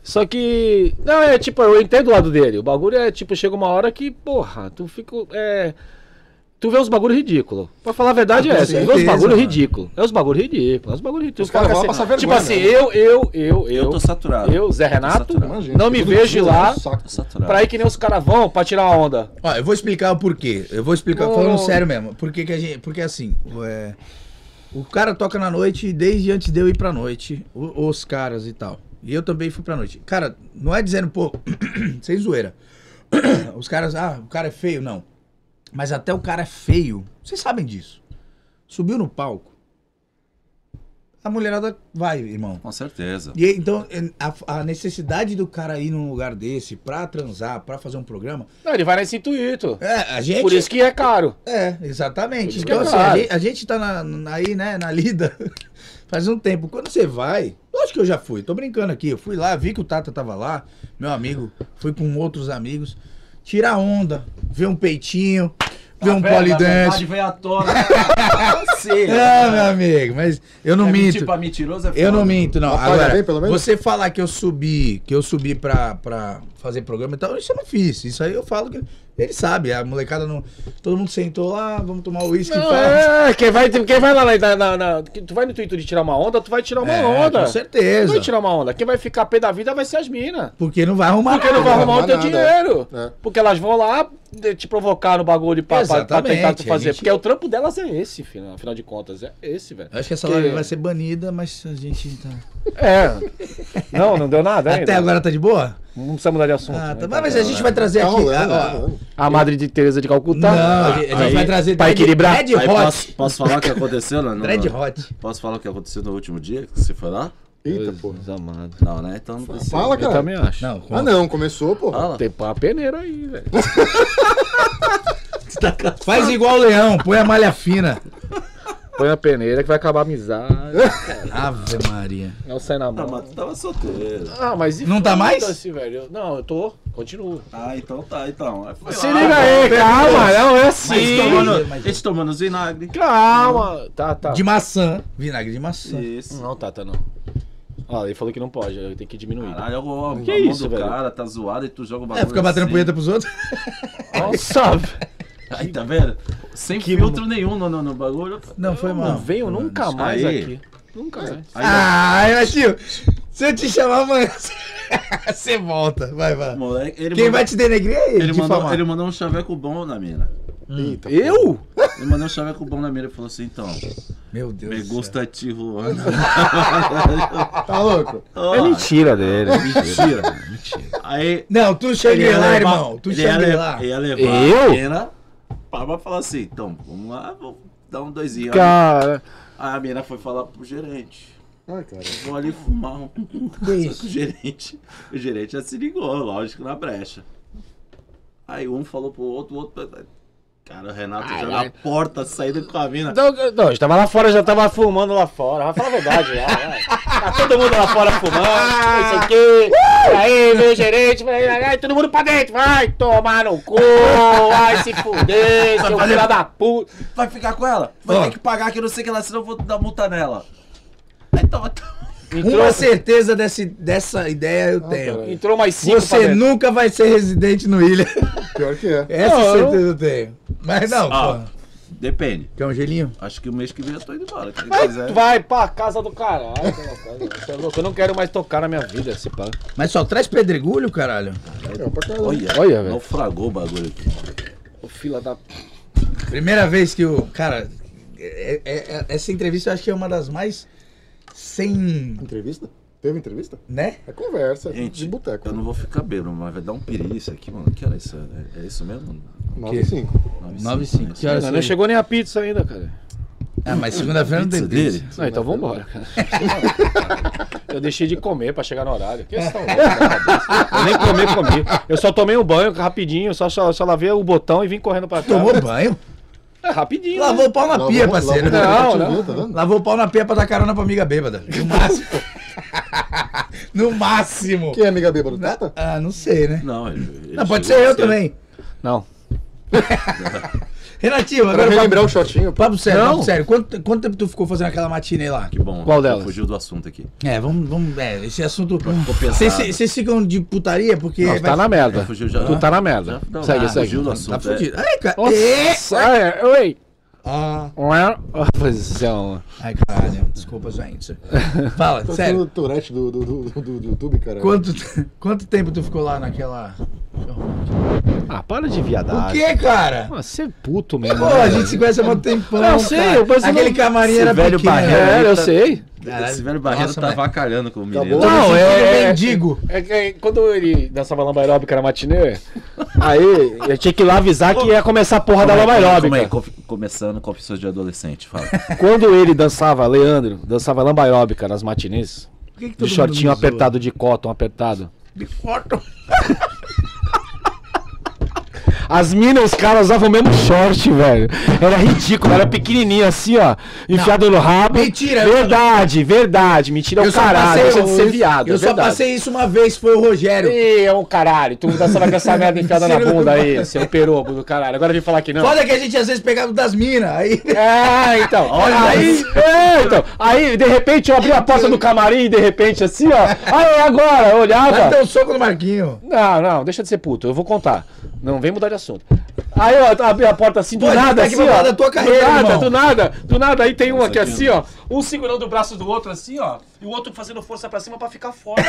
[SPEAKER 4] Só que. Não, é tipo, eu entendo o lado dele. O bagulho é tipo, chega uma hora que, porra, tu fica. É, tu vê uns bagulho ridículo. Pra falar a verdade, é
[SPEAKER 3] Com
[SPEAKER 4] essa. Tu vê uns
[SPEAKER 3] certeza,
[SPEAKER 4] bagulho
[SPEAKER 3] mano.
[SPEAKER 4] ridículo. É uns bagulho ridículo. É uns bagulho ridículo.
[SPEAKER 2] Os caras vão
[SPEAKER 4] Fica
[SPEAKER 2] lá
[SPEAKER 4] assim,
[SPEAKER 2] passar
[SPEAKER 4] Tipo assim,
[SPEAKER 2] vergonha,
[SPEAKER 4] eu, eu, eu, eu.
[SPEAKER 1] Eu tô saturado.
[SPEAKER 4] eu, Zé Renato,
[SPEAKER 1] Tô saturado.
[SPEAKER 2] Imagina,
[SPEAKER 4] não me
[SPEAKER 2] todo
[SPEAKER 4] vejo
[SPEAKER 2] dia,
[SPEAKER 4] lá.
[SPEAKER 2] um saco.
[SPEAKER 1] Tô saturado.
[SPEAKER 4] Pra aí que nem os caras vão pra tirar a onda.
[SPEAKER 3] Ó, eu vou explicar o porquê. Eu vou explicar,
[SPEAKER 4] Ô.
[SPEAKER 3] falando sério mesmo. Porque que a gente. Porque assim, o, é, o cara toca na noite desde antes de eu ir pra noite. o- os caras e tal. E eu também fui pra noite. Cara, não é dizendo, pô, sem zoeira. Os caras, ah, o cara é feio, não. Mas até o cara é feio. Vocês sabem disso. Subiu no palco. A mulherada vai, irmão.
[SPEAKER 1] Com certeza.
[SPEAKER 3] E aí, então, é, a, a necessidade do cara ir num lugar desse pra transar, pra fazer um programa.
[SPEAKER 4] Não, ele vai nesse intuito.
[SPEAKER 3] É, a gente.
[SPEAKER 4] Por isso que é caro.
[SPEAKER 3] É, exatamente.
[SPEAKER 4] Isso
[SPEAKER 3] Então,
[SPEAKER 4] que é
[SPEAKER 3] assim, a
[SPEAKER 4] claro.
[SPEAKER 3] gente, a gente tá na- na- aí, né, na lida faz um tempo. Quando você vai, lógico que eu já fui, tô brincando aqui. Eu fui lá, vi que o Tata tava lá, meu amigo, fui com outros amigos, tirar onda, ver um peitinho, ver
[SPEAKER 4] Tá
[SPEAKER 3] um
[SPEAKER 1] polidance.
[SPEAKER 3] polidense.
[SPEAKER 1] veio à tona.
[SPEAKER 3] É, meu amigo, mas eu não minto.
[SPEAKER 1] Tipo, a mentirosa é
[SPEAKER 3] Eu não
[SPEAKER 1] foda.
[SPEAKER 3] minto, não.
[SPEAKER 2] Mas paga
[SPEAKER 3] Agora,
[SPEAKER 2] bem, pelo menos?
[SPEAKER 3] você falar que eu subi, que eu subi pra, pra fazer programa e tal, isso eu não fiz. Isso aí eu falo que Ele sabe, a molecada não. Todo mundo sentou lá, vamos tomar o uísque e
[SPEAKER 4] Não,
[SPEAKER 3] tal.
[SPEAKER 4] é, quem vai, quem vai lá na, na- na- na- Tu vai no intuito de tirar uma onda, tu vai tirar uma
[SPEAKER 3] É,
[SPEAKER 4] onda.
[SPEAKER 3] com certeza.
[SPEAKER 4] Tu vai tirar uma onda. Quem vai ficar pé da vida vai ser as minas.
[SPEAKER 3] Porque Ah, não vai arrumar
[SPEAKER 4] Porque não vai arrumar o teu
[SPEAKER 2] nada.
[SPEAKER 4] dinheiro.
[SPEAKER 2] É.
[SPEAKER 4] Porque elas vão lá de- te provocar no bagulho pra, pra- pra
[SPEAKER 3] Exatamente,
[SPEAKER 4] tentar te
[SPEAKER 3] a
[SPEAKER 4] fazer.
[SPEAKER 3] gente-
[SPEAKER 4] Porque o trampo delas é esse, filho, afinal de contas. É esse, velho.
[SPEAKER 3] Eu acho que essa
[SPEAKER 4] Que-
[SPEAKER 3] live vai ser banida, mas a gente tá.
[SPEAKER 4] É. Não, não deu nada ainda.
[SPEAKER 3] Até agora tá de boa?
[SPEAKER 4] Não precisa mudar de assunto.
[SPEAKER 3] Ah, tá,
[SPEAKER 4] né?
[SPEAKER 3] mas, a gente vai trazer
[SPEAKER 2] Tá
[SPEAKER 3] aqui.
[SPEAKER 2] rolando,
[SPEAKER 3] ah,
[SPEAKER 2] tá
[SPEAKER 3] ó.
[SPEAKER 2] rolando.
[SPEAKER 4] A madre de Teresa de Calcutá.
[SPEAKER 3] Não, a gente a gente vai trazer
[SPEAKER 4] pra
[SPEAKER 3] Dread-
[SPEAKER 4] Tá. equilibrar.
[SPEAKER 3] Dread
[SPEAKER 1] Aí
[SPEAKER 3] Hot.
[SPEAKER 1] posso, posso falar o que aconteceu? Não,
[SPEAKER 3] Dread
[SPEAKER 1] não,
[SPEAKER 3] Hot.
[SPEAKER 1] Posso falar o que aconteceu no último dia que você foi lá?
[SPEAKER 2] Eita, porra.
[SPEAKER 4] amado.
[SPEAKER 1] Não, né? Então não precisa.
[SPEAKER 2] Fala,
[SPEAKER 4] Eu
[SPEAKER 2] cara.
[SPEAKER 4] também acho.
[SPEAKER 3] Não,
[SPEAKER 2] Ah, não, começou, pô.
[SPEAKER 1] Fala.
[SPEAKER 4] Tem pá peneira aí, velho.
[SPEAKER 3] faz igual o leão, põe a malha fina.
[SPEAKER 4] Põe a peneira que vai acabar a amizade. É
[SPEAKER 3] Ave Maria.
[SPEAKER 4] Não sai na
[SPEAKER 1] Ah,
[SPEAKER 4] mão.
[SPEAKER 1] mas tu tava solteiro.
[SPEAKER 4] Ah, mas e
[SPEAKER 3] Não tá mais?
[SPEAKER 4] foda-se, assim, velho. Eu- Não, eu tô. Continuo. Ah,
[SPEAKER 1] Ah, então tá, então. Aí foi
[SPEAKER 4] Se
[SPEAKER 1] lá,
[SPEAKER 4] liga aí, calma, não é assim.
[SPEAKER 1] Eles tomando,
[SPEAKER 3] Mas-
[SPEAKER 1] eles tomando os vinagre.
[SPEAKER 4] Calma. Tá, tá.
[SPEAKER 3] De maçã. Vinagre de maçã.
[SPEAKER 1] Isso.
[SPEAKER 4] Não, Tata, não. Ó, ele falou que não pode, eu tenho que diminuir.
[SPEAKER 1] Caralho, ó,
[SPEAKER 4] Que
[SPEAKER 1] a mão
[SPEAKER 4] isso,
[SPEAKER 1] do
[SPEAKER 4] velho?
[SPEAKER 1] cara tá zoado e tu joga o bagulho.
[SPEAKER 3] É, fica batendo
[SPEAKER 1] assim.
[SPEAKER 3] punheta pros outros.
[SPEAKER 4] Nossa, velho.
[SPEAKER 1] Aí, tá vendo? Sem filtro nenhum no, no, no bagulho.
[SPEAKER 3] Não, foi mal.
[SPEAKER 4] Não veio nunca mais
[SPEAKER 1] Aí.
[SPEAKER 4] aqui. Nunca mais.
[SPEAKER 1] Aí,
[SPEAKER 3] Ah, tio, se eu te chamar amanhã, você volta. Vai, vai.
[SPEAKER 1] ó, moleque, ele
[SPEAKER 3] Quem
[SPEAKER 1] mandou,
[SPEAKER 3] vai te denegrir é ele.
[SPEAKER 1] ele mandou,
[SPEAKER 3] difamar.
[SPEAKER 1] ele mandou um chaveco bom na mina.
[SPEAKER 4] Eu?
[SPEAKER 1] Ele mandou um chaveco bom na mina e falou assim, então,
[SPEAKER 3] Meu Deus.
[SPEAKER 1] me
[SPEAKER 3] do céu.
[SPEAKER 1] gusta te Juana.
[SPEAKER 2] Tá louco?
[SPEAKER 4] É mentira dele.
[SPEAKER 1] mentira. Aí,
[SPEAKER 3] Não, tu chega lá,
[SPEAKER 1] levar-
[SPEAKER 3] irmão. Tu
[SPEAKER 1] ele é ia
[SPEAKER 3] chega
[SPEAKER 1] le-
[SPEAKER 3] lá.
[SPEAKER 1] Ia levar
[SPEAKER 4] Eu?
[SPEAKER 1] a mina pra falar assim, então, vamos lá, vamos dar um doisinho. Aí
[SPEAKER 4] Cara.
[SPEAKER 1] a mina foi falar pro gerente.
[SPEAKER 4] Ah.
[SPEAKER 2] Ai, cara.
[SPEAKER 1] Vou ali fumar um. Só que o gerente, o gerente já se ligou, lógico, na brecha. Aí um falou pro outro, o outro. Cara, o Renato já na porta saindo com a mina.
[SPEAKER 4] Então, não, a gente tava lá fora, já tava fumando lá fora. Vai falar a verdade, já, vai. Tá todo mundo lá fora fumando, isso aqui.
[SPEAKER 3] Ah!
[SPEAKER 4] Aí, meu gerente, vai, vai, vai, todo mundo pra dentro, vai tomar no cu, vai se fuder, seu filho da puta.
[SPEAKER 1] Vai ficar com ela? Vai
[SPEAKER 3] Ó.
[SPEAKER 1] ter que pagar que não sei o que lá, senão eu vou dar multa nela. Aí tava.
[SPEAKER 4] Entrou,
[SPEAKER 3] Uma certeza desse, dessa ideia eu tenho.
[SPEAKER 4] entrou mais cinco pra
[SPEAKER 3] Você
[SPEAKER 4] dentro.
[SPEAKER 3] nunca vai ser residente no Ilha.
[SPEAKER 2] Pior que é.
[SPEAKER 3] Essa
[SPEAKER 4] Não, eu-
[SPEAKER 3] certeza eu tenho. Mas não,
[SPEAKER 1] Ah.
[SPEAKER 3] pô.
[SPEAKER 1] Depende.
[SPEAKER 3] Quer um gelinho?
[SPEAKER 1] Acho que o mês que vem eu tô indo embora. Quem
[SPEAKER 4] Tu
[SPEAKER 3] é.
[SPEAKER 1] quiser.
[SPEAKER 4] Vai pra casa do caralho. Você é louco, eu não quero mais tocar na minha vida, esse pá.
[SPEAKER 3] Mas só traz pedregulho, caralho.
[SPEAKER 2] É pra caralho.
[SPEAKER 1] Olha,
[SPEAKER 4] Olha, velho.
[SPEAKER 1] naufragou o bagulho aqui.
[SPEAKER 4] Ô, fila da.
[SPEAKER 3] Primeira vez que o. Cara, é- é- é- essa entrevista eu acho que é uma das mais sem.
[SPEAKER 2] Entrevista? Teve entrevista?
[SPEAKER 3] né?
[SPEAKER 2] É conversa,
[SPEAKER 1] Gente,
[SPEAKER 2] de boteco.
[SPEAKER 1] eu não vou ficar bêbado, mas vai dar um piri isso aqui, mano. Que hora é isso? É, é isso mesmo?
[SPEAKER 2] 9 e 5.
[SPEAKER 3] 9 e 5. Que
[SPEAKER 1] né?
[SPEAKER 3] horas
[SPEAKER 4] Não,
[SPEAKER 3] são?
[SPEAKER 4] não chegou nem a pizza ainda, cara.
[SPEAKER 3] Ah, mas segunda-feira não
[SPEAKER 1] Pizza
[SPEAKER 3] tem
[SPEAKER 1] dele?
[SPEAKER 3] pizza.
[SPEAKER 4] Não, então vambora, cara. Eu deixei de comer pra chegar no horário. Que vocês tão loucos, cara? Eu nem comer, comi. Eu só tomei um banho rapidinho, só, só, só lavei o botão e vim correndo pra cá.
[SPEAKER 3] Tomou banho?
[SPEAKER 4] É, rapidinho. né?
[SPEAKER 3] Lavou o pau na pia, parceiro.
[SPEAKER 4] Não,
[SPEAKER 2] Não,
[SPEAKER 4] não.
[SPEAKER 2] tá vendo?
[SPEAKER 3] Lavou o pau na pia pra dar carona pra amiga bêbada. No máximo. no máximo.
[SPEAKER 2] Quem é amiga bêbada? Tata?
[SPEAKER 3] Ah, não sei, né?
[SPEAKER 1] Não, ele-
[SPEAKER 3] Não,
[SPEAKER 1] ele
[SPEAKER 3] pode
[SPEAKER 1] chegou
[SPEAKER 3] ser eu
[SPEAKER 1] cedo.
[SPEAKER 3] também.
[SPEAKER 4] Não.
[SPEAKER 3] Renatinho,
[SPEAKER 2] Pra
[SPEAKER 3] agora
[SPEAKER 2] relembrar o
[SPEAKER 3] papo,
[SPEAKER 2] shotinho. pô.
[SPEAKER 3] papo sério,
[SPEAKER 4] Não.
[SPEAKER 3] papo sério. Quanto, quanto tempo tu ficou fazendo aquela matinê lá?
[SPEAKER 1] Que bom.
[SPEAKER 4] Qual delas?
[SPEAKER 1] Fugiu do assunto aqui.
[SPEAKER 3] É, vamos, vamos, é, esse assunto...
[SPEAKER 1] pesado.
[SPEAKER 3] Vocês vocês ficam de putaria porque...
[SPEAKER 4] Não, tu tá na merda.
[SPEAKER 1] Fugiu já.
[SPEAKER 4] Tu tá na merda.
[SPEAKER 1] Não,
[SPEAKER 4] segue,
[SPEAKER 1] ah,
[SPEAKER 4] segue.
[SPEAKER 1] Fugiu do
[SPEAKER 3] Tá
[SPEAKER 1] assunto. é.
[SPEAKER 3] fudido. Ai, cara.
[SPEAKER 4] Nossa,
[SPEAKER 3] Ê!
[SPEAKER 4] é, oi. é,
[SPEAKER 3] Ah.
[SPEAKER 4] Posição.
[SPEAKER 3] Ai, caralho. Desculpa, gente. Fala,
[SPEAKER 2] Tô
[SPEAKER 3] sério.
[SPEAKER 2] sendo o Tourette do, do, do, do- do YouTube, cara.
[SPEAKER 3] Quanto, te- quanto tempo tu ficou lá naquela...
[SPEAKER 4] Ah, para de
[SPEAKER 3] O
[SPEAKER 4] viadagem.
[SPEAKER 3] que, cara?
[SPEAKER 4] Ah, você é puto mesmo.
[SPEAKER 3] Pô,
[SPEAKER 4] né,
[SPEAKER 3] a
[SPEAKER 4] velho?
[SPEAKER 3] gente se conhece há muito tempo.
[SPEAKER 4] Não, eu sei, mas eu
[SPEAKER 3] Aquele
[SPEAKER 4] não-
[SPEAKER 3] camarim
[SPEAKER 1] Esse
[SPEAKER 3] era
[SPEAKER 1] velho
[SPEAKER 3] pequeno.
[SPEAKER 1] barreiro.
[SPEAKER 4] É, eu sei.
[SPEAKER 1] Esse velho barreiro
[SPEAKER 3] Nossa,
[SPEAKER 1] tá
[SPEAKER 3] mas-
[SPEAKER 1] avacalhando com o menino.
[SPEAKER 2] bom?
[SPEAKER 3] Todo
[SPEAKER 4] Não,
[SPEAKER 3] mundo
[SPEAKER 4] é-
[SPEAKER 3] do mendigo.
[SPEAKER 4] É que aí, quando ele dançava lamba aeróbica na matinê, aí eu tinha que ir lá avisar que ia começar a porra da lamba
[SPEAKER 1] Como é?
[SPEAKER 4] aeróbica.
[SPEAKER 1] Conf- Começando confissões de adolescente, fala.
[SPEAKER 4] Quando ele dançava, Leandro, dançava lamba aeróbica nas matinês,
[SPEAKER 3] Por que que todo
[SPEAKER 4] de
[SPEAKER 3] mundo
[SPEAKER 4] shortinho
[SPEAKER 3] me zoa?
[SPEAKER 4] apertado de cotton apertado.
[SPEAKER 3] De cotton.
[SPEAKER 4] As minas, os caras usavam o mesmo short, velho. Era ridículo, era pequenininho assim, ó, enfiado no rabo.
[SPEAKER 3] Mentira, eu-
[SPEAKER 4] Verdade, verdade, mentira é o
[SPEAKER 3] só
[SPEAKER 4] caralho,
[SPEAKER 3] passei
[SPEAKER 4] deixa de ser
[SPEAKER 3] isso-
[SPEAKER 4] viado,
[SPEAKER 3] Eu
[SPEAKER 4] é
[SPEAKER 3] só
[SPEAKER 4] verdade.
[SPEAKER 3] passei isso uma vez, foi o Rogério.
[SPEAKER 4] Ih, é um caralho, tu dançava com essa merda enfiada na
[SPEAKER 3] Mentira,
[SPEAKER 4] bunda
[SPEAKER 3] não.
[SPEAKER 4] aí, seu perobo do caralho. Agora vem falar que não.
[SPEAKER 3] Foda que a gente às vezes pegava das minas. Aí.
[SPEAKER 4] É, então.
[SPEAKER 3] Olha
[SPEAKER 4] aí, é, então. Aí, de repente, eu abri a porta do camarim, de repente, assim, ó. Aí, agora, eu
[SPEAKER 3] Vai
[SPEAKER 4] olhava.
[SPEAKER 3] dar um soco no Marquinho.
[SPEAKER 4] Não, não, deixa de ser puto, eu vou contar. Não vem mudar de assunto. Aí, ó, abri a porta assim, do
[SPEAKER 3] Pô, a gente
[SPEAKER 4] nada,
[SPEAKER 3] tá aqui
[SPEAKER 4] assim,
[SPEAKER 3] pra
[SPEAKER 4] ó.
[SPEAKER 3] falar da tua carreira,
[SPEAKER 4] do nada,
[SPEAKER 3] irmão.
[SPEAKER 4] do nada, do nada. Aí tem um aqui
[SPEAKER 1] aqui,
[SPEAKER 4] assim, ó. Um segurando o braço do outro assim, ó. E o outro fazendo força pra cima pra ficar forte.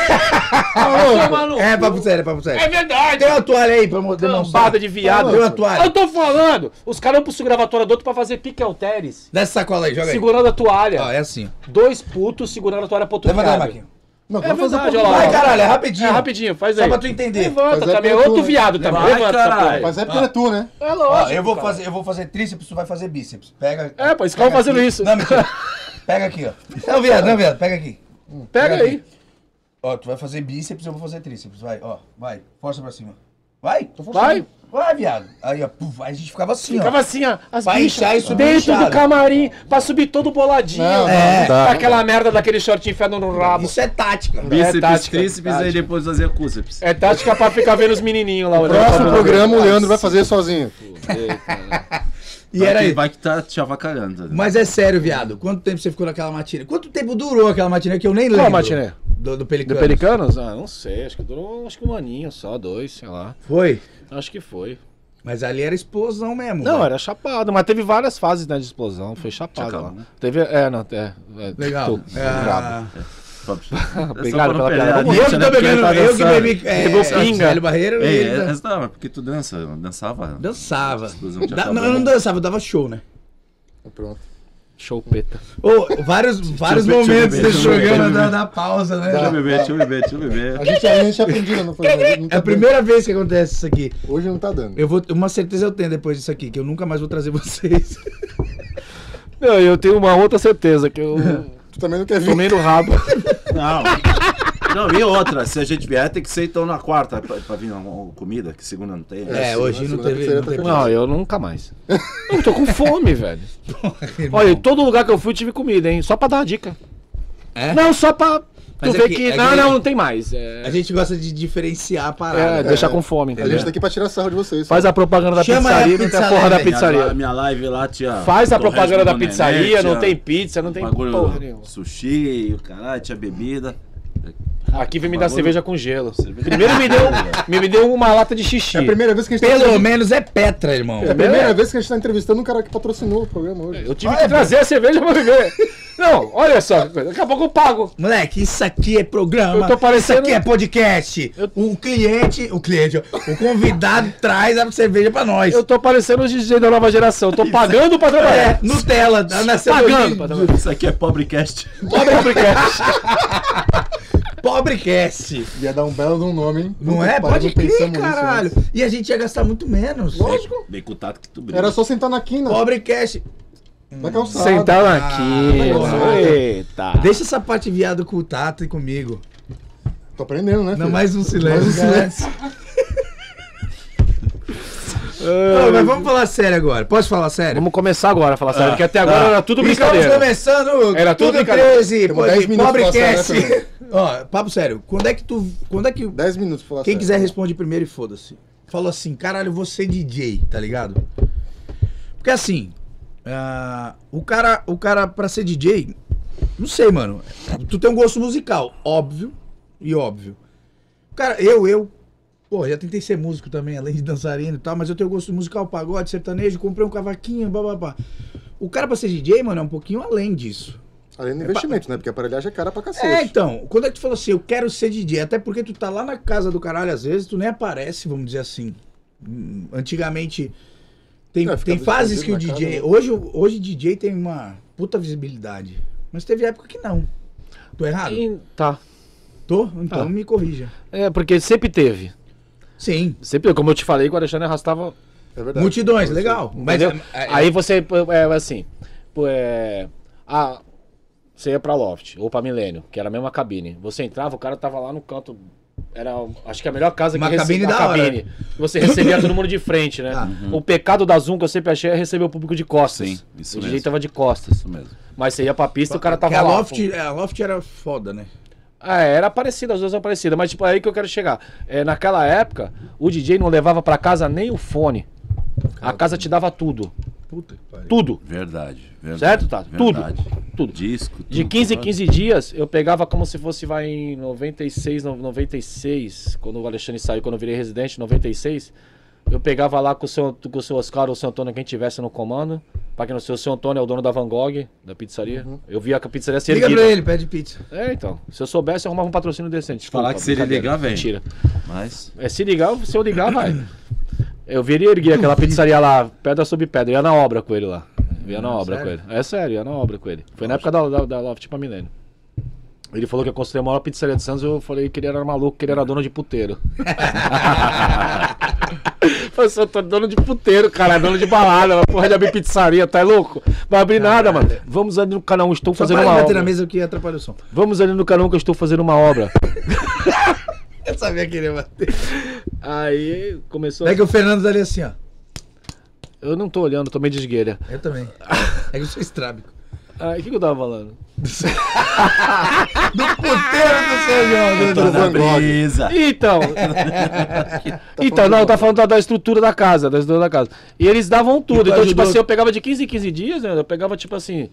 [SPEAKER 4] maluco.
[SPEAKER 3] Tá É, papo sério, é papo sério.
[SPEAKER 4] é verdade.
[SPEAKER 3] Tem uma toalha aí pra mo- demonstrar.
[SPEAKER 4] Cambada de viado.
[SPEAKER 3] Tem uma toalha.
[SPEAKER 4] Eu tô falando. Os caras vão pro gravatória do outro pra fazer pique halteres.
[SPEAKER 3] Dá essa sacola aí, joga aí.
[SPEAKER 4] Segurando a toalha.
[SPEAKER 3] Ó, é assim.
[SPEAKER 4] Dois putos segurando a toalha pontuada.
[SPEAKER 3] Levanta aí, Marquinhos.
[SPEAKER 2] Não,
[SPEAKER 4] É
[SPEAKER 2] vamos fazer
[SPEAKER 4] verdade,
[SPEAKER 2] um
[SPEAKER 4] ó lá,
[SPEAKER 3] Vai,
[SPEAKER 4] ó.
[SPEAKER 3] caralho, é rapidinho.
[SPEAKER 4] É rapidinho, faz
[SPEAKER 3] Só
[SPEAKER 4] aí.
[SPEAKER 3] pra tu entender.
[SPEAKER 4] Levanta
[SPEAKER 2] Mas é
[SPEAKER 4] também.
[SPEAKER 2] pela
[SPEAKER 4] Outro
[SPEAKER 2] tua, né?
[SPEAKER 4] viado também.
[SPEAKER 1] Vai,
[SPEAKER 4] Levanta essa
[SPEAKER 1] caralho.
[SPEAKER 4] toalha.
[SPEAKER 2] Mas é porque é tu, né?
[SPEAKER 4] É
[SPEAKER 3] Ó,
[SPEAKER 4] lógico.
[SPEAKER 3] eu vou
[SPEAKER 4] cara.
[SPEAKER 3] fazer, eu vou fazer tríceps, tu vai fazer bíceps. Pega.
[SPEAKER 4] É, pô,
[SPEAKER 3] pega
[SPEAKER 4] escala fazendo
[SPEAKER 3] aqui.
[SPEAKER 4] isso.
[SPEAKER 3] Não, mentira. Pega aqui, ó. Não, viado, não, viado, pega aqui.
[SPEAKER 4] Pega
[SPEAKER 3] Pega
[SPEAKER 4] aí.
[SPEAKER 3] Ó, tu vai fazer bíceps, eu vou fazer tríceps. Vai, ó, vai. Força pra cima. Vai? Tô
[SPEAKER 4] forçando.
[SPEAKER 3] Vai, viado. Aí, ó, puf, aí a gente ficava assim,
[SPEAKER 4] Ficava
[SPEAKER 3] ó.
[SPEAKER 4] assim, ó, as
[SPEAKER 3] Pra inchar
[SPEAKER 4] bichas
[SPEAKER 3] isso
[SPEAKER 4] dentro
[SPEAKER 3] inchado.
[SPEAKER 4] do camarim, pra subir todo boladinho.
[SPEAKER 2] Não,
[SPEAKER 3] É.
[SPEAKER 1] Tá.
[SPEAKER 2] não, dá.
[SPEAKER 4] Aquela merda daquele short enfiado no rabo.
[SPEAKER 3] Isso é tática.
[SPEAKER 1] Bíceps,
[SPEAKER 4] tática, é
[SPEAKER 1] tríceps, é
[SPEAKER 4] tática.
[SPEAKER 1] aí depois fazer cúceps.
[SPEAKER 4] É tática pra ficar vendo os menininhos lá olhando.
[SPEAKER 3] Tá
[SPEAKER 4] Tá
[SPEAKER 2] Próximo programa o Leandro vai fazer sozinho.
[SPEAKER 3] E
[SPEAKER 1] Vai
[SPEAKER 3] era
[SPEAKER 1] que-
[SPEAKER 3] aí.
[SPEAKER 1] Vai que tá te avacalhando.
[SPEAKER 3] Mas é sério, viado. Quanto tempo você ficou naquela matina? Quanto tempo durou aquela matina que eu nem lembro?
[SPEAKER 4] Qual matiné?
[SPEAKER 3] Do, do Pelicano.
[SPEAKER 4] Do Pelicanos? Ah, não sei. Acho que durou acho que um aninho só, dois, sei lá.
[SPEAKER 3] Foi.
[SPEAKER 4] Acho que foi.
[SPEAKER 3] Mas ali era explosão mesmo.
[SPEAKER 4] Não,
[SPEAKER 3] velho.
[SPEAKER 4] era chapado, mas teve várias fases né, de explosão. Foi chapado
[SPEAKER 1] Chacalão.
[SPEAKER 4] lá. Teve. É, não, é. é
[SPEAKER 3] Legal.
[SPEAKER 4] tô- brabo.
[SPEAKER 3] Ah,
[SPEAKER 4] Obrigado pela piada.
[SPEAKER 1] né?
[SPEAKER 3] e eu que tô bebendo,
[SPEAKER 4] né?
[SPEAKER 3] eu que bebi. É,
[SPEAKER 4] Tá Pegou pinga. É,
[SPEAKER 3] Hélio Barreiro e
[SPEAKER 1] tá- Ei,
[SPEAKER 3] ele dan-
[SPEAKER 1] essa da hora, porque tu dança, dançava.
[SPEAKER 3] dançava.
[SPEAKER 1] Explosão de
[SPEAKER 3] Da-
[SPEAKER 1] acabou,
[SPEAKER 3] não, eu não
[SPEAKER 1] né?
[SPEAKER 3] dançava, eu dava show, né?
[SPEAKER 2] Pronto.
[SPEAKER 4] Chopeta.
[SPEAKER 3] Ô, vários, vários
[SPEAKER 1] eu ver, deixa eu
[SPEAKER 3] momentos
[SPEAKER 1] ver,
[SPEAKER 3] desse
[SPEAKER 1] deixa eu ver,
[SPEAKER 3] programa
[SPEAKER 1] deixa eu
[SPEAKER 3] da,
[SPEAKER 1] ver.
[SPEAKER 3] da pausa, né?
[SPEAKER 1] Deixa eu beber, deixa eu beber, deixa eu
[SPEAKER 2] A
[SPEAKER 1] beber.
[SPEAKER 2] gente ainda tinha aprendido, não foi? Não
[SPEAKER 3] É
[SPEAKER 2] tá
[SPEAKER 3] a primeira vez que acontece isso aqui.
[SPEAKER 2] dando. Hoje não tá dando.
[SPEAKER 3] Eu vou, uma certeza eu tenho depois disso aqui, que eu nunca mais vou trazer vocês.
[SPEAKER 4] Não, eu tenho uma outra certeza, que eu
[SPEAKER 2] Tu também não quer vir.
[SPEAKER 4] tomei no rabo.
[SPEAKER 1] Não. Não, e outra, se a gente vier, tem que ser então na quarta pra, pra vir uma comida, que segunda não tem. né?
[SPEAKER 3] É, hoje
[SPEAKER 2] segunda,
[SPEAKER 3] não teve-
[SPEAKER 2] terceira, tá
[SPEAKER 3] não teve-
[SPEAKER 2] quarta.
[SPEAKER 4] Não, eu nunca mais. Eu tô com fome, velho. Olha, em todo lugar que eu fui tive comida, hein? Só pra dar uma dica.
[SPEAKER 3] É?
[SPEAKER 4] Não, só pra.
[SPEAKER 3] Mas
[SPEAKER 4] tu
[SPEAKER 3] é
[SPEAKER 4] vê
[SPEAKER 3] que-
[SPEAKER 4] que.
[SPEAKER 3] é que-
[SPEAKER 4] não, não, não tem mais.
[SPEAKER 3] A
[SPEAKER 4] É,
[SPEAKER 3] gente gosta de diferenciar a
[SPEAKER 4] é,
[SPEAKER 3] parada.
[SPEAKER 4] deixar com fome.
[SPEAKER 2] A gente
[SPEAKER 4] entendeu?
[SPEAKER 2] tá aqui pra tirar sarro de vocês.
[SPEAKER 4] Faz a propaganda da
[SPEAKER 3] Chama aí a
[SPEAKER 4] pizzaria, não tem a
[SPEAKER 3] pizza
[SPEAKER 4] porra da
[SPEAKER 3] leve,
[SPEAKER 1] Minha,
[SPEAKER 4] pizzaria.
[SPEAKER 1] minha live lá, tia.
[SPEAKER 4] Faz a
[SPEAKER 1] Torres
[SPEAKER 4] propaganda da
[SPEAKER 1] do Nenê,
[SPEAKER 4] pizzaria, não
[SPEAKER 1] tia,
[SPEAKER 4] tem pizza, não tem
[SPEAKER 1] né? bagulho,
[SPEAKER 4] porra nenhuma.
[SPEAKER 1] Sushi, o caralho, tinha bebida.
[SPEAKER 4] Aqui vem me dar
[SPEAKER 1] Bagulho.
[SPEAKER 4] cerveja com gelo. Primeiro me deu, me, me deu uma lata de xixi.
[SPEAKER 2] É a primeira vez que a gente tá
[SPEAKER 3] Pelo menos né? é Petra, irmão.
[SPEAKER 2] É a primeira
[SPEAKER 4] É.
[SPEAKER 2] vez que a gente tá entrevistando um cara que patrocinou o programa hoje.
[SPEAKER 4] Eu tive que trazer a cerveja pra beber. Não, olha só, daqui a pouco eu pago.
[SPEAKER 3] Moleque, isso aqui é programa.
[SPEAKER 4] Eu tô parecendo-
[SPEAKER 3] Isso aqui é podcast. O cliente, o cliente, ó, o convidado traz a cerveja pra nós.
[SPEAKER 4] Eu tô parecendo os DJ da nova geração. Tô pagando pra
[SPEAKER 3] É,
[SPEAKER 4] trabalhar.
[SPEAKER 3] Nutella, tá nasceu
[SPEAKER 4] Pagando pra trabalhar.
[SPEAKER 1] Isso aqui é pobrecast.
[SPEAKER 4] Pobre podcast.
[SPEAKER 3] Pobrecast.
[SPEAKER 2] Ia dar um belo de um nome, hein?
[SPEAKER 3] Não
[SPEAKER 2] Puta
[SPEAKER 3] é?
[SPEAKER 2] que pariu,
[SPEAKER 3] Pode
[SPEAKER 2] não
[SPEAKER 3] crer,
[SPEAKER 2] pensamos nisso né?
[SPEAKER 3] caralho.
[SPEAKER 2] antes.
[SPEAKER 3] E a gente ia gastar muito menos.
[SPEAKER 1] Bem contato que tu brinca.
[SPEAKER 2] Era só sentar na quina,
[SPEAKER 3] Pobrecast.
[SPEAKER 2] na calçada.
[SPEAKER 4] Sentar aqui.
[SPEAKER 3] porra.
[SPEAKER 4] Eita.
[SPEAKER 3] Deixa essa parte viado com o Tato e comigo.
[SPEAKER 2] Tô aprendendo, né?
[SPEAKER 3] Não,
[SPEAKER 2] filho?
[SPEAKER 3] mais um silêncio.
[SPEAKER 2] Mais um
[SPEAKER 3] galera. Ô, mas vamos falar sério agora. Posso falar sério?
[SPEAKER 4] Vamos começar agora a falar sério, porque até agora
[SPEAKER 1] tá.
[SPEAKER 4] era tudo
[SPEAKER 3] Estamos
[SPEAKER 4] brincadeira.
[SPEAKER 3] começando
[SPEAKER 4] Era tudo
[SPEAKER 3] tudo
[SPEAKER 4] brincadeira.
[SPEAKER 3] 13,
[SPEAKER 2] Temos 10 minutos pra
[SPEAKER 3] pobrecast.
[SPEAKER 2] passar, né,
[SPEAKER 3] Ó, papo sério. Quando é que tu, quando é que
[SPEAKER 2] 10 minutos pra falar
[SPEAKER 3] Quem
[SPEAKER 2] sério. tá
[SPEAKER 3] quiser responde primeiro e foda-se. Falou assim, caralho, eu vou ser DJ, tá ligado? Porque assim, ah, o cara, o cara para ser DJ, não sei, mano. Tu tem um gosto musical, óbvio e óbvio. Cara, eu, eu, pô, já tentei ser músico também, além de dançarino e tal, mas eu tenho gosto musical, pagode, sertanejo, comprei um cavaquinho, bababá. O cara pra ser DJ, mano, é um pouquinho além disso.
[SPEAKER 2] Além do investimento, né? Porque a aparelhagem é cara pra
[SPEAKER 3] É,
[SPEAKER 2] cacete.
[SPEAKER 3] então, quando é que tu falou assim, eu quero ser DJ? Até porque tu tá lá na casa do caralho, às vezes, tu nem aparece, vamos dizer assim. Hum, Antigamente, tem,
[SPEAKER 2] É,
[SPEAKER 3] tem
[SPEAKER 2] ficava
[SPEAKER 3] fases
[SPEAKER 2] escondido
[SPEAKER 3] que o
[SPEAKER 2] na
[SPEAKER 3] DJ...
[SPEAKER 2] casa,
[SPEAKER 3] Hoje, o- hoje DJ tem uma puta visibilidade. Mas teve época que não. Tô errado?
[SPEAKER 4] E- Tá.
[SPEAKER 3] Tô? Então
[SPEAKER 4] Ah.
[SPEAKER 3] me corrija.
[SPEAKER 4] É, porque sempre teve.
[SPEAKER 3] Sim,
[SPEAKER 4] Sempre, como eu te falei, o Alexandre arrastava
[SPEAKER 2] É, verdade.
[SPEAKER 3] multidões, legal. Mas, é,
[SPEAKER 4] Entendeu? Aí você, pô, é, assim, pô, é, ah, você ia pra Loft ou pra Milênio, que era a mesma cabine. Você entrava, o cara tava lá no canto. Era, acho que a melhor casa
[SPEAKER 3] Uma
[SPEAKER 4] que rece-
[SPEAKER 3] cabine
[SPEAKER 4] a
[SPEAKER 3] da hora.
[SPEAKER 4] Você recebia todo mundo de frente, né?
[SPEAKER 3] Ah.
[SPEAKER 4] O pecado da Zoom que eu sempre achei é receber o público de costas.
[SPEAKER 1] Sim, isso
[SPEAKER 4] o
[SPEAKER 1] mesmo.
[SPEAKER 4] DJ tava de costas.
[SPEAKER 1] Isso mesmo.
[SPEAKER 4] Mas você ia pra pista e o cara
[SPEAKER 3] Porque
[SPEAKER 4] tava
[SPEAKER 3] a
[SPEAKER 4] lá.
[SPEAKER 3] Loft, é, a Loft era foda, né?
[SPEAKER 4] Ah, era parecida, as duas eram parecidas, mas tipo, aí que eu quero chegar. É, naquela época, o DJ não levava pra casa nem o fone. A casa te dava tudo.
[SPEAKER 3] Puta que pariu.
[SPEAKER 4] Tudo.
[SPEAKER 1] Verdade, verdade.
[SPEAKER 4] Certo, Tato? Tudo.
[SPEAKER 1] Verdade.
[SPEAKER 4] Tudo.
[SPEAKER 1] Disco, tudo.
[SPEAKER 4] De 15 em 15 dias, eu pegava como se fosse vai em 96, no- 96, quando o Alexandre saiu, quando eu virei residente, 96. Eu pegava lá com o seu, com o seu Oscar ou o seu Antônio, quem tivesse no comando. Pra quem não sei, o seu Antônio é o dono da Van Gogh, da pizzaria. Eu via que a pizzaria ser
[SPEAKER 3] Uhum. Liga
[SPEAKER 4] erguida.
[SPEAKER 3] pra ele, pede pizza.
[SPEAKER 4] É, então. Se eu soubesse, eu arrumava um patrocínio decente. Desculpa,
[SPEAKER 1] Falar que se ele
[SPEAKER 4] brincadeira.
[SPEAKER 1] ligar, vem.
[SPEAKER 4] Mentira.
[SPEAKER 1] Mas.
[SPEAKER 4] É, se ligar, se eu ligar, vai. Eu viria e erguia aquela pizzaria lá, pedra sobre pedra. Eu ia na obra com ele lá. Eu ia na obra
[SPEAKER 3] sério?
[SPEAKER 4] com ele. É sério, eu ia na obra com ele. Foi na época da, da, da Loft pra Milênio. Ele falou que ia construir a maior pizzaria de Santos. Eu falei que ele era maluco, que ele era dono de puteiro. Falei, eu tô dono de puteiro, cara, é dono de balada, uma porra de abrir pizzaria, tá louco? Vai abrir nada, mano. Vamos ali no canal, estou
[SPEAKER 3] Só
[SPEAKER 4] fazendo
[SPEAKER 3] para de
[SPEAKER 4] uma
[SPEAKER 3] bater na
[SPEAKER 4] obra.
[SPEAKER 3] mesa que atrapalha o som.
[SPEAKER 4] Vamos ali no canal que eu estou fazendo uma obra.
[SPEAKER 3] Eu sabia que ele ia bater.
[SPEAKER 4] Aí começou.
[SPEAKER 3] É que o Fernando tá ali assim, ó.
[SPEAKER 4] Eu não tô olhando, tô meio de esgueira.
[SPEAKER 3] Eu também. É que eu sou estrábico.
[SPEAKER 4] Aí, Ah, o que, que eu tava falando?
[SPEAKER 2] Dentro do Van Gogh.
[SPEAKER 1] Brisa.
[SPEAKER 4] Então. então, não, tá falando da, da estrutura da casa, da estrutura da casa. E eles davam tudo.
[SPEAKER 3] tu
[SPEAKER 4] Então, tipo
[SPEAKER 3] ajudou?
[SPEAKER 4] assim, eu pegava de 15 em 15 dias, né? Eu pegava, tipo assim,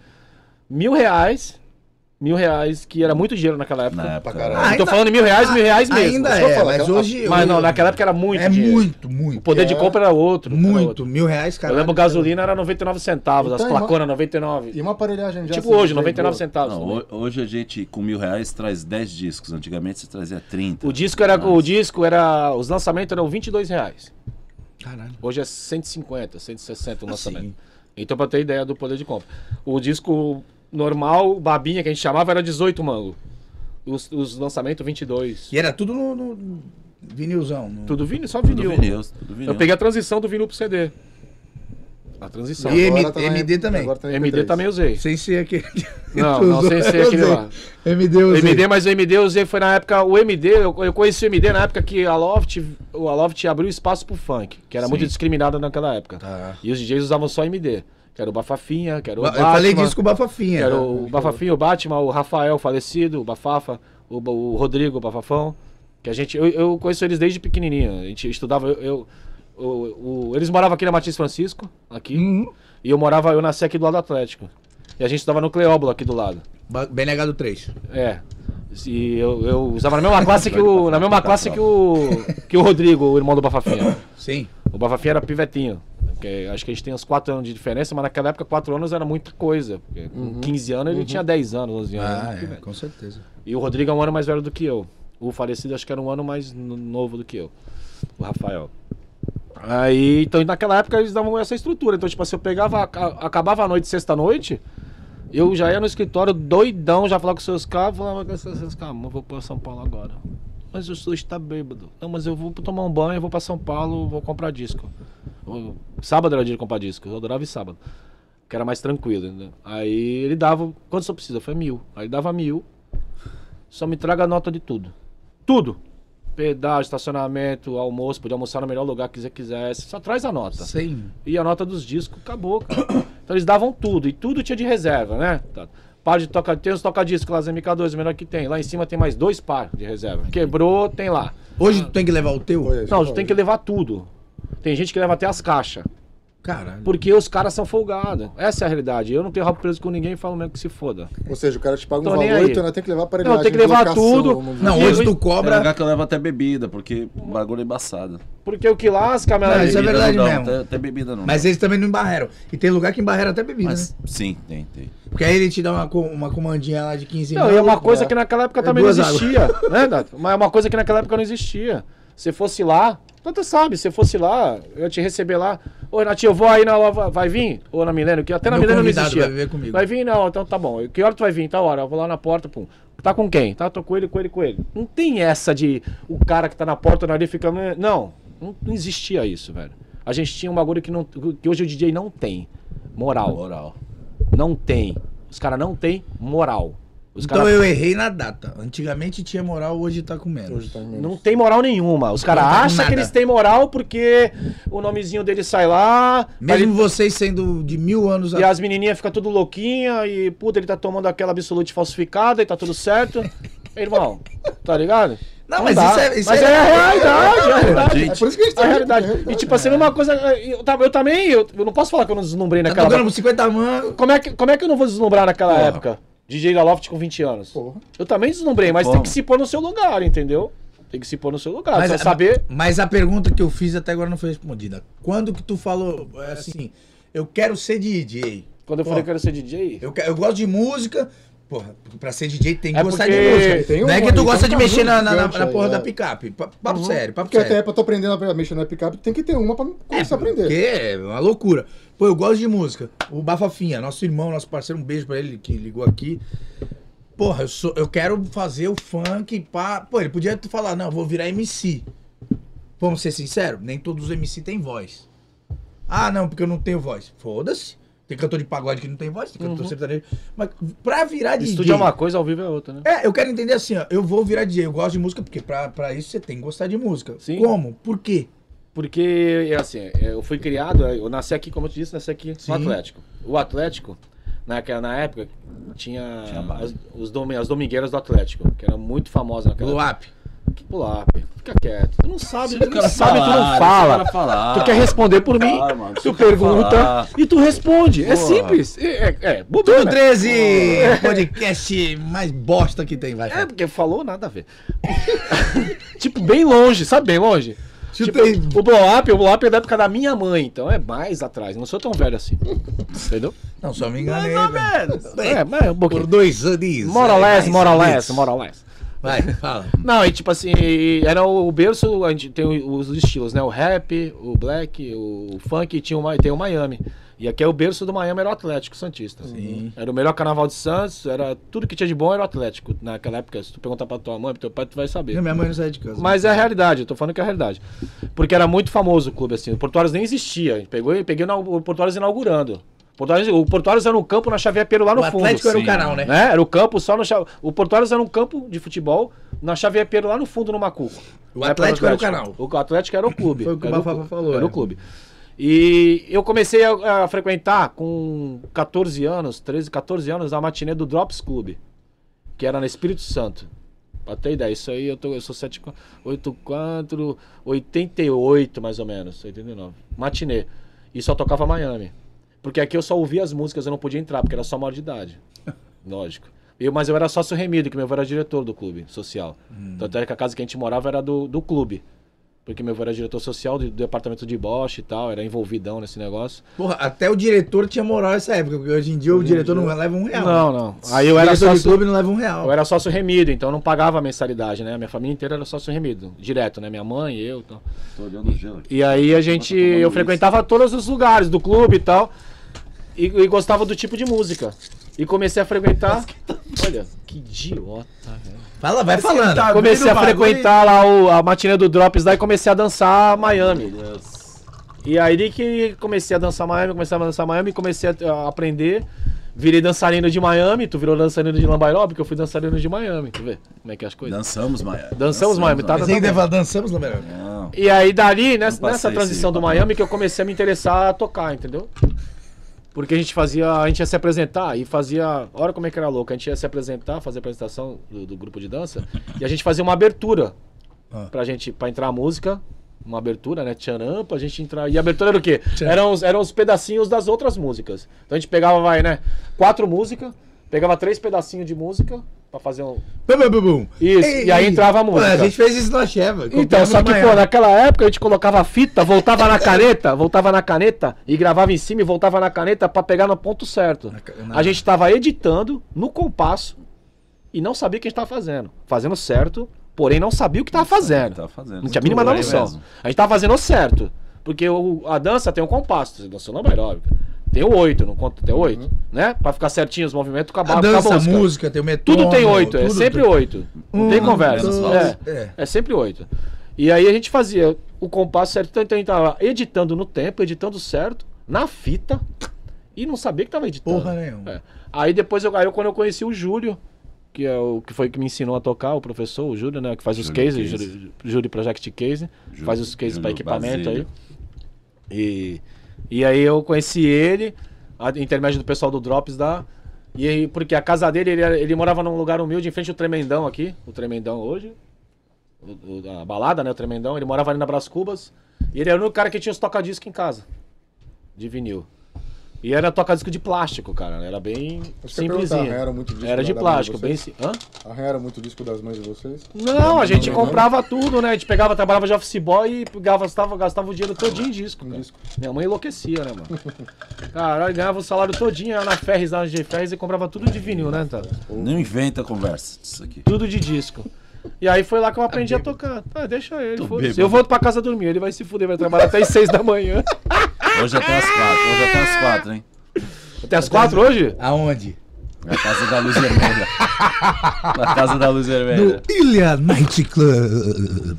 [SPEAKER 4] mil reais. Mil reais, que era muito dinheiro naquela época.
[SPEAKER 1] Na
[SPEAKER 4] Não,
[SPEAKER 1] época.
[SPEAKER 2] caralho.
[SPEAKER 1] era-
[SPEAKER 3] ainda-
[SPEAKER 4] tô falando mil reais, mil reais mesmo.
[SPEAKER 3] Ainda
[SPEAKER 2] Mas eu
[SPEAKER 3] é,
[SPEAKER 2] falo,
[SPEAKER 3] mas
[SPEAKER 2] aquela-
[SPEAKER 3] hoje...
[SPEAKER 4] Mas
[SPEAKER 3] eu-
[SPEAKER 4] não, naquela época era muito
[SPEAKER 3] É
[SPEAKER 4] dinheiro.
[SPEAKER 3] muito, muito.
[SPEAKER 4] O poder de
[SPEAKER 2] É.
[SPEAKER 4] compra era outro. era
[SPEAKER 3] Muito,
[SPEAKER 4] outro.
[SPEAKER 3] mil reais, cara. é
[SPEAKER 4] Eu lembro gasolina era 99 centavos,
[SPEAKER 2] Então,
[SPEAKER 4] as
[SPEAKER 2] irmão-
[SPEAKER 4] placonas 99.
[SPEAKER 2] E uma aparelhagem já.
[SPEAKER 4] tipo
[SPEAKER 2] assim,
[SPEAKER 4] hoje,
[SPEAKER 2] bem
[SPEAKER 4] 99
[SPEAKER 2] boa.
[SPEAKER 4] centavos.
[SPEAKER 1] Não, ho- hoje a gente, com mil reais, traz 10 discos. Antigamente você trazia 30.
[SPEAKER 4] O disco era. O
[SPEAKER 1] Nossa.
[SPEAKER 4] disco era. Os lançamentos eram 22 reais.
[SPEAKER 3] Caralho.
[SPEAKER 4] Hoje é 150, 160 o lançamento.
[SPEAKER 3] Assim.
[SPEAKER 4] Então, pra ter ideia do poder de compra. O disco normal, babinha, que a gente chamava, era 18 mango. Os, os lançamentos, 22.
[SPEAKER 3] E é era tudo no, no vinilzão. no-
[SPEAKER 4] Tudo vinil, só
[SPEAKER 1] Tudo
[SPEAKER 4] vinil.
[SPEAKER 1] vinil, tudo vinil.
[SPEAKER 4] Eu peguei a transição do vinil pro CD. A transição.
[SPEAKER 3] E
[SPEAKER 2] Agora
[SPEAKER 3] M-
[SPEAKER 2] tá na-
[SPEAKER 3] MD também.
[SPEAKER 2] agora tá na
[SPEAKER 4] MD
[SPEAKER 2] MP3.
[SPEAKER 4] também usei.
[SPEAKER 3] Sem ser aquele...
[SPEAKER 4] Não, não, sem ser
[SPEAKER 3] Eu
[SPEAKER 4] aquele
[SPEAKER 3] usei.
[SPEAKER 4] lá.
[SPEAKER 3] MD eu
[SPEAKER 4] O
[SPEAKER 3] usei.
[SPEAKER 4] MD, mas o MD eu usei foi na época. O MD, eu, eu conheci o MD na época que a Loft, o- a Loft abriu espaço pro funk, que era
[SPEAKER 1] Sim.
[SPEAKER 4] muito discriminada naquela época.
[SPEAKER 3] Tá.
[SPEAKER 4] E os DJs usavam só MD. Que era o Bafafinha, que era o
[SPEAKER 3] Eu falei
[SPEAKER 4] Batman.
[SPEAKER 3] disso com É, então. o Bafafinha. né?
[SPEAKER 4] Que era o Bafafinho, o Batman, o Rafael falecido, o Bafafa, o, Ba- o Rodrigo, o Bafafão. Que a gente. Eu, eu conheço eles desde pequenininho. A gente estudava. Eu, eu- o- o- eles moravam aqui na Matiz Francisco, aqui.
[SPEAKER 3] Hum. Uhum.
[SPEAKER 4] E eu morava, eu nasci aqui do lado do Atlético. E a gente estudava no Cleóbulo aqui do lado.
[SPEAKER 3] Ba- BNH do 3.
[SPEAKER 4] É. E eu, eu usava na mesma classe que o. Na mesma classe que o. que o Rodrigo, o irmão do Bafafinha.
[SPEAKER 3] Sim.
[SPEAKER 4] O Bafafinha era pivetinho. que acho que a gente tem uns 4 anos de diferença, mas naquela época 4 anos era muita coisa. porque Com 15 anos ele tinha 10 anos, 11 anos.
[SPEAKER 3] Uhum. Ah,
[SPEAKER 4] né?
[SPEAKER 3] é, com certeza.
[SPEAKER 4] E o Rodrigo é um ano mais velho do que eu. O falecido acho que era um ano mais no- novo do que eu. O Rafael. Aí, então, naquela época eles davam essa estrutura. Então, tipo assim, eu pegava, aca- acabava a noite, sexta-noite, eu já ia no escritório doidão, já falava com os seus caras, falava com seus seus caras, "Mano, eu vou pra São Paulo agora. Mas o senhor está bêbado. Não, mas eu vou tomar um banho, eu vou pra São Paulo, vou comprar disco. Eu- Sábado era o dia de comprar disco, eu adorava ir sábado. Que era mais tranquilo, né? Aí ele dava, quanto o senhor precisa? Foi mil. Aí ele dava mil, só me traga a nota de tudo. Tudo. Pedágio, estacionamento, almoço, podia almoçar no melhor lugar que você quisesse. Só traz a nota.
[SPEAKER 3] Tá. Sim.
[SPEAKER 4] E a nota dos discos acabou, cara. Então eles davam tudo, e tudo tinha de reserva, né? Tá. Par de toca, tem os toca-discos lá, as MK2, o melhor que tem. Lá em cima tem mais dois par de reserva. Quebrou, tem lá.
[SPEAKER 3] Hoje tu tem que levar o teu?
[SPEAKER 2] Foi,
[SPEAKER 4] Não, tem que levar tudo. Tem gente que leva até as caixas.
[SPEAKER 3] Caralho.
[SPEAKER 4] Porque os caras são folgados. Essa é a realidade. Eu não tenho rabo preso com ninguém e falo mesmo que se foda.
[SPEAKER 2] Ou seja, o cara te paga um
[SPEAKER 4] Tô nem
[SPEAKER 2] valor
[SPEAKER 4] aí.
[SPEAKER 2] e tu ainda tem que levar aparelhagem.
[SPEAKER 4] Não, tem que levar tudo.
[SPEAKER 2] vamos dizer.
[SPEAKER 3] Não,
[SPEAKER 4] E
[SPEAKER 3] hoje é
[SPEAKER 4] eu-
[SPEAKER 3] tu
[SPEAKER 1] Tem
[SPEAKER 3] cobra.
[SPEAKER 1] lugar que eu levo até bebida, porque o bagulho é embaçado.
[SPEAKER 4] Porque o que lasca, meu
[SPEAKER 3] Não,
[SPEAKER 4] amigo,
[SPEAKER 3] isso é
[SPEAKER 1] Bebida
[SPEAKER 3] verdade
[SPEAKER 1] não dá,
[SPEAKER 3] mesmo.
[SPEAKER 1] Até, até bebida não.
[SPEAKER 3] Mas
[SPEAKER 1] dá.
[SPEAKER 3] eles também não embarreram. E tem lugar que embarreram até bebida, né?
[SPEAKER 1] Mas- sim, tem, tem.
[SPEAKER 3] Porque aí ele te dá uma, co- uma comandinha lá de 15
[SPEAKER 4] Não,
[SPEAKER 3] mil.
[SPEAKER 4] e é uma coisa
[SPEAKER 3] é.
[SPEAKER 4] que naquela época
[SPEAKER 3] É
[SPEAKER 4] também não
[SPEAKER 3] duas águas.
[SPEAKER 4] existia, né, Dato? Mas é uma coisa que naquela época não existia. Se fosse lá, tanto sabe, se fosse lá, eu ia te receber lá. Ô, Renatinho, eu vou aí na. Vai vai vir? Ou na Milênio, que até na
[SPEAKER 3] Meu
[SPEAKER 4] Milênio não
[SPEAKER 3] convidado
[SPEAKER 4] existia.
[SPEAKER 3] vai viver comigo.
[SPEAKER 4] Vai vir? Não, então tá bom. Que hora tu vai vir? Tá hora. Eu vou lá na porta, pum. Tá com quem? Tá, tô com ele, com ele, com ele. Não tem essa de o cara que tá na porta, na ali fica. "Eh", Não, não, não existia isso, velho. A gente tinha um bagulho que, não, que hoje o DJ não tem. Moral.
[SPEAKER 1] Moral.
[SPEAKER 4] Não tem. Os caras não tem moral. Os
[SPEAKER 3] Então
[SPEAKER 4] cara-
[SPEAKER 3] eu errei na data. Antigamente tinha moral, hoje tá com menos.
[SPEAKER 2] Hoje tá em menos.
[SPEAKER 4] Não tem moral nenhuma. Os caras
[SPEAKER 3] Não tem
[SPEAKER 4] acham
[SPEAKER 3] nada.
[SPEAKER 4] que eles têm moral porque o nomezinho dele sai lá.
[SPEAKER 3] Mesmo
[SPEAKER 4] aí-
[SPEAKER 3] vocês sendo de mil anos
[SPEAKER 4] E
[SPEAKER 3] atrás.
[SPEAKER 4] as menininhas ficam tudo louquinha e, puta, ele tá tomando aquela absolute falsificada e tá tudo certo. Irmão, tá ligado?
[SPEAKER 3] Não, mas
[SPEAKER 4] dá.
[SPEAKER 3] isso é- isso
[SPEAKER 4] Mas
[SPEAKER 3] é-
[SPEAKER 4] é a realidade, é a realidade.
[SPEAKER 2] É por isso que a gente
[SPEAKER 4] É
[SPEAKER 2] tá
[SPEAKER 4] a
[SPEAKER 2] aqui,
[SPEAKER 4] realidade.
[SPEAKER 2] é
[SPEAKER 4] E tipo assim, uma coisa. Eu, tá- eu também, eu, eu não posso falar que eu não deslumbrei
[SPEAKER 3] Tá
[SPEAKER 4] naquela
[SPEAKER 3] tocando
[SPEAKER 4] época.
[SPEAKER 3] 50 man.
[SPEAKER 4] Como é, que, como é que eu não vou deslumbrar naquela época? DJ da Loft com 20 anos.
[SPEAKER 2] Porra.
[SPEAKER 4] Eu também deslumbrei, mas tem
[SPEAKER 1] Como?
[SPEAKER 4] que se pôr no seu lugar, entendeu? Tem que se pôr no seu lugar.
[SPEAKER 3] Mas é-
[SPEAKER 4] Você
[SPEAKER 3] a-
[SPEAKER 4] Ah, saber.
[SPEAKER 3] Mas a pergunta que eu fiz até agora não foi respondida. Quando que tu falou é, assim, eu quero ser DJ?
[SPEAKER 4] Quando eu
[SPEAKER 3] Pô,
[SPEAKER 4] falei que eu quero ser DJ.
[SPEAKER 3] eu, que- eu gosto de música. Porra, pra ser DJ tem que
[SPEAKER 4] É
[SPEAKER 3] gostar
[SPEAKER 4] porque-
[SPEAKER 3] de música.
[SPEAKER 2] Tem um-
[SPEAKER 3] não é que tu
[SPEAKER 2] tem
[SPEAKER 3] gosta
[SPEAKER 2] um
[SPEAKER 3] de mexer na, na- na-
[SPEAKER 2] gigante
[SPEAKER 3] na
[SPEAKER 2] aí,
[SPEAKER 3] porra
[SPEAKER 2] é.
[SPEAKER 3] da picape. Pa- Papo
[SPEAKER 4] Uhum.
[SPEAKER 3] sério, papo
[SPEAKER 2] Porque até
[SPEAKER 3] sério.
[SPEAKER 2] pra tu aprender a mexer na picape, tem que ter uma pra começar a aprender.
[SPEAKER 3] Porque é uma loucura. Pô, eu gosto de música. O Bafafinha, nosso irmão, nosso parceiro, um beijo pra ele que ligou aqui. Porra, eu, sou, eu quero fazer o funk pá. Pô, ele podia tu falar, não, eu vou virar MC. Vamos ser sinceros, nem todos os MC têm voz. Ah, não, porque eu não tenho voz. Foda-se. Tem cantor de pagode que não tem voz, tem cantor sertanejo. Mas pra virar de
[SPEAKER 4] Uhum. Estúdio é uma coisa, ao vivo é outra, né?
[SPEAKER 3] é, eu quero entender assim, ó. Eu vou virar DJ, eu gosto de música, porque pra, pra isso você tem que gostar de música.
[SPEAKER 4] Sim.
[SPEAKER 3] Como? Por quê?
[SPEAKER 4] Porque, é assim, é, eu fui criado, é, eu nasci aqui, como eu te disse, nasci aqui
[SPEAKER 3] Sim.
[SPEAKER 4] no Atlético. O Atlético, naquela, na época, tinha,
[SPEAKER 1] Tinha base.
[SPEAKER 4] as, os domi- as domingueiras do Atlético, que era muito famosa naquela época.
[SPEAKER 3] Luap.
[SPEAKER 4] Que Pular, pô. fica quieto. Tu não sabe, tu não
[SPEAKER 1] cara
[SPEAKER 4] sabe, tu não
[SPEAKER 1] falar,
[SPEAKER 4] fala.
[SPEAKER 1] deixa o cara falar.
[SPEAKER 4] Tu quer responder por mim,
[SPEAKER 1] Claro, mano, deixa
[SPEAKER 4] tu
[SPEAKER 1] o cara
[SPEAKER 4] pergunta
[SPEAKER 1] falar.
[SPEAKER 4] e tu responde. É
[SPEAKER 1] Porra.
[SPEAKER 4] simples. É, é, é
[SPEAKER 3] Tudo
[SPEAKER 4] bobeira.
[SPEAKER 3] 13! Podcast mais bosta que tem, vai.
[SPEAKER 4] É, porque falou nada a ver. tipo, bem longe, sabe bem longe? Tipo,
[SPEAKER 3] Chutei.
[SPEAKER 4] o blow up, o blow up é da época da minha mãe, então é mais atrás. Não sou tão velho assim. Entendeu?
[SPEAKER 3] Não, só me enganei. velho. Bem,
[SPEAKER 4] É, mas é
[SPEAKER 3] Tá
[SPEAKER 4] um
[SPEAKER 3] Por
[SPEAKER 4] pouquinho.
[SPEAKER 3] dois anos. é
[SPEAKER 4] Mora
[SPEAKER 3] Mais
[SPEAKER 4] less, mora
[SPEAKER 3] ou
[SPEAKER 4] less,
[SPEAKER 3] menos.
[SPEAKER 4] mora less.
[SPEAKER 3] Vai, fala.
[SPEAKER 4] Não, e tipo assim, era o berço, a gente tem os estilos, né? O rap, o black, o funk, e tinha o, Mi- tem o Miami. E aqui é o berço do Miami, era o Atlético Santista. assim.
[SPEAKER 3] Sim.
[SPEAKER 4] Era o melhor carnaval de Santos, era tudo que tinha de bom era o Atlético. Naquela época, se tu perguntar pra tua mãe, pro teu pai, tu vai saber.
[SPEAKER 3] Não, Minha mãe não sai de casa.
[SPEAKER 4] Mas é a realidade, eu tô falando que é a realidade. Porque era muito famoso o clube, assim. O Portuários nem existia. Pegou, peguei o Portuários inaugurando. Portuários, o Portuários era um campo na Xavier Peru lá no
[SPEAKER 3] O
[SPEAKER 4] fundo.
[SPEAKER 3] Atlético era o
[SPEAKER 4] Sim.
[SPEAKER 3] canal, né?
[SPEAKER 4] Né? Era o campo só no Xa- O Portuários era um campo de futebol na Xavier Peru lá no fundo, no Macuco.
[SPEAKER 3] O
[SPEAKER 4] Né,
[SPEAKER 3] é Atlético era um o
[SPEAKER 4] O Atlético era o clube.
[SPEAKER 3] Foi o que o
[SPEAKER 4] Era
[SPEAKER 3] Bafafá
[SPEAKER 4] clu-
[SPEAKER 3] falou,
[SPEAKER 4] Era
[SPEAKER 3] é.
[SPEAKER 4] o clube. E eu comecei a, a frequentar com 14 anos, 13, 14 anos, a matinê do Drops Clube, que era no Espírito Santo. Pra ter ideia, isso aí eu, tô, eu sou 7, 84, 88 mais ou menos, 89. Matinê. E só tocava Miami. Porque aqui eu só ouvia as músicas, eu não podia entrar, porque era só maior de idade. Lógico. Eu, mas eu era sócio remido, que meu avô era diretor do clube social.
[SPEAKER 3] Hum.
[SPEAKER 4] Tanto é que a casa que a gente morava era do, do clube. Porque meu avô era diretor social do, do departamento de boche e tal, era envolvidão nesse negócio.
[SPEAKER 3] Porra, até o diretor tinha moral nessa época, porque hoje em dia o diretor não leva um real.
[SPEAKER 4] Não, não. Aí eu era
[SPEAKER 3] o diretor de
[SPEAKER 4] sócio,
[SPEAKER 3] clube não leva um real.
[SPEAKER 4] eu era sócio remido, então eu não pagava a mensalidade, né? Minha família inteira era sócio remido, direto, né? Minha mãe, eu, tal.
[SPEAKER 1] Tô olhando o gelo aqui.
[SPEAKER 4] E aí a gente.
[SPEAKER 1] Nossa, tomando
[SPEAKER 4] eu
[SPEAKER 1] isso.
[SPEAKER 4] frequentava todos os lugares do clube e tal. E, e gostava do tipo de música. E comecei a frequentar.
[SPEAKER 3] tá-
[SPEAKER 4] Olha, que idiota, velho.
[SPEAKER 3] Fala, vai falando.
[SPEAKER 4] comecei a frequentar lá o- a matinê do Drops lá e comecei a dançar Miami. E aí que comecei a dançar Miami, comecei a dançar Miami, comecei a, a aprender. Virei dançarino de Miami, tu virou dançarino de Lambairó, porque eu fui dançarino de Miami, tu vê como é que é as coisas.
[SPEAKER 1] Dançamos, Maia.
[SPEAKER 4] Dançamos, Miami, tá?
[SPEAKER 3] Mas ainda vai- dançamos na melhor.
[SPEAKER 1] Não.
[SPEAKER 4] E aí dali, nessa,
[SPEAKER 1] Não
[SPEAKER 4] nessa
[SPEAKER 1] passei
[SPEAKER 4] transição
[SPEAKER 1] esse
[SPEAKER 4] do
[SPEAKER 1] papel.
[SPEAKER 4] Miami, que eu comecei a me interessar a tocar, entendeu? Porque a gente fazia, a gente ia se apresentar e fazia. Olha como é que era louco. A gente ia se apresentar, fazer a apresentação do, do grupo de dança. e a gente fazia uma abertura
[SPEAKER 3] Ah.
[SPEAKER 4] pra gente, pra entrar a música. Uma abertura, né? Tcharam, pra gente entrar. E a abertura era o quê? Eram os, eram os pedacinhos das outras músicas. Então a gente pegava, vai, né? Quatro músicas, pegava três pedacinhos de música pra fazer um.
[SPEAKER 3] Bum, bum, bum, bum.
[SPEAKER 4] Isso, e aí entrava a
[SPEAKER 3] Pô,
[SPEAKER 4] música.
[SPEAKER 3] a gente fez isso na Cheva.
[SPEAKER 4] Então,
[SPEAKER 3] compramos
[SPEAKER 4] só que,
[SPEAKER 3] uma
[SPEAKER 4] pô,
[SPEAKER 3] Miami.
[SPEAKER 4] naquela época a gente colocava a fita, voltava na caneta, voltava na caneta e gravava em cima e voltava na caneta pra pegar no ponto certo.
[SPEAKER 3] Na ca- na-
[SPEAKER 4] A gente tava editando no compasso e não sabia o que a gente tava fazendo. Fazendo certo, porém não sabia o que tava fazendo.
[SPEAKER 1] Tá fazendo.
[SPEAKER 4] Não tinha a mínima
[SPEAKER 1] Muito
[SPEAKER 4] noção.
[SPEAKER 1] bem mesmo.
[SPEAKER 4] A gente tava fazendo o certo. Porque o- a dança tem um compasso, você dançou na aeróbica. Tem o oito, não conta até o oito, né? Pra ficar certinho os movimentos com a,
[SPEAKER 3] A
[SPEAKER 4] ba- com a
[SPEAKER 3] dança, a
[SPEAKER 4] música.
[SPEAKER 3] música, tem o metrô.
[SPEAKER 4] Tudo tem oito, é sempre oito. Não tem
[SPEAKER 3] Um,
[SPEAKER 4] conversa.
[SPEAKER 1] dois,
[SPEAKER 4] É.
[SPEAKER 3] É.
[SPEAKER 4] É sempre oito. E aí a gente fazia o compasso certo, então a gente tava editando no tempo, editando certo, na fita, e não sabia que tava editando.
[SPEAKER 3] Porra nenhuma.
[SPEAKER 4] É. Aí depois eu, aí eu- quando eu conheci o Júlio, que é o que foi que me ensinou a tocar, o professor, o Júlio, né? Que faz os
[SPEAKER 1] Júlio
[SPEAKER 4] cases,
[SPEAKER 1] Case.
[SPEAKER 4] Júlio, Júlio Project Case,
[SPEAKER 1] Júlio-
[SPEAKER 4] faz os cases para
[SPEAKER 1] Júlio
[SPEAKER 4] equipamento
[SPEAKER 1] Basílio.
[SPEAKER 4] aí. E, e aí eu conheci ele, a intermédio do pessoal do Drops da. E aí, porque a casa dele, ele, era- ele morava num lugar humilde, em frente ao Tremendão aqui, o Tremendão hoje. o- o- a balada, né? O Tremendão, ele morava ali na Brás Cubas. E ele era o único cara que tinha os toca-disco em casa. De vinil. E era toca-disco de plástico, cara. Era bem
[SPEAKER 2] Acho que eu ia perguntar,
[SPEAKER 4] simplesinha.
[SPEAKER 2] era muito disco
[SPEAKER 4] Era
[SPEAKER 2] da banda de
[SPEAKER 4] de plástico, bem...
[SPEAKER 2] vocês?
[SPEAKER 4] si- Hã?
[SPEAKER 2] Arranharam muito disco das mães de vocês?
[SPEAKER 4] Não, a gente
[SPEAKER 2] não, não.
[SPEAKER 4] comprava tudo, né? A gente pegava, trabalhava de office boy e gastava, gastava o dinheiro todinho em disco, cara.
[SPEAKER 2] disco.
[SPEAKER 4] Minha mãe enlouquecia, né, mano? Caralho, ganhava o salário todinho ia na Ferris, na G Ferris e comprava tudo de vinil, né, Tata?
[SPEAKER 1] Não inventa conversa disso aqui.
[SPEAKER 4] Tudo de disco. E aí foi lá que eu aprendi a tocar. Tá, deixa ele, foda-se.
[SPEAKER 1] bêbado.
[SPEAKER 4] Eu volto pra casa dormir, ele vai se fuder, vai trabalhar até às seis da manhã.
[SPEAKER 11] Ah,
[SPEAKER 1] Hoje até as quatro, hoje até as quatro, hein?
[SPEAKER 4] Até às quatro hoje?
[SPEAKER 8] Aonde?
[SPEAKER 1] Na casa da luz vermelha. Na casa da luz
[SPEAKER 4] É.
[SPEAKER 1] vermelha.
[SPEAKER 10] No Ilha Night Club.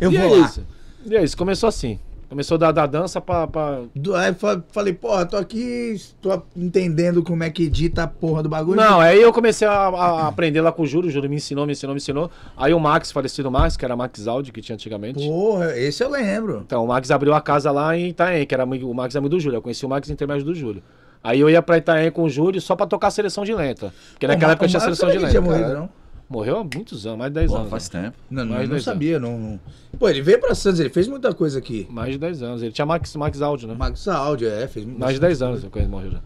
[SPEAKER 8] Eu
[SPEAKER 4] e
[SPEAKER 8] vou
[SPEAKER 4] é
[SPEAKER 8] lá.
[SPEAKER 4] isso. E é isso, começou assim. Começou da, da dança pra, pra-
[SPEAKER 8] Do- Aí fa- falei, porra, tô aqui, tô entendendo como é que edita a porra do bagulho.
[SPEAKER 4] Não, aí eu comecei a, a aprender lá com o Júlio, o Júlio me ensinou, me ensinou, me ensinou. Aí o Max, falecido Max, que era Max Audi, que tinha antigamente.
[SPEAKER 8] Porra, esse eu lembro.
[SPEAKER 4] Então, o Max abriu a casa lá em Itaém, que era amigo- o Max é amigo do Júlio. Eu conheci o Max em intermédio do Júlio. Aí eu ia pra Itaém com o Júlio só pra tocar a seleção de lenta. Porque naquela época tinha seleção de
[SPEAKER 8] Ele tinha
[SPEAKER 4] lenta.
[SPEAKER 8] morrido, não?
[SPEAKER 4] Morreu há muitos anos, mais de 10
[SPEAKER 1] Pô,
[SPEAKER 4] anos.
[SPEAKER 1] faz tempo.
[SPEAKER 8] Não, não,
[SPEAKER 4] Mais
[SPEAKER 8] não
[SPEAKER 4] dois
[SPEAKER 8] sabia, não, não. Pô, ele veio pra Santos, ele fez muita coisa aqui.
[SPEAKER 4] Mais de 10 anos. Ele tinha Max, Max Audi, né?
[SPEAKER 8] Max Áudio, é, fez muita
[SPEAKER 4] Mais de 10 anos quando ele morreu já.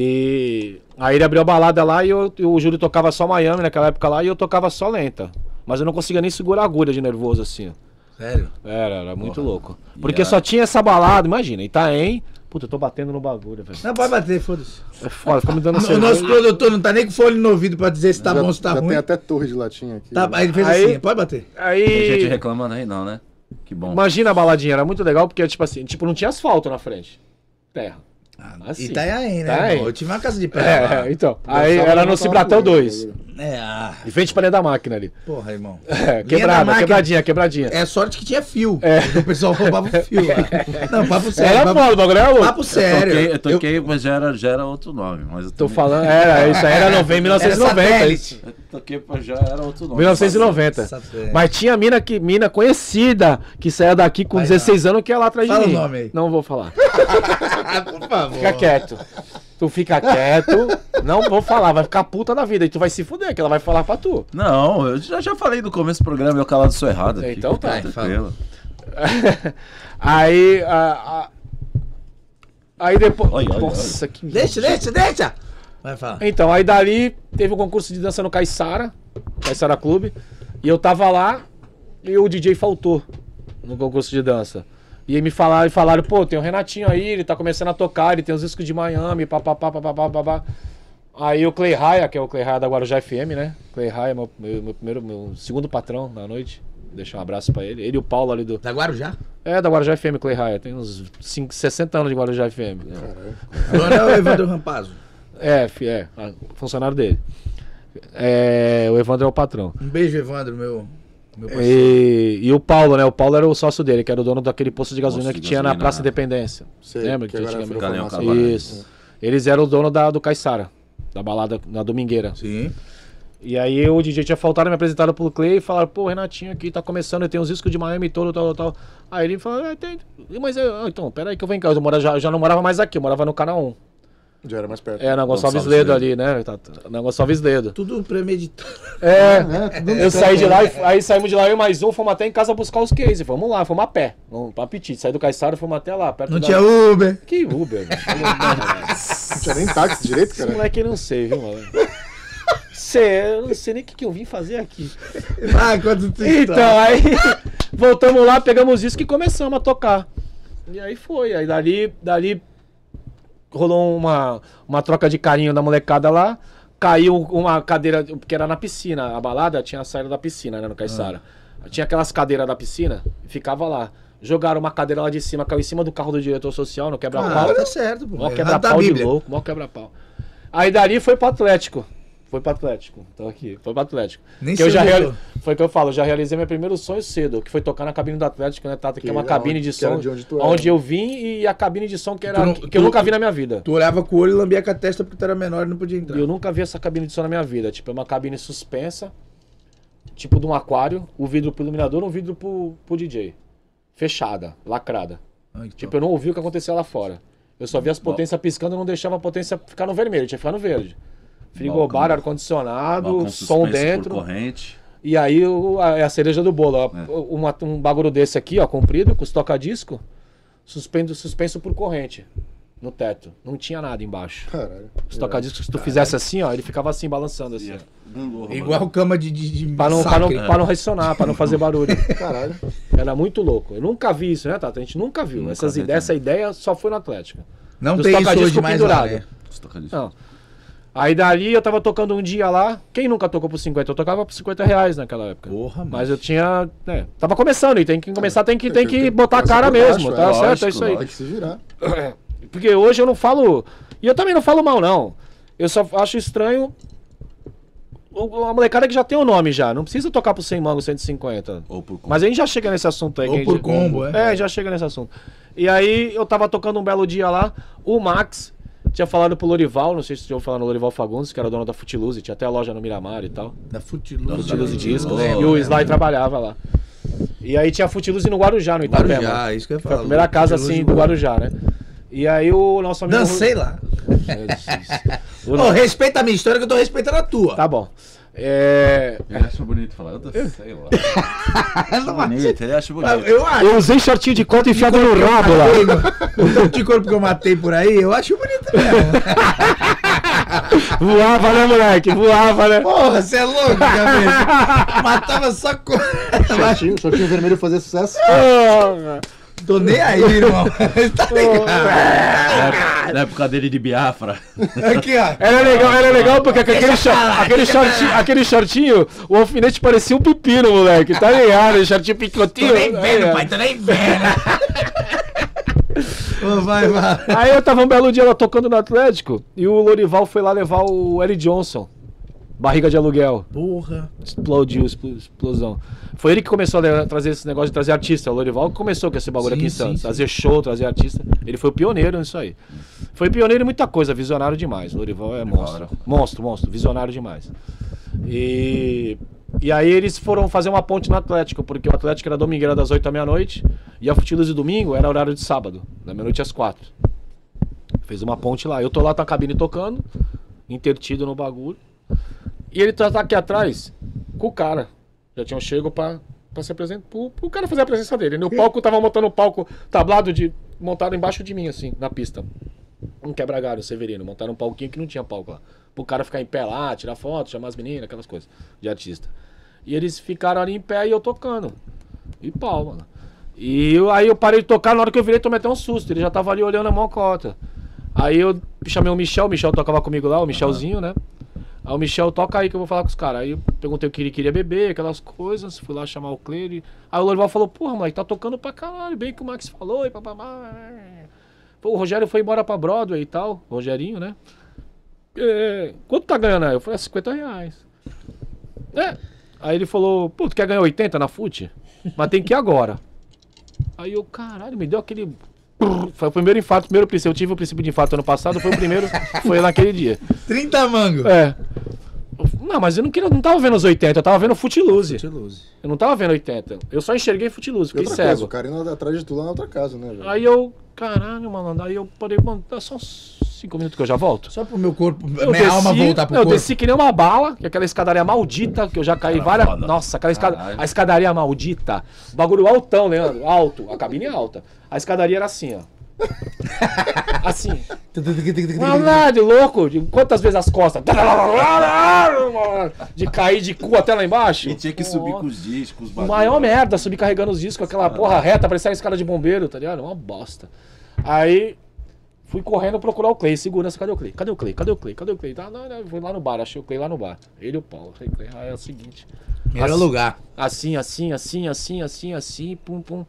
[SPEAKER 4] E aí ele abriu a balada lá e, eu- e o Júlio tocava só Miami naquela época lá e eu tocava só lenta. Mas eu não conseguia nem segurar a agulha de nervoso assim. ó.
[SPEAKER 8] Sério.
[SPEAKER 4] Era, era muito louco.
[SPEAKER 1] E
[SPEAKER 4] Porque
[SPEAKER 1] a-
[SPEAKER 4] só tinha essa balada, imagina, tá, Itaém. Puta, eu tô batendo no bagulho, velho.
[SPEAKER 8] Não, pode bater, foda-se.
[SPEAKER 4] É foda, fica me
[SPEAKER 8] O
[SPEAKER 4] dando
[SPEAKER 8] nosso
[SPEAKER 4] cerveja.
[SPEAKER 8] produtor não tá nem com fone no ouvido pra dizer se tá
[SPEAKER 2] já,
[SPEAKER 8] bom, se tá
[SPEAKER 2] já
[SPEAKER 8] ruim.
[SPEAKER 2] tem até torre de latinha aqui.
[SPEAKER 8] Tá, aí ele fez
[SPEAKER 4] Aí-
[SPEAKER 8] assim, pode bater.
[SPEAKER 1] Tem gente
[SPEAKER 4] Aí.
[SPEAKER 1] reclamando aí, não, né? Que bom.
[SPEAKER 4] Imagina a baladinha, era muito legal porque, tipo assim, tipo, não tinha asfalto na frente. Terra. Assim.
[SPEAKER 8] Itaiaém, né?
[SPEAKER 4] Itaiaém.
[SPEAKER 8] irmão? Eu tive uma casa de praia. lá.
[SPEAKER 4] É, então. Aí era no Cibratão 2.
[SPEAKER 8] É, ah,
[SPEAKER 4] De frente pra dentro da máquina ali.
[SPEAKER 8] porra, irmão. da
[SPEAKER 4] É, quebrada,
[SPEAKER 8] máquina.
[SPEAKER 4] quebradinha, quebradinha.
[SPEAKER 8] É sorte que tinha fio. O pessoal roubava o fio lá. Não, papo sério.
[SPEAKER 4] Era
[SPEAKER 8] papo,
[SPEAKER 4] foda, o bagulho era louco.
[SPEAKER 8] papo sério.
[SPEAKER 1] Toquei, eu toquei, mas já era, já era outro nome. Mas eu
[SPEAKER 4] Tô
[SPEAKER 1] também-
[SPEAKER 4] falando, era, isso aí era novembro,
[SPEAKER 8] Era
[SPEAKER 4] 1990.
[SPEAKER 8] satélite.
[SPEAKER 1] Eu toquei, mas já era outro nome.
[SPEAKER 4] 1990.
[SPEAKER 8] Satélite.
[SPEAKER 4] Mas tinha mina, que, mina conhecida que saía daqui com
[SPEAKER 8] Vai lá.
[SPEAKER 4] 16 anos que ia lá atrás
[SPEAKER 8] Fala
[SPEAKER 4] de
[SPEAKER 8] o
[SPEAKER 4] mim.
[SPEAKER 8] nome aí.
[SPEAKER 4] Não vou falar.
[SPEAKER 8] Ah, por favor.
[SPEAKER 4] Fica quieto. Tu fica quieto. Não vou falar, vai ficar puta da vida. E tu vai se fuder, que ela vai falar pra tu.
[SPEAKER 1] Não, eu já, já falei no começo do programa, eu calado sou errado. aqui,
[SPEAKER 4] Então tá,
[SPEAKER 1] tranquilo.
[SPEAKER 4] aí. a- a- Aí depois.
[SPEAKER 1] Olha, olha,
[SPEAKER 4] Nossa, que
[SPEAKER 8] Deixa, deixa, deixa. Vai falar.
[SPEAKER 4] Então, aí dali teve um concurso de dança no Caissara, Caissara Clube, e eu tava lá e o DJ faltou no concurso de dança. E aí me falaram, e falaram, pô, tem o Renatinho aí, ele tá começando a tocar, ele tem os discos de Miami, papapá, papapá, papapá. Aí o Clay Raia, que é o Clay Raia da Guarujá FM, né? Clay Raia, meu, meu, meu primeiro, meu segundo patrão na noite. Deixar um abraço pra ele. Ele e o Paulo ali do.
[SPEAKER 8] Da Guarujá?
[SPEAKER 4] É, da Guarujá FM, Clay Raia. Tem uns 5, 60 anos de Guarujá FM.
[SPEAKER 8] Agora é o Evandro Rampazzo.
[SPEAKER 4] É, fi- é, a- funcionário dele. É, o Evandro é o patrão.
[SPEAKER 8] Um beijo, Evandro, meu, meu
[SPEAKER 2] É
[SPEAKER 8] parceiro.
[SPEAKER 4] E, e o Paulo, né? O Paulo era o sócio dele, que era o dono daquele posto de gasolina
[SPEAKER 1] Posto
[SPEAKER 4] que
[SPEAKER 1] de
[SPEAKER 4] tinha na
[SPEAKER 1] gasolina,
[SPEAKER 4] Praça
[SPEAKER 1] né?
[SPEAKER 4] Independência.
[SPEAKER 2] Sei,
[SPEAKER 4] Lembra
[SPEAKER 2] que
[SPEAKER 4] que
[SPEAKER 2] agora
[SPEAKER 4] antigamente
[SPEAKER 2] fica
[SPEAKER 1] Galinha
[SPEAKER 2] farmácia.
[SPEAKER 1] Cabaré.
[SPEAKER 4] Isso. Eles eram o dono da, do Caissara, da balada na Domingueira.
[SPEAKER 8] Sim.
[SPEAKER 4] E aí o DJ tinha faltado, me apresentaram pro Clay e falaram, pô, o Renatinho aqui tá começando, ele tem uns discos de Miami todo, tal, tal, tal. Aí ele falou, é, tem. Mas eu, então, peraí que eu venho em casa. Eu, mora, já, eu já não morava mais aqui, eu morava no Canal 1.
[SPEAKER 2] Já era mais perto.
[SPEAKER 4] É, na Gonçalves
[SPEAKER 1] Gonçalves
[SPEAKER 4] Ledo
[SPEAKER 1] Ledo.
[SPEAKER 4] ali, né? tá- tá- Na Gonçalves Ledo.
[SPEAKER 8] Tudo premeditado.
[SPEAKER 4] É,
[SPEAKER 2] É, tudo
[SPEAKER 4] eu saí de lá, e- aí saímos de lá, eu e mais um, fomos até em casa buscar os cases. Vamos lá, fomos a pé. Vamos pra Petit. Saí do Caissara, fomos até lá, perto
[SPEAKER 8] Não
[SPEAKER 4] da...
[SPEAKER 8] tinha Uber.
[SPEAKER 4] Que Uber, velho.
[SPEAKER 2] Não tinha nem táxi direito,
[SPEAKER 4] Esse
[SPEAKER 2] cara.
[SPEAKER 4] moleque eu não sei, viu, mano? Sei, eu não sei nem o que, que eu vim fazer aqui.
[SPEAKER 8] Ah, quanto tu
[SPEAKER 4] Então, aí voltamos lá, pegamos isso e começamos a tocar. E aí foi, aí dali, dali rolou uma, uma troca de carinho da molecada lá. Caiu uma cadeira, porque era na piscina, a balada tinha a saída da piscina, né, no Caiçara. Tinha aquelas cadeiras da piscina, ficava lá. Jogaram uma cadeira lá de cima, caiu em cima do carro do diretor social, no quebra-pau.
[SPEAKER 8] Ah, tá certo, pô.
[SPEAKER 4] Mó
[SPEAKER 3] é
[SPEAKER 8] Errado da
[SPEAKER 4] quebra-pau de
[SPEAKER 8] Bíblia.
[SPEAKER 4] louco, mó quebra-pau. Aí dali foi pro Atlético. Foi pro Atlético. Tô aqui. Foi pro Atlético.
[SPEAKER 8] Nem
[SPEAKER 4] que eu
[SPEAKER 8] sei
[SPEAKER 4] já
[SPEAKER 8] onde
[SPEAKER 4] reali-
[SPEAKER 8] eu
[SPEAKER 4] Foi o que eu falo, eu já realizei meu primeiro sonho cedo, que foi tocar na cabine do Atlético, né, Tata? Que,
[SPEAKER 2] Que
[SPEAKER 4] é uma
[SPEAKER 2] era
[SPEAKER 4] cabine
[SPEAKER 2] onde-
[SPEAKER 4] de
[SPEAKER 2] que era
[SPEAKER 4] som.
[SPEAKER 2] de onde
[SPEAKER 4] onde
[SPEAKER 2] tu era.
[SPEAKER 4] eu vim e a cabine de som que, era,
[SPEAKER 8] Tu não-
[SPEAKER 4] que
[SPEAKER 8] tu-
[SPEAKER 4] eu nunca vi na minha vida.
[SPEAKER 8] Tu olhava com o olho e lambia com a testa porque tu era menor e não podia
[SPEAKER 3] Tá.
[SPEAKER 8] entrar.
[SPEAKER 4] Eu nunca vi essa cabine de som na minha vida. Tipo, é uma cabine suspensa, tipo de um aquário, o vidro pro iluminador, um vidro pro, pro DJ. Fechada, lacrada.
[SPEAKER 8] Ai, que
[SPEAKER 4] Tipo,
[SPEAKER 8] top.
[SPEAKER 4] eu não ouvi o que acontecia lá fora. Eu só vi as potências piscando, eu não deixava a potência ficar no vermelho, tinha que ficar no verde. Frigobar,
[SPEAKER 1] Balcão-
[SPEAKER 4] ar-condicionado,
[SPEAKER 1] Balcão
[SPEAKER 4] Tá som
[SPEAKER 1] suspenso por
[SPEAKER 4] dentro.
[SPEAKER 1] corrente.
[SPEAKER 4] E aí o- a- é a cereja do bolo. ó.
[SPEAKER 1] É.
[SPEAKER 4] Uma- um bagulho desse aqui, ó, comprido, com os toca-disco, suspendo, suspenso por corrente. no teto. Não tinha nada embaixo.
[SPEAKER 2] Caralho.
[SPEAKER 1] É.
[SPEAKER 4] Os tocadiscos, se tu fizesse assim, ó, ele ficava assim, balançando assim. ó.
[SPEAKER 1] Gangorra,
[SPEAKER 3] Igual cama de, de, de
[SPEAKER 1] é.
[SPEAKER 4] Pra não, pra, não,
[SPEAKER 3] massacre.
[SPEAKER 4] pra não ressonar, pra não fazer barulho.
[SPEAKER 2] Caralho.
[SPEAKER 4] Era muito louco. Eu nunca vi isso, né, Tata? A gente nunca viu.
[SPEAKER 1] Nunca
[SPEAKER 4] Essas
[SPEAKER 1] vi né?
[SPEAKER 4] ideias, essa ideia só foi no Atlético.
[SPEAKER 3] Não
[SPEAKER 4] Dos
[SPEAKER 3] tem isso
[SPEAKER 4] tocadiscos
[SPEAKER 3] hoje mais lá, né?
[SPEAKER 4] pendurado.
[SPEAKER 1] mano. Os tocadiscos.
[SPEAKER 4] Não. Aí dali eu tava tocando um dia lá. Quem nunca tocou por 50? Eu tocava por 50 reais naquela época.
[SPEAKER 3] Porra, mano.
[SPEAKER 4] Mas eu tinha. né, tava começando, e tem que começar, tem que, tem que botar a
[SPEAKER 2] Começa
[SPEAKER 4] cara
[SPEAKER 2] por baixo,
[SPEAKER 4] mesmo,
[SPEAKER 2] é.
[SPEAKER 4] tá certo?
[SPEAKER 1] Lógico,
[SPEAKER 4] É isso aí.
[SPEAKER 1] lógico.
[SPEAKER 2] Tem que se virar.
[SPEAKER 4] Porque hoje eu não falo. E eu também não falo mal, não. Eu só acho estranho. o- A molecada que já tem o nome já. Não precisa tocar pro 100 mango, 150.
[SPEAKER 1] Ou por conta.
[SPEAKER 4] Mas a gente já chega nesse assunto aí.
[SPEAKER 3] Ou
[SPEAKER 4] que a
[SPEAKER 3] por
[SPEAKER 4] gente-
[SPEAKER 3] combo, é.
[SPEAKER 4] É, já chega nesse assunto. E aí eu tava tocando um belo dia lá, o Max tinha falado pro Lorival, não sei se você ouviu falar no Lorival Fagundes, que era dono da Footloose, tinha até a loja no Miramar e tal.
[SPEAKER 3] Da Futiluz.
[SPEAKER 4] Footloose Discos.
[SPEAKER 3] Lembro,
[SPEAKER 4] e o
[SPEAKER 3] lembro.
[SPEAKER 4] Sly trabalhava lá. E aí tinha a Footloose no Guarujá, no Itapema.
[SPEAKER 3] Guarujá, isso que eu ia
[SPEAKER 4] Foi
[SPEAKER 3] falar.
[SPEAKER 4] a primeira casa assim do Guarujá, né? E aí o nosso amigo.
[SPEAKER 3] Dancei lá.
[SPEAKER 4] Jesus. O
[SPEAKER 3] Ô,
[SPEAKER 4] no-
[SPEAKER 3] respeita a minha história que eu tô respeitando a tua.
[SPEAKER 4] Tá bom. É,
[SPEAKER 11] Ele acha bonito falar, eu tô- sei lá.
[SPEAKER 1] Acha Tá bonito, ele acha bonito.
[SPEAKER 3] É Eu acho.
[SPEAKER 4] Eu usei shortinho de conta enfiado no rabo lá.
[SPEAKER 3] O tanto de corpo que eu matei por aí, eu acho bonito mesmo.
[SPEAKER 4] Voava, né, moleque? Voava, né?
[SPEAKER 3] Porra, você é louco, cabeça. Matava só com.
[SPEAKER 2] Shortinho, shortinho vermelho fazer sucesso.
[SPEAKER 3] Tô nem aí, irmão. tá ligado?
[SPEAKER 1] Na época dele de Biafra.
[SPEAKER 3] Aqui, ó.
[SPEAKER 4] Era legal, era legal porque com aquele, shor- aquele, shortinho, aquele shortinho, o alfinete parecia um pepino, moleque. Tá ligado? Shortinho picotinho. É.
[SPEAKER 3] tô nem vendo. Ô, vai, vai.
[SPEAKER 4] Aí eu tava um belo dia lá tocando no Atlético e o Lorival foi lá levar o Eric Johnson. Barriga de aluguel.
[SPEAKER 3] Porra.
[SPEAKER 4] Explodiu, expl- explosão. Foi ele que começou a le- trazer esse negócio de trazer artista. O Lorival que começou com esse bagulho
[SPEAKER 3] Sim,
[SPEAKER 4] aqui em
[SPEAKER 3] sim,
[SPEAKER 4] Santos.
[SPEAKER 3] sim.
[SPEAKER 4] Trazer show, trazer artista. Ele foi o pioneiro nisso aí. Foi pioneiro em muita coisa, visionário demais. O Lorival é monstro. Monstro, monstro, visionário demais. E. E aí eles foram fazer uma ponte no Atlético, porque o Atlético era domingueira das 8 à meia-noite e a Futiluz de domingo era horário de sábado, da meia-noite às quatro. Fez uma ponte lá. Eu tô lá na cabine tocando, intertido no bagulho. E ele tá tá aqui atrás com o cara. Já tinham chego pra, pra se apresentar. Pro, pro cara fazer a presença dele. No palco, tava montando um palco tablado de. Montado embaixo de mim, assim, na pista. Um quebra-galho, Severino. Montaram um palquinho que não tinha palco lá. Pro cara ficar em pé lá, tirar foto, chamar as meninas, aquelas coisas de artista. E eles ficaram ali em pé e eu tocando. E pau, mano. E eu- aí eu parei de tocar, na hora que eu virei, tomei até um susto. Ele já tava ali olhando a mocota. Aí eu chamei o Michel, o Michel tocava comigo lá, o Michelzinho, né? Aí o Michel toca aí que eu vou falar com os caras. Aí eu perguntei o que ele queria beber, aquelas coisas. Fui lá chamar o Cleire. Aí o Lorival falou: Porra, moleque, tá tocando pra caralho, bem que o Max falou e papapá. Pô, o Rogério foi embora pra Broadway e tal, o Rogerinho, né? É, quanto tá ganhando aí? Eu falei: "Ah, 50 reais. É. Aí ele falou: Pô, tu quer ganhar 80 na FUT? Mas tem que ir agora. Aí eu, caralho, me deu aquele. Foi o primeiro infarto, o primeiro princípio. Eu tive o princípio de infarto ano passado, foi o primeiro, foi naquele dia.
[SPEAKER 3] 30 mango.
[SPEAKER 4] É. Não, mas eu não, queria, não tava vendo os 80, eu tava vendo Footloose. Eu não tava vendo 80. Eu só enxerguei
[SPEAKER 2] E
[SPEAKER 4] Footloose, fiquei
[SPEAKER 2] outra coisa, o
[SPEAKER 4] cego.
[SPEAKER 2] cara indo atrás de tu lá na outra casa, né, velho?
[SPEAKER 4] Aí eu, caralho, malandro. Aí eu parei, mano, dá só uns 5 minutos que eu já volto.
[SPEAKER 3] Só pro meu corpo,
[SPEAKER 4] Eu
[SPEAKER 3] minha alma voltar pro
[SPEAKER 4] eu
[SPEAKER 3] corpo.
[SPEAKER 4] desci que nem uma bala, que é aquela escadaria maldita, que eu já caí
[SPEAKER 1] Cara,
[SPEAKER 4] várias.
[SPEAKER 1] foda.
[SPEAKER 4] Nossa, aquela escada,
[SPEAKER 1] Caralho.
[SPEAKER 4] a escadaria maldita. Bagulho altão, Leandro, alto. A cabine é alta. A escadaria era assim, ó. assim. Malandro, louco. de Quantas vezes as costas? De cair de cu até lá embaixo?
[SPEAKER 1] E tinha que subir com
[SPEAKER 4] Nossa.
[SPEAKER 1] os discos, os
[SPEAKER 4] O
[SPEAKER 1] bagulho.
[SPEAKER 4] Maior merda, subir carregando os discos, aquela porra reta, parecia a escada de bombeiro, tá ligado? Uma bosta. Aí fui correndo procurar o Clay, segurança, cadê o Clay? Cadê o Clay? Cadê o Clay? Cadê o Clay? Tá, não, não, fui lá no bar, achei o Clay lá no bar. Ele e o Paulo. Falei, Clay, ah, é o seguinte.
[SPEAKER 3] Primeiro
[SPEAKER 4] Assim-
[SPEAKER 3] lugar.
[SPEAKER 4] Assim, assim, assim, assim, assim, assim, pum, pum.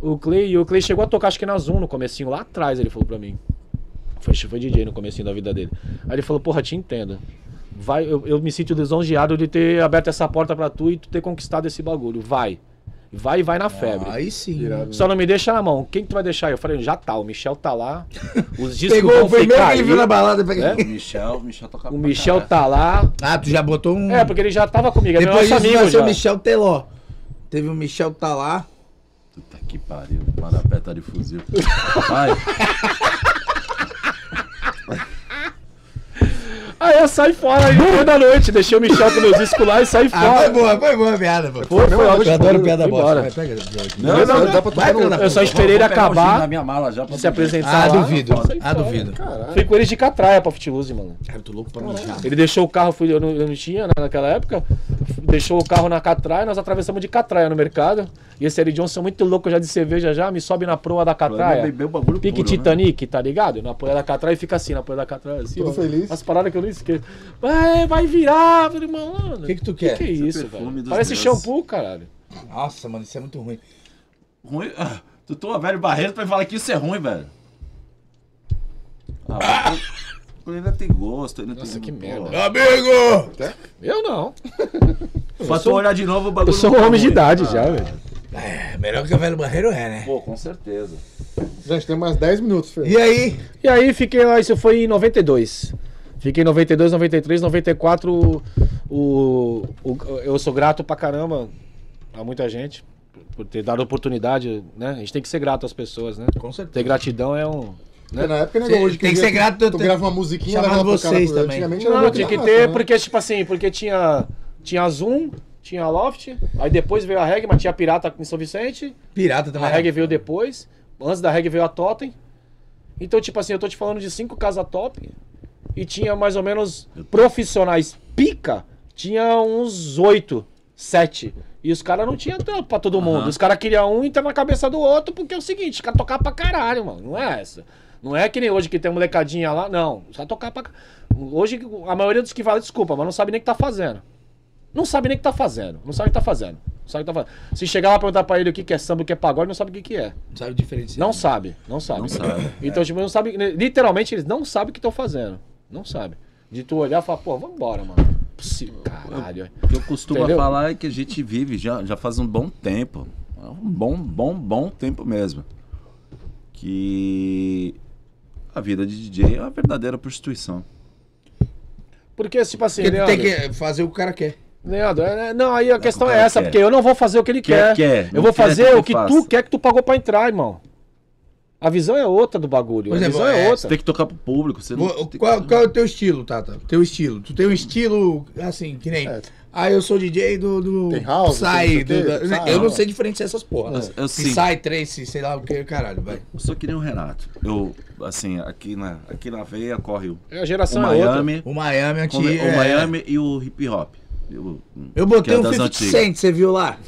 [SPEAKER 4] O Clay, e o Clay chegou a tocar, acho que na Zoom, no comecinho, lá atrás, ele falou pra mim. Foi, foi DJ no comecinho da vida dele. Aí ele falou, porra, te entendo. Vai, eu, eu me sinto lisonjeado de ter aberto essa porta pra tu e tu ter conquistado esse bagulho. Vai. Vai e vai na
[SPEAKER 3] Ah,
[SPEAKER 4] febre.
[SPEAKER 3] Aí sim.
[SPEAKER 4] Só não me deixa na mão. Quem que tu vai deixar? Eu falei, já tá, o Michel tá lá. Os discos
[SPEAKER 3] Pegou
[SPEAKER 4] vão
[SPEAKER 3] o primeiro
[SPEAKER 4] ficar
[SPEAKER 3] que ele viu
[SPEAKER 4] aí,
[SPEAKER 3] na balada. Peguei.
[SPEAKER 4] É?
[SPEAKER 1] O Michel, o Michel tocava
[SPEAKER 4] O
[SPEAKER 1] pra
[SPEAKER 4] Michel
[SPEAKER 1] caralho.
[SPEAKER 4] tá lá.
[SPEAKER 3] Ah, tu já botou um.
[SPEAKER 4] É, porque ele já tava comigo, ele
[SPEAKER 3] Depois
[SPEAKER 4] Depois é
[SPEAKER 3] disso
[SPEAKER 4] nosso amigo
[SPEAKER 3] vai ser o
[SPEAKER 4] já.
[SPEAKER 3] Michel Teló. Teve o Michel tá Talá.
[SPEAKER 1] Puta que pariu, Marapé tá de fuzil. Vai,
[SPEAKER 4] Aí eu saí Ah, é, fora aí, depois da noite. Deixei o Michel com meus discos lá e saí
[SPEAKER 3] Ah, foi
[SPEAKER 4] fora.
[SPEAKER 3] boa, foi boa a piada, pô.
[SPEAKER 4] Pô, foi ótimo.
[SPEAKER 3] Eu adoro piada
[SPEAKER 4] Fui embora.
[SPEAKER 3] bosta. Vai, pega essa aqui.
[SPEAKER 1] Não, um
[SPEAKER 4] não,
[SPEAKER 1] dá pra
[SPEAKER 3] Vai,
[SPEAKER 1] tomar
[SPEAKER 3] Bruno.
[SPEAKER 1] no...
[SPEAKER 2] né?
[SPEAKER 4] Eu só esperei ele
[SPEAKER 11] Na
[SPEAKER 4] acabar
[SPEAKER 11] minha mala já pra
[SPEAKER 4] de se apresentar.
[SPEAKER 3] Ah,
[SPEAKER 4] Tá lá.
[SPEAKER 3] duvido.
[SPEAKER 4] Saí
[SPEAKER 3] Ah,
[SPEAKER 4] fora.
[SPEAKER 3] duvido.
[SPEAKER 4] Fui com eles de catraia pra Futiuse, mano.
[SPEAKER 3] Cara, tô louco pra mijar.
[SPEAKER 4] Ele deixou o carro, fui, eu, não, eu não tinha né, naquela época. Deixou o carro na catraia, nós atravessamos de catraia no mercado. E esse Eric Johnson é muito louco já de cerveja já, me sobe na proa da catraia.
[SPEAKER 1] Bebeu o bagulho
[SPEAKER 4] Pique
[SPEAKER 1] é puro, né?
[SPEAKER 4] Titanic, tá ligado? Na poeira da catraia e fica assim, na poeira da catraia, assim,
[SPEAKER 2] Tudo
[SPEAKER 4] ó.
[SPEAKER 2] feliz.
[SPEAKER 4] As paradas que eu não esqueço. Vai, vai virar, eu falei, mano.
[SPEAKER 3] O que que tu
[SPEAKER 4] que,
[SPEAKER 3] quer?
[SPEAKER 4] que é isso,
[SPEAKER 1] perfume
[SPEAKER 4] velho?
[SPEAKER 1] dos
[SPEAKER 4] Parece
[SPEAKER 1] deuses.
[SPEAKER 4] shampoo, caralho.
[SPEAKER 3] Nossa, mano, isso é muito ruim.
[SPEAKER 1] Ruim. Ah, tu toma velho barreiro pra falar que isso é ruim, velho. Ah, mas ele ainda tem gosto, ele não
[SPEAKER 4] Nossa,
[SPEAKER 1] tem
[SPEAKER 4] que
[SPEAKER 1] pô.
[SPEAKER 4] merda.
[SPEAKER 3] Amigo!
[SPEAKER 4] Eu não.
[SPEAKER 1] Pra tu olhar de novo o bagulho.
[SPEAKER 4] um- Eu sou
[SPEAKER 1] não
[SPEAKER 4] um
[SPEAKER 1] tá
[SPEAKER 4] homem de
[SPEAKER 1] ruim.
[SPEAKER 4] idade já, velho.
[SPEAKER 3] É, melhor que o velho barreiro é, né?
[SPEAKER 1] Pô, com certeza.
[SPEAKER 2] Gente, tem mais 10 minutos, Fer.
[SPEAKER 3] E aí?
[SPEAKER 4] E aí fiquei lá, isso foi em 92. Fiquei em 92, 93, 94. O, o, o- eu sou grato pra caramba a muita gente por- por ter dado oportunidade, né? A gente tem que ser grato às pessoas, né?
[SPEAKER 3] Com certeza.
[SPEAKER 4] Ter gratidão é um. né?
[SPEAKER 2] Na época, né,
[SPEAKER 3] Cê-
[SPEAKER 2] hoje
[SPEAKER 3] tem que
[SPEAKER 2] em dia
[SPEAKER 3] ser grato
[SPEAKER 2] Tu, tu
[SPEAKER 3] do-
[SPEAKER 2] grava uma musiquinha,
[SPEAKER 3] chamar
[SPEAKER 2] leva pro
[SPEAKER 3] vocês
[SPEAKER 2] cara,
[SPEAKER 3] também.
[SPEAKER 2] Antigamente era
[SPEAKER 4] Não,
[SPEAKER 2] muito
[SPEAKER 4] tinha que
[SPEAKER 2] graça,
[SPEAKER 4] ter,
[SPEAKER 2] né?
[SPEAKER 4] porque, tipo assim, porque tinha, tinha Zoom, tinha Loft, aí depois veio a reggae, mas tinha Pirata em São Vicente,
[SPEAKER 3] Pirata
[SPEAKER 4] a
[SPEAKER 3] também. é.
[SPEAKER 4] reggae veio depois, antes da reggae veio a Totem. Então, tipo assim, eu tô te falando de cinco casas top e tinha mais ou menos profissionais pica, tinha uns oito, sete. E os caras não tinham trampo pra todo mundo. Os caras queriam um e tá na cabeça do outro, porque é o seguinte, os caras tocavam pra caralho, mano. Não é essa. Não é que nem hoje que tem molecadinha lá. Não, os caras tocavam pra. ca- Hoje a maioria dos que fala desculpa, mas não sabe nem o que tá fazendo. Não sabe nem o que tá fazendo. Não sabe o que tá fazendo. Não sabe o que tá fazendo. Se chegar lá e perguntar pra ele o que que é samba, o que é pagode, não sabe o que que é.
[SPEAKER 3] Não sabe diferenciar.
[SPEAKER 4] Não sabe, não sabe.
[SPEAKER 1] Não sabe.
[SPEAKER 4] Então, tipo, não sabe. Literalmente, eles não sabem o que estão fazendo. Não sabe. De tu olhar e falar, pô, vambora, mano. Possível. Caralho.
[SPEAKER 1] O que eu costumo
[SPEAKER 4] Entendeu?
[SPEAKER 1] falar é que a gente vive já, já faz um bom tempo. Um bom, bom, bom tempo mesmo. Que a vida de DJ é uma verdadeira prostituição.
[SPEAKER 4] Porque, tipo assim,
[SPEAKER 3] Porque tu
[SPEAKER 4] Leandro,
[SPEAKER 3] tem que fazer o que o cara quer.
[SPEAKER 4] Leandro, é- é- não, aí a questão
[SPEAKER 1] o
[SPEAKER 4] é
[SPEAKER 1] cara
[SPEAKER 4] essa,
[SPEAKER 1] quer.
[SPEAKER 4] porque eu não vou fazer o que ele
[SPEAKER 1] Quer,
[SPEAKER 4] quer.
[SPEAKER 1] quer.
[SPEAKER 4] Eu
[SPEAKER 1] Não
[SPEAKER 4] vou
[SPEAKER 1] quer
[SPEAKER 4] fazer
[SPEAKER 1] é- que
[SPEAKER 4] o que
[SPEAKER 1] faça.
[SPEAKER 4] tu quer que tu pagou pra entrar, irmão. A visão é outra do bagulho.
[SPEAKER 3] Por
[SPEAKER 4] A
[SPEAKER 3] exemplo,
[SPEAKER 4] visão é
[SPEAKER 3] é,
[SPEAKER 1] Você
[SPEAKER 4] outra.
[SPEAKER 1] tem que tocar pro público. Você não,
[SPEAKER 3] Vo-
[SPEAKER 1] tem que-
[SPEAKER 3] Qual, qual é o teu estilo, Tata? Teu estilo. Tu tem um estilo, assim, que nem.
[SPEAKER 2] É.
[SPEAKER 3] Ah, eu sou DJ do. do
[SPEAKER 2] Tem house,
[SPEAKER 3] Psy,
[SPEAKER 2] tem não sei o
[SPEAKER 3] do-
[SPEAKER 2] quê,
[SPEAKER 3] da-
[SPEAKER 2] Psy,
[SPEAKER 3] eu não
[SPEAKER 2] não.
[SPEAKER 3] sei diferenciar essas porras.
[SPEAKER 1] Eu- eu sim.
[SPEAKER 3] Sai, Trace, sei lá o que, caralho, vai.
[SPEAKER 1] Eu sou que nem o Renato. Eu, assim, aqui na, aqui na veia corre o,
[SPEAKER 4] A
[SPEAKER 1] o
[SPEAKER 4] geração é outra. é-
[SPEAKER 1] Miami,
[SPEAKER 3] O Miami
[SPEAKER 1] o,
[SPEAKER 3] antigo. é-
[SPEAKER 1] o Miami e o hip hop. Eu-
[SPEAKER 3] Eu botei
[SPEAKER 1] que é
[SPEAKER 3] um
[SPEAKER 1] das
[SPEAKER 3] 50
[SPEAKER 1] antigas.
[SPEAKER 3] Cent, você viu lá?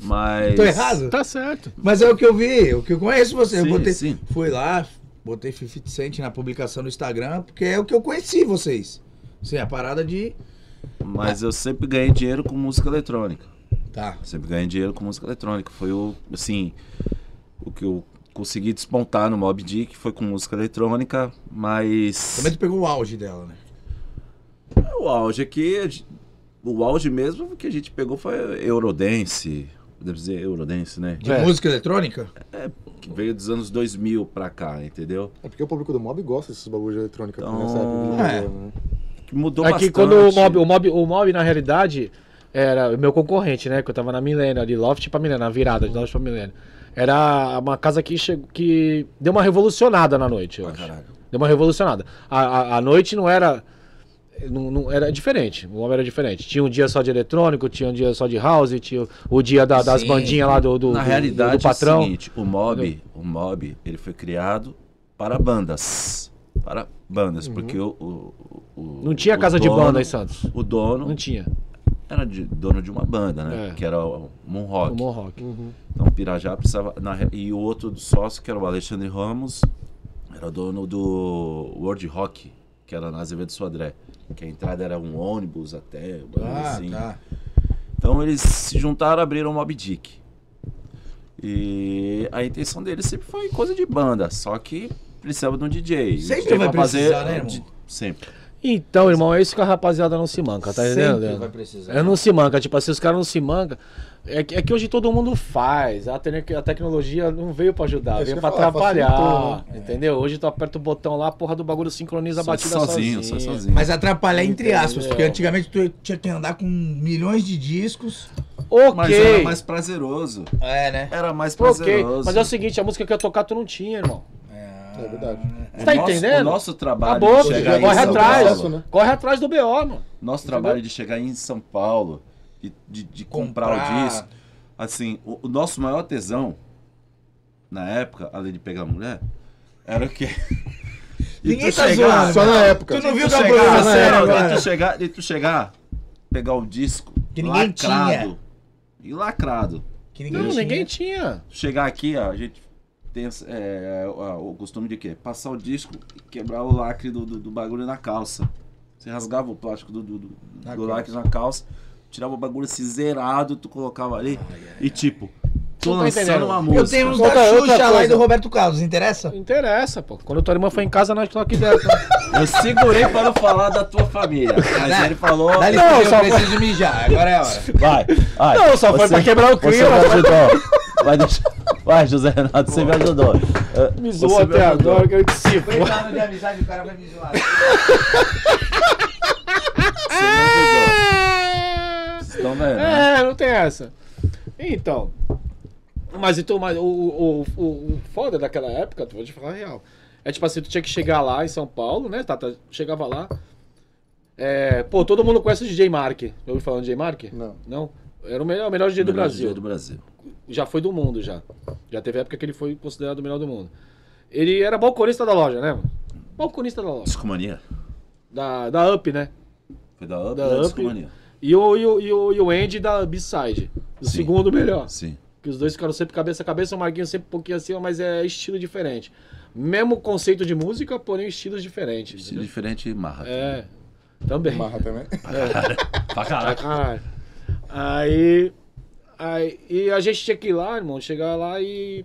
[SPEAKER 1] Mas.
[SPEAKER 3] Tô errado?
[SPEAKER 4] Tá certo.
[SPEAKER 3] Mas é o que eu vi, o que eu conheço você.
[SPEAKER 1] Sim,
[SPEAKER 3] eu botei,
[SPEAKER 1] sim.
[SPEAKER 3] Fui lá, botei 50 Cent na publicação no Instagram, porque é o que eu conheci vocês. Assim, a parada de.
[SPEAKER 1] Mas eu sempre ganhei dinheiro com música eletrônica.
[SPEAKER 3] Tá.
[SPEAKER 1] Sempre ganhei dinheiro com música eletrônica. Foi o, assim, o que eu consegui despontar no Mob Dick foi com música eletrônica, mas
[SPEAKER 3] Também tu pegou o auge dela, né?
[SPEAKER 1] o auge aqui, o auge mesmo que a gente pegou foi Eurodance, deve dizer Eurodance, né?
[SPEAKER 3] De
[SPEAKER 4] É.
[SPEAKER 3] música eletrônica?
[SPEAKER 1] Que veio dos anos 2000 pra cá, entendeu?
[SPEAKER 2] É porque o público do mob gosta desses bagulhos de eletrônica.
[SPEAKER 1] Então,
[SPEAKER 2] nessa época,
[SPEAKER 3] é.
[SPEAKER 2] né?
[SPEAKER 1] Que mudou
[SPEAKER 4] É
[SPEAKER 1] bastante.
[SPEAKER 4] que quando o mob, o mob, o mob, na realidade, era o meu concorrente, né? Que eu tava na Milênio, de Loft pra Milênio, na virada de Loft pra Milênio. Era uma casa que, chegou, que deu uma revolucionada na noite, eu
[SPEAKER 1] Ah,
[SPEAKER 4] acho. Deu uma revolucionada. A, a, a noite não era. Não, não- era diferente, o mob era diferente. Tinha um dia só de eletrônico, tinha um dia só de house, tinha o- o dia da- das
[SPEAKER 3] Sim.
[SPEAKER 4] bandinhas lá do, do,
[SPEAKER 1] Na
[SPEAKER 4] do-
[SPEAKER 1] realidade,
[SPEAKER 4] do patrão.
[SPEAKER 1] é o seguinte, o mob, o mob, ele foi criado para bandas. Para bandas, porque o, o- o-
[SPEAKER 4] Uhum. não tinha
[SPEAKER 1] o
[SPEAKER 4] casa de
[SPEAKER 1] dono-
[SPEAKER 4] banda em Santos.
[SPEAKER 1] O dono
[SPEAKER 4] Não tinha.
[SPEAKER 1] era de- dono de uma banda, né?
[SPEAKER 4] É.
[SPEAKER 1] Que era o Moon
[SPEAKER 4] O
[SPEAKER 1] Rock.
[SPEAKER 4] Mon Rock.
[SPEAKER 1] Então o Pirajá precisava. na re- e o outro do sócio, que era o Alexandre Ramos, era dono do World Rock, que era na Azevedo Sodré. Que a entrada era um ônibus até, um bagulho
[SPEAKER 3] Ah,
[SPEAKER 1] assim.
[SPEAKER 3] tá.
[SPEAKER 1] Então eles se juntaram e abriram o Mob Dick. E a intenção deles sempre foi coisa de banda, só que precisava de um DJ.
[SPEAKER 3] Sempre
[SPEAKER 1] Pra
[SPEAKER 3] vai precisar, né,
[SPEAKER 1] eh,
[SPEAKER 3] irmão?
[SPEAKER 1] Sempre.
[SPEAKER 4] Então, irmão, é isso que a rapaziada não se manca, tá entendendo?
[SPEAKER 3] Sempre
[SPEAKER 4] Leandro?
[SPEAKER 3] vai precisar.
[SPEAKER 4] É, não se manca, tipo assim, os caras não se manca. É que, é que hoje todo mundo faz. A, tec- a tecnologia não veio pra ajudar,
[SPEAKER 2] isso
[SPEAKER 4] veio
[SPEAKER 2] que
[SPEAKER 4] pra
[SPEAKER 2] eu ia falar,
[SPEAKER 4] atrapalhar.
[SPEAKER 2] facilitou, né?
[SPEAKER 4] Entendeu? Hoje tu aperta o botão lá, a porra do bagulho sincroniza a
[SPEAKER 1] Só
[SPEAKER 4] batida
[SPEAKER 1] sozinho,
[SPEAKER 4] sozinho.
[SPEAKER 1] só sozinho.
[SPEAKER 3] Mas atrapalhar entre
[SPEAKER 4] Entendeu?
[SPEAKER 3] aspas, porque antigamente tu tinha que andar com milhões de discos.
[SPEAKER 4] Ok.
[SPEAKER 1] Mas era mais prazeroso.
[SPEAKER 3] É, né?
[SPEAKER 1] Era mais
[SPEAKER 4] Ok,
[SPEAKER 1] prazeroso.
[SPEAKER 4] mas é o seguinte, a música que eu ia tocar tu não tinha, irmão.
[SPEAKER 2] É verdade.
[SPEAKER 1] O
[SPEAKER 3] É.
[SPEAKER 1] nosso-
[SPEAKER 4] entendendo?
[SPEAKER 1] O nosso trabalho
[SPEAKER 4] Acabou,
[SPEAKER 1] de
[SPEAKER 4] filho.
[SPEAKER 1] chegar
[SPEAKER 4] Corre
[SPEAKER 1] em
[SPEAKER 3] um
[SPEAKER 1] São
[SPEAKER 4] atrás.
[SPEAKER 1] Paulo,
[SPEAKER 2] né?
[SPEAKER 4] Corre atrás do BO, mano.
[SPEAKER 1] nosso trabalho de chegar em São Paulo, de, de, de comprar,
[SPEAKER 3] Comprar.
[SPEAKER 1] o disco. Assim, o, o nosso maior tesão, na época, além de pegar mulher, era o quê? E
[SPEAKER 3] Ninguém
[SPEAKER 1] tu
[SPEAKER 3] tá
[SPEAKER 1] chegar-
[SPEAKER 3] zoando.
[SPEAKER 2] Só na época.
[SPEAKER 3] Tu não viu
[SPEAKER 1] Tu
[SPEAKER 3] que é um
[SPEAKER 1] chegar,
[SPEAKER 4] né?
[SPEAKER 3] programa
[SPEAKER 1] não,
[SPEAKER 3] sério
[SPEAKER 1] e
[SPEAKER 3] agora?
[SPEAKER 1] tu chegar, e tu chegar, pegar o disco
[SPEAKER 3] Que ninguém
[SPEAKER 1] lacrado.
[SPEAKER 3] tinha.
[SPEAKER 1] E lacrado.
[SPEAKER 3] Que
[SPEAKER 4] Não, ninguém tinha.
[SPEAKER 1] Tu chegar aqui, ó, a gente tem essa- é, ó, o costume de quê? Passar o disco e quebrar o lacre do, do- do bagulho na calça. Você rasgava o plástico do, do- do-
[SPEAKER 3] Na
[SPEAKER 1] do lacre na calça, tirava o bagulho assim zerado, tu colocava ali e tipo, tô
[SPEAKER 4] Não tô
[SPEAKER 1] lançando
[SPEAKER 4] entendendo.
[SPEAKER 1] uma
[SPEAKER 3] Eu
[SPEAKER 1] música.
[SPEAKER 3] tenho uns
[SPEAKER 2] Outra-
[SPEAKER 3] da
[SPEAKER 2] outra
[SPEAKER 3] Xuxa lá e
[SPEAKER 2] coisa.
[SPEAKER 3] do Roberto Carlos, interessa?
[SPEAKER 4] Não interessa, pô. Quando tua irmã foi em casa, nós toque dela.
[SPEAKER 1] Eu segurei para não falar da tua família. Mas ele falou.
[SPEAKER 3] Dá licença,
[SPEAKER 4] Não,
[SPEAKER 3] eu
[SPEAKER 4] só-
[SPEAKER 3] preciso de mijar, agora é a hora.
[SPEAKER 1] Vai, vai.
[SPEAKER 4] Não, só foi pra quebrar o
[SPEAKER 1] Você
[SPEAKER 4] clima.
[SPEAKER 1] me ajudou. Vai, deixa... vai, José Renato, você me ajudou. Eh,
[SPEAKER 4] Me
[SPEAKER 1] você
[SPEAKER 4] zoou
[SPEAKER 1] me
[SPEAKER 4] até
[SPEAKER 1] ajudou.
[SPEAKER 4] agora que eu te cifro.
[SPEAKER 3] Coitado de amizade, o cara vai me zoar.
[SPEAKER 1] Você me ajudou. Vocês estão vendo? né?
[SPEAKER 4] É, não tem essa. Então. Mas então, mas o, o, o, o foda daquela época, vou te falar a real. É tipo assim, tu tinha que chegar lá em São Paulo, né, Tata? Chegava lá. É, pô, todo mundo conhece o DJ Mark. Já ouviu falar do DJ Mark?
[SPEAKER 2] Não.
[SPEAKER 4] Não? Era o melhor, o melhor DJ do
[SPEAKER 1] Melhor
[SPEAKER 4] Brasil.
[SPEAKER 1] dia do Brasil.
[SPEAKER 4] Já foi do mundo, já. Já teve época que ele foi considerado o melhor do mundo. Ele era balconista da loja, né? mano? Balconista da loja.
[SPEAKER 1] Discomania.
[SPEAKER 4] Da, da Up, né?
[SPEAKER 1] Foi da UP,
[SPEAKER 4] Da
[SPEAKER 1] da
[SPEAKER 4] Up.
[SPEAKER 1] Discomania.
[SPEAKER 4] E o, e o, e o, e o Andy da B-Side. O
[SPEAKER 1] Sim.
[SPEAKER 4] segundo melhor.
[SPEAKER 1] Sim.
[SPEAKER 4] Que os dois ficaram sempre cabeça a cabeça, o Marquinhos sempre um pouquinho acima, mas é estilo diferente. Mesmo conceito de música, porém estilos diferentes.
[SPEAKER 1] Estilo
[SPEAKER 4] entendeu?
[SPEAKER 1] diferente e marra.
[SPEAKER 4] É, também.
[SPEAKER 2] Marra também.
[SPEAKER 11] Pra caralho.
[SPEAKER 4] Pra caralho. Aí, aí. E a gente tinha que ir lá, irmão, chegar lá e.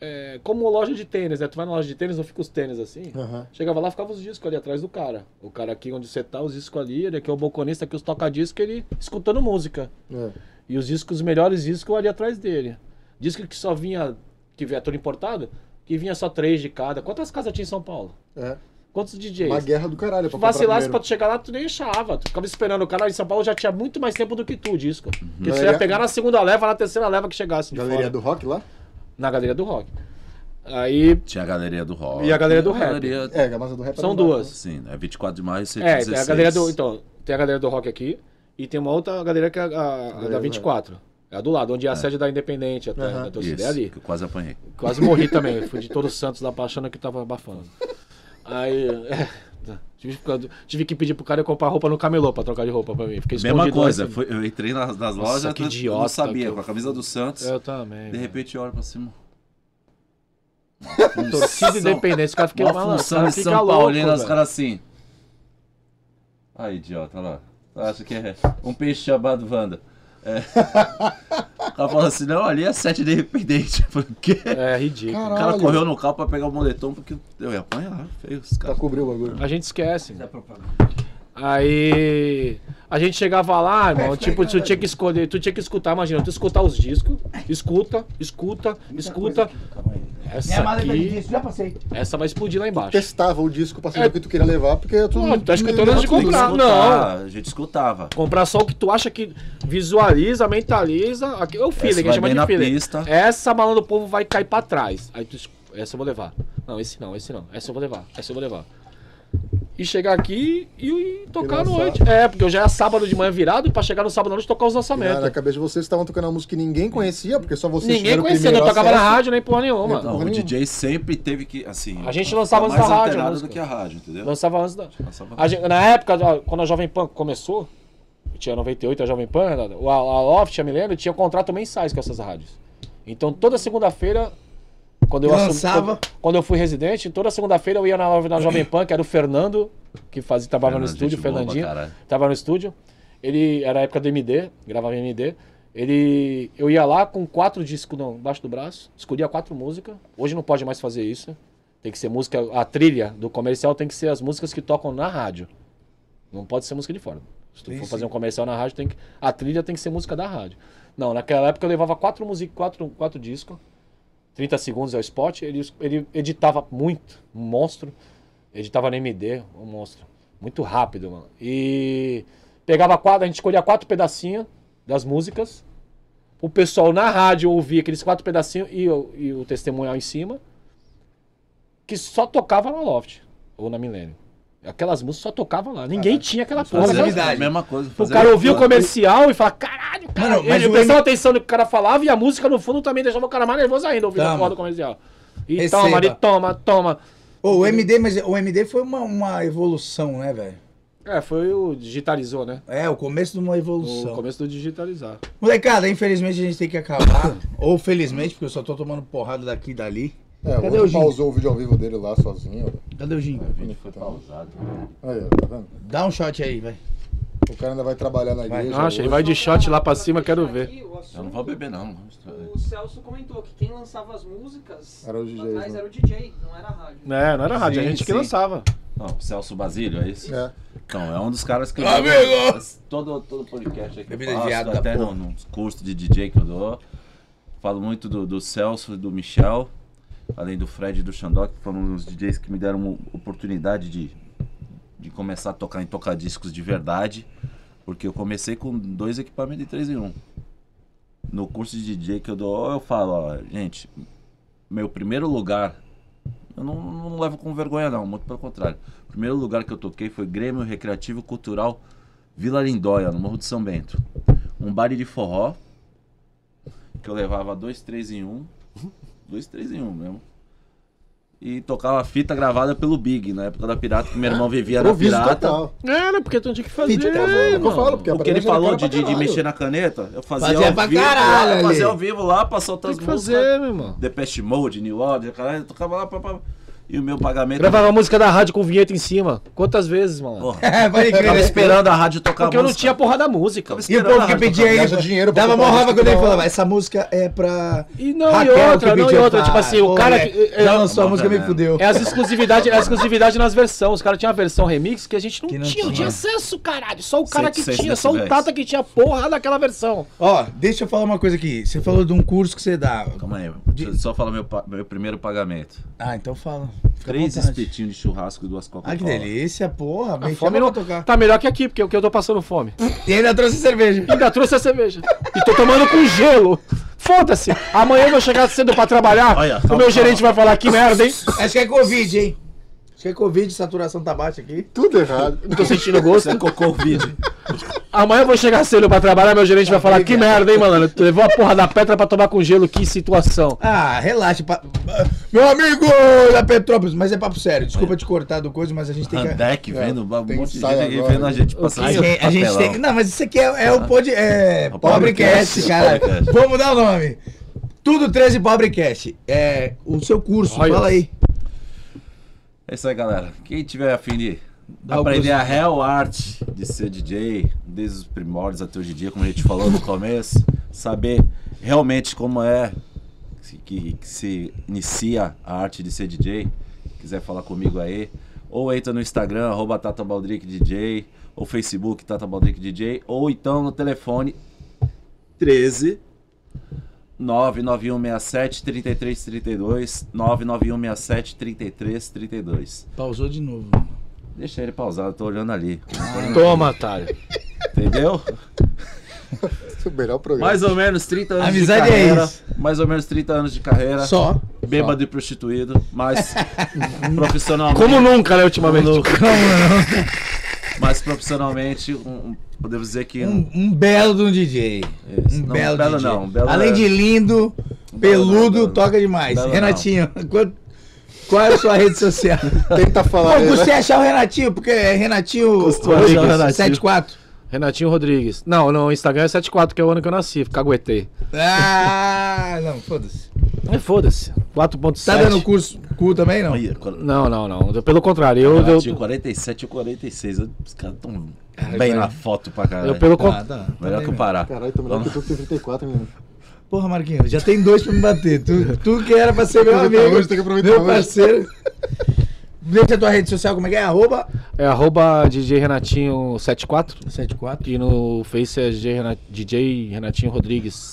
[SPEAKER 4] é, como loja de tênis, né? Tu vai na loja de tênis, não fica os tênis assim.
[SPEAKER 2] Aham.
[SPEAKER 4] Chegava lá, ficava os discos ali atrás do cara. O cara aqui onde você tá, os discos ali, ele aqui é o balconista, aqui os toca-discos, ele escutando música.
[SPEAKER 2] É.
[SPEAKER 4] E os discos, os melhores discos ali atrás dele. Disco que só vinha, que vinha tudo importado, que vinha só três de cada. Quantas casas tinha em São Paulo?
[SPEAKER 2] É.
[SPEAKER 4] Quantos DJs?
[SPEAKER 2] Uma guerra do caralho.
[SPEAKER 4] Tu
[SPEAKER 2] pra comprar
[SPEAKER 4] vacilasse
[SPEAKER 2] primeiro.
[SPEAKER 4] pra tu chegar lá, tu nem achava. Tu ficava esperando. O cara em São Paulo já tinha muito mais tempo do que tu, o disco.
[SPEAKER 2] Uhum.
[SPEAKER 4] Porque você ia
[SPEAKER 2] Galeria-
[SPEAKER 4] pegar na segunda leva, na terceira leva que chegasse. de
[SPEAKER 2] é- Galeria
[SPEAKER 4] fora.
[SPEAKER 2] do Rock lá?
[SPEAKER 4] Na galeria do rock. Aí.
[SPEAKER 1] Tinha a galeria do rock.
[SPEAKER 4] E a galeria do rap.
[SPEAKER 1] Galeria...
[SPEAKER 2] É, a massa do rap era
[SPEAKER 4] São
[SPEAKER 2] no Rock,
[SPEAKER 4] duas.
[SPEAKER 1] Sim, é 24 de maio e
[SPEAKER 4] É,
[SPEAKER 1] 116.
[SPEAKER 4] tem a galeria do. Então, tem a galeria do rock aqui. E tem uma outra galeria que é a, a-
[SPEAKER 2] Galeria
[SPEAKER 4] da
[SPEAKER 2] do
[SPEAKER 4] 24. É a do lado, onde é a sede da Independente, até,
[SPEAKER 2] Aham.
[SPEAKER 4] da torcida.
[SPEAKER 1] Isso,
[SPEAKER 4] É ali.
[SPEAKER 1] que eu quase apanhei.
[SPEAKER 4] Quase morri também. Fui de todos os santos lá pra achando que tava abafando. Aí. é, tive, que ficar- tive que pedir pro cara comprar roupa no camelô pra trocar de roupa pra mim. Fiquei
[SPEAKER 1] Mesma
[SPEAKER 4] escondido lá em
[SPEAKER 1] coisa,
[SPEAKER 4] cima.
[SPEAKER 1] foi- eu entrei nas, nas
[SPEAKER 4] Nossa,
[SPEAKER 1] lojas, né?
[SPEAKER 4] que
[SPEAKER 1] eu não
[SPEAKER 4] idiota
[SPEAKER 1] sabia,
[SPEAKER 4] que eu É,
[SPEAKER 1] com a camisa do Santos.
[SPEAKER 4] Eu também.
[SPEAKER 1] De
[SPEAKER 4] velho.
[SPEAKER 1] repente eu olho pra cima.
[SPEAKER 4] Torcida independente, os caras ficam
[SPEAKER 1] Uma
[SPEAKER 4] malandro, os
[SPEAKER 1] função de
[SPEAKER 4] caras ficam
[SPEAKER 1] São
[SPEAKER 4] loucos.
[SPEAKER 1] Paulino, os
[SPEAKER 4] velho.
[SPEAKER 1] caras assim. Ai, idiota, olha lá. Eu Acho que é um peixe chamado Wanda. É. O cara falou assim, não, ali é sete de independente. Eu falei, o quê?
[SPEAKER 4] É ridículo.
[SPEAKER 1] O
[SPEAKER 2] Caralho.
[SPEAKER 1] cara correu no carro pra pegar o moletom porque eu ia apanhar, feio
[SPEAKER 4] Tá.
[SPEAKER 1] os
[SPEAKER 2] Pra
[SPEAKER 1] caras.
[SPEAKER 2] cobrir o bagulho.
[SPEAKER 4] A gente esquece. né? Aí a gente chegava lá, irmão, tipo, tu tinha que escolher, tu tinha que escutar, imagina, tu escutar os discos, escuta, escuta, escuta. Essa aqui,
[SPEAKER 3] tá já passei.
[SPEAKER 4] essa vai explodir lá embaixo.
[SPEAKER 2] Testava o disco pra saber
[SPEAKER 4] É.
[SPEAKER 2] o que tu queria levar, porque tu
[SPEAKER 4] Pô,
[SPEAKER 2] não.
[SPEAKER 4] tu acha que eu tô
[SPEAKER 2] não-
[SPEAKER 4] dando de
[SPEAKER 2] tudo, né?
[SPEAKER 4] comprar.
[SPEAKER 1] Escutar, A gente escutava.
[SPEAKER 4] Comprar só o que tu acha que visualiza, mentaliza. Aqui, é o feeling, que
[SPEAKER 1] vai
[SPEAKER 4] chama
[SPEAKER 1] bem
[SPEAKER 4] de
[SPEAKER 1] na
[SPEAKER 4] feeling.
[SPEAKER 1] pista.
[SPEAKER 4] Essa mala do povo vai cair pra trás. Aí tu, es- essa eu vou levar. Não, esse não, esse não. Essa eu vou levar, essa eu vou levar. E chegar aqui e, e tocar à
[SPEAKER 2] lançar.
[SPEAKER 4] noite. É, porque eu já era sábado de manhã virado pra chegar no sábado à noite e tocar os
[SPEAKER 2] Na, na
[SPEAKER 4] lançamentos.
[SPEAKER 2] cabeça de vocês estavam tocando uma música que ninguém conhecia, porque só vocês
[SPEAKER 4] né? Ninguém
[SPEAKER 2] tiveram o
[SPEAKER 4] conhecia, não
[SPEAKER 2] primeiro
[SPEAKER 4] tocava na
[SPEAKER 2] acesso.
[SPEAKER 4] rádio É, nem porra nenhuma.
[SPEAKER 2] Então,
[SPEAKER 1] Não, o
[SPEAKER 2] Porra
[SPEAKER 1] DJ sempre teve que, assim...
[SPEAKER 4] A gente lançava
[SPEAKER 1] tá
[SPEAKER 4] antes da
[SPEAKER 1] mais
[SPEAKER 4] rádio,
[SPEAKER 1] antenado
[SPEAKER 4] a música.
[SPEAKER 1] do que a rádio, entendeu?
[SPEAKER 4] Lançava antes da.
[SPEAKER 1] Lançava- É,
[SPEAKER 4] A gen- na época, ó, quando a Jovem Pan começou, tinha 98, a Jovem Pan, Renato, o- a, a Loft, eu me lembro, tinha contrato mensais com essas rádios. Então toda segunda-feira, quando eu,
[SPEAKER 3] Eu
[SPEAKER 4] assumi-
[SPEAKER 3] lançava.
[SPEAKER 4] quando, quando eu fui residente, toda segunda-feira eu ia na, na Jovem Pan, que era o Fernando, que fazia, trabalhava
[SPEAKER 1] Fernando,
[SPEAKER 4] no estúdio,
[SPEAKER 1] gente boa pra
[SPEAKER 4] Fernandinho,
[SPEAKER 1] caralho.
[SPEAKER 4] trabalhava no estúdio. Ele era a época do MD, gravava MD. Ele, eu ia lá com quatro discos não, embaixo do braço, escolhia quatro músicas. Hoje não pode mais fazer isso. Tem que ser música, a trilha do comercial tem que ser as músicas que tocam na rádio. Não pode ser música de fora. Se tu
[SPEAKER 3] Sim,
[SPEAKER 4] for
[SPEAKER 3] sim.
[SPEAKER 4] fazer um comercial na rádio, tem que, a trilha tem que ser música da rádio. Não, naquela época eu levava quatro músicas, quatro, quatro discos, 30 segundos é o spot, ele, ele editava muito, um monstro. Editava na MD, um monstro. Muito rápido, mano. E pegava quatro, a gente escolhia quatro pedacinhos das músicas. O pessoal na rádio ouvia aqueles quatro pedacinhos e, o- e o testemunhal em cima. que só tocava na Loft ou na Milênio. Aquelas músicas só tocavam lá. Ninguém tinha aquela porra.
[SPEAKER 3] é
[SPEAKER 1] Fazia
[SPEAKER 4] Aquelas-
[SPEAKER 1] a mesma coisa.
[SPEAKER 4] é O
[SPEAKER 1] fazia
[SPEAKER 4] cara
[SPEAKER 1] a-
[SPEAKER 4] ouvia o comercial e falava, caralho, cara.
[SPEAKER 3] Mano, mas
[SPEAKER 4] ele
[SPEAKER 3] o
[SPEAKER 4] prestava atenção no que o cara falava e a música no fundo também deixava o cara mais nervoso ainda ouvindo a
[SPEAKER 3] Tamo.
[SPEAKER 4] porra do comercial. E
[SPEAKER 3] Receba.
[SPEAKER 4] toma, ali, toma, toma.
[SPEAKER 3] Ô, o MD, mas o MD foi uma, uma evolução, né, velho?
[SPEAKER 4] É, foi o digitalizou, né?
[SPEAKER 3] É, o começo de uma
[SPEAKER 4] O
[SPEAKER 3] evolução.
[SPEAKER 4] começo do digitalizar.
[SPEAKER 3] Molecada, infelizmente a gente tem que acabar. ou felizmente, porque eu só tô tomando porrada daqui e dali.
[SPEAKER 2] É, o
[SPEAKER 3] Cadê o
[SPEAKER 2] outro
[SPEAKER 3] Gin?
[SPEAKER 2] pausou o vídeo ao vivo dele lá sozinho.
[SPEAKER 3] Cadê o Jim?
[SPEAKER 4] é
[SPEAKER 1] O vídeo foi pausado.
[SPEAKER 2] Aí, ó, tá vendo?
[SPEAKER 3] Dá um shot aí, vai.
[SPEAKER 2] O cara ainda vai trabalhar na
[SPEAKER 3] Vai.
[SPEAKER 2] igreja.
[SPEAKER 4] Nossa, ele
[SPEAKER 2] hoje.
[SPEAKER 4] vai de shot lá pra cima, quero
[SPEAKER 5] fechar
[SPEAKER 4] ver.
[SPEAKER 5] aqui o
[SPEAKER 1] Eu não
[SPEAKER 5] assunto,
[SPEAKER 1] vou beber, né? não. não estraga.
[SPEAKER 5] O Celso comentou que quem lançava as músicas
[SPEAKER 2] Era o
[SPEAKER 5] lá
[SPEAKER 2] DJ,
[SPEAKER 5] atrás
[SPEAKER 2] né?
[SPEAKER 5] era o DJ, não era a rádio.
[SPEAKER 4] É, não era rádio,
[SPEAKER 1] Sim,
[SPEAKER 4] a gente que
[SPEAKER 1] sim.
[SPEAKER 4] lançava.
[SPEAKER 1] Não, Celso Basílio, é isso?
[SPEAKER 2] É.
[SPEAKER 1] Então, é um dos caras que eu
[SPEAKER 3] Amigos!
[SPEAKER 1] todo, todo podcast aqui.
[SPEAKER 3] Bebida
[SPEAKER 1] eu faço,
[SPEAKER 3] viada da
[SPEAKER 1] até
[SPEAKER 3] porra.
[SPEAKER 1] no, nos cursos de DJ que eu dou. Falo muito do, do Celso e do Michel, além do Fred e do Xandó, que foram os DJs que me deram uma oportunidade de, de começar a tocar em tocadiscos de verdade. Porque eu comecei com dois equipamentos de 3 em 1. No curso de DJ que eu dou, eu falo, ó, gente, meu primeiro lugar eu não, não levo com vergonha, não, muito pelo contrário. O primeiro lugar que eu toquei foi Grêmio Recreativo Cultural Vila Lindóia, no Morro de São Bento. Um baile de forró, que eu levava dois, três em um. Dois, três em um mesmo. E tocava fita gravada pelo Big, na época da Pirata, que meu irmão vivia na
[SPEAKER 2] Improviso
[SPEAKER 1] Pirata.
[SPEAKER 2] total.
[SPEAKER 4] Era, É, né, porque tu não tinha que fazer.
[SPEAKER 2] Fita gravada. É o que eu falo, porque
[SPEAKER 1] o que
[SPEAKER 2] aparece
[SPEAKER 1] ele
[SPEAKER 2] na
[SPEAKER 1] falou
[SPEAKER 2] cara
[SPEAKER 1] de,
[SPEAKER 2] pra
[SPEAKER 1] de- de
[SPEAKER 2] caralho.
[SPEAKER 1] mexer na caneta, eu fazia,
[SPEAKER 3] Fazia
[SPEAKER 1] ao
[SPEAKER 3] pra
[SPEAKER 1] vivo,
[SPEAKER 3] caralho
[SPEAKER 1] eu fazia
[SPEAKER 3] ali.
[SPEAKER 1] ao vivo lá, pra soltar
[SPEAKER 4] Tem
[SPEAKER 1] as
[SPEAKER 4] que
[SPEAKER 1] músicas.
[SPEAKER 4] fazer, meu irmão.
[SPEAKER 1] Depeche Mode, New Order, caralho, eu tocava lá, pá, pá. E o meu pagamento...
[SPEAKER 4] Gravava a música da rádio com vinheta em cima. Quantas vezes, mano?
[SPEAKER 1] Porra.
[SPEAKER 3] É, pode
[SPEAKER 1] Eu
[SPEAKER 3] crer.
[SPEAKER 1] tava
[SPEAKER 3] né?
[SPEAKER 1] esperando a rádio tocar
[SPEAKER 4] Porque
[SPEAKER 1] a
[SPEAKER 4] eu não
[SPEAKER 1] música.
[SPEAKER 4] tinha a porra da música.
[SPEAKER 1] Tava
[SPEAKER 3] E o
[SPEAKER 1] esperando a
[SPEAKER 3] povo que
[SPEAKER 1] rádio
[SPEAKER 3] pedia
[SPEAKER 1] tocar.
[SPEAKER 3] aí,
[SPEAKER 2] Gasta dinheiro pra
[SPEAKER 3] dava
[SPEAKER 2] comprar
[SPEAKER 3] mó raiva
[SPEAKER 2] música
[SPEAKER 3] quando ele
[SPEAKER 2] da hora.
[SPEAKER 3] falava, essa música é pra...
[SPEAKER 4] E não,
[SPEAKER 3] Raquel
[SPEAKER 4] e outra,
[SPEAKER 3] que
[SPEAKER 4] não, e
[SPEAKER 3] pediu
[SPEAKER 4] outra.
[SPEAKER 3] pra-
[SPEAKER 4] Tipo assim, o
[SPEAKER 3] Pô,
[SPEAKER 4] cara.
[SPEAKER 3] moleque,
[SPEAKER 4] que- é-
[SPEAKER 3] Já lançou a música, me
[SPEAKER 1] né?
[SPEAKER 3] fudeu.
[SPEAKER 4] É as exclusividades, é as exclusividades nas versões. Os caras tinham a versão remix que a gente não,
[SPEAKER 3] Que não
[SPEAKER 4] tinha, não
[SPEAKER 3] tinha.
[SPEAKER 4] tinha acesso, caralho. Só o cara que
[SPEAKER 1] 700
[SPEAKER 4] tinha, só o
[SPEAKER 1] decibéis.
[SPEAKER 4] Tata que tinha a porra daquela versão.
[SPEAKER 3] Ó, deixa eu falar uma coisa aqui. Você falou de um curso que você dá.
[SPEAKER 1] Calma aí, deixa eu só falar meu, pa- meu primeiro pagamento.
[SPEAKER 3] Ah, então fala. Fica à
[SPEAKER 1] Três
[SPEAKER 3] vontade.
[SPEAKER 1] espetinhos de churrasco e duas coca
[SPEAKER 3] Ah, que delícia, porra.
[SPEAKER 4] A
[SPEAKER 3] Bem
[SPEAKER 4] fome
[SPEAKER 3] fome
[SPEAKER 4] não.
[SPEAKER 3] tocar.
[SPEAKER 4] Tá melhor que aqui, porque o que eu tô passando fome.
[SPEAKER 3] E ainda trouxe cerveja.
[SPEAKER 4] Ainda trouxe a cerveja. E tô tomando com gelo. Foda-se. Amanhã eu vou chegar cedo pra trabalhar.
[SPEAKER 1] Olha,
[SPEAKER 4] o
[SPEAKER 1] calma,
[SPEAKER 4] meu gerente vai falar que merda, hein?
[SPEAKER 3] Acho que é Covid, hein? Acho que é Covid, saturação tá baixa aqui.
[SPEAKER 2] Tudo errado.
[SPEAKER 4] Tô sentindo gosto.
[SPEAKER 1] Cocô vídeo.
[SPEAKER 4] Amanhã eu vou chegar cedo pra trabalhar, meu gerente vai falar que merda, hein, mano? Tu levou a porra da Petra pra tomar com gelo, que situação.
[SPEAKER 3] Ah, relaxa. pa- Meu amigo da Petrópolis, mas é papo sério. Desculpa te cortar do coisa, mas a gente tem que.
[SPEAKER 1] Tá, Deck vendo, um
[SPEAKER 2] tem
[SPEAKER 1] monte de
[SPEAKER 2] ensaio
[SPEAKER 1] gente
[SPEAKER 2] agora.
[SPEAKER 1] vendo
[SPEAKER 3] né?
[SPEAKER 1] a gente passar
[SPEAKER 3] A
[SPEAKER 1] esse
[SPEAKER 3] gente, a gente
[SPEAKER 1] papelão.
[SPEAKER 3] tem que. Não, mas isso aqui é, é o pod. É.
[SPEAKER 1] o
[SPEAKER 3] Pobrecast,
[SPEAKER 1] Pobrecast,
[SPEAKER 3] cara.
[SPEAKER 1] Pobrecast.
[SPEAKER 3] Vamos mudar o nome. Tudo 13 Pobrecast. É. O seu curso,
[SPEAKER 4] Olha.
[SPEAKER 3] fala aí.
[SPEAKER 1] É isso aí, galera. Quem tiver afim de
[SPEAKER 3] Dá o
[SPEAKER 1] aprender
[SPEAKER 3] curso.
[SPEAKER 1] a real arte de ser DJ, desde os primórdios até hoje em dia, como a gente falou no começo, saber realmente como é que, que- que se inicia a arte de ser DJ, quiser falar comigo aí, ou entra no Instagram, arroba Tata Baldrick DJ, ou Facebook Tata Baldrick DJ, ou então no telefone 13 99167 3332 99167 3332
[SPEAKER 3] Pausou de novo.
[SPEAKER 1] Deixa ele pausado, eu tô olhando ali.
[SPEAKER 4] Toma, Otário.
[SPEAKER 1] Entendeu?
[SPEAKER 2] O melhor programa.
[SPEAKER 1] Mais ou menos 30 anos
[SPEAKER 3] Amizade
[SPEAKER 1] de
[SPEAKER 3] é
[SPEAKER 1] carreira.
[SPEAKER 3] isso.
[SPEAKER 1] Mais ou menos 30 anos de carreira.
[SPEAKER 3] Só.
[SPEAKER 1] Bêbado e prostituído, mas profissionalmente.
[SPEAKER 4] Como nunca, né, ultimamente?
[SPEAKER 1] Mas profissionalmente, um, um- podemos dizer que.
[SPEAKER 3] Um, um belo de um DJ.
[SPEAKER 1] Isso.
[SPEAKER 3] Um
[SPEAKER 1] Não,
[SPEAKER 3] belo,
[SPEAKER 1] belo
[SPEAKER 3] DJ.
[SPEAKER 1] não, um belo
[SPEAKER 3] Além
[SPEAKER 1] é-
[SPEAKER 3] de lindo,
[SPEAKER 1] não,
[SPEAKER 3] peludo,
[SPEAKER 1] belo não.
[SPEAKER 3] toca demais.
[SPEAKER 1] Belo não.
[SPEAKER 3] Renatinho, quant- qual é a sua rede social?
[SPEAKER 2] Tenta falar.
[SPEAKER 3] Pô,
[SPEAKER 2] aí, né?
[SPEAKER 3] custei achar o Renatinho, porque é Renatinho
[SPEAKER 1] Custou achar o
[SPEAKER 3] Rodrigues,
[SPEAKER 1] Renatinho.
[SPEAKER 3] 74.
[SPEAKER 4] Renatinho Rodrigues. Não, não, o Instagram é 74, que é o ano que eu nasci. Caguetei.
[SPEAKER 3] Ah, não, foda-se.
[SPEAKER 4] É, foda-se. 4.7.
[SPEAKER 3] Tá dando curso cu também, não?
[SPEAKER 1] Olha, quando-
[SPEAKER 4] Não, não, não. Pelo contrário, eu.
[SPEAKER 1] Eu tinha
[SPEAKER 4] eu,
[SPEAKER 1] 47 ou 46. eu- Os caras tão bem na foto pra caralho.
[SPEAKER 4] eu pelo contrário.
[SPEAKER 3] tá.
[SPEAKER 1] Ah, Melhor
[SPEAKER 3] Também,
[SPEAKER 1] que eu parar.
[SPEAKER 2] Caralho, tô melhor que tu que tem 34, menino.
[SPEAKER 3] velho. Porra, Marquinhos, já tem dois pra me bater. Tu, tu que era pra ser meu
[SPEAKER 2] Aproveitar
[SPEAKER 3] amigo,
[SPEAKER 2] hoje, tem que aproveitar
[SPEAKER 3] meu
[SPEAKER 2] hoje.
[SPEAKER 3] parceiro. Deixa a tua rede social, como é que é? Arroba
[SPEAKER 4] É arroba DJ Renatinho 74.
[SPEAKER 3] 74.
[SPEAKER 4] E no Face é DJ, Rena- DJ Renatinho Rodrigues.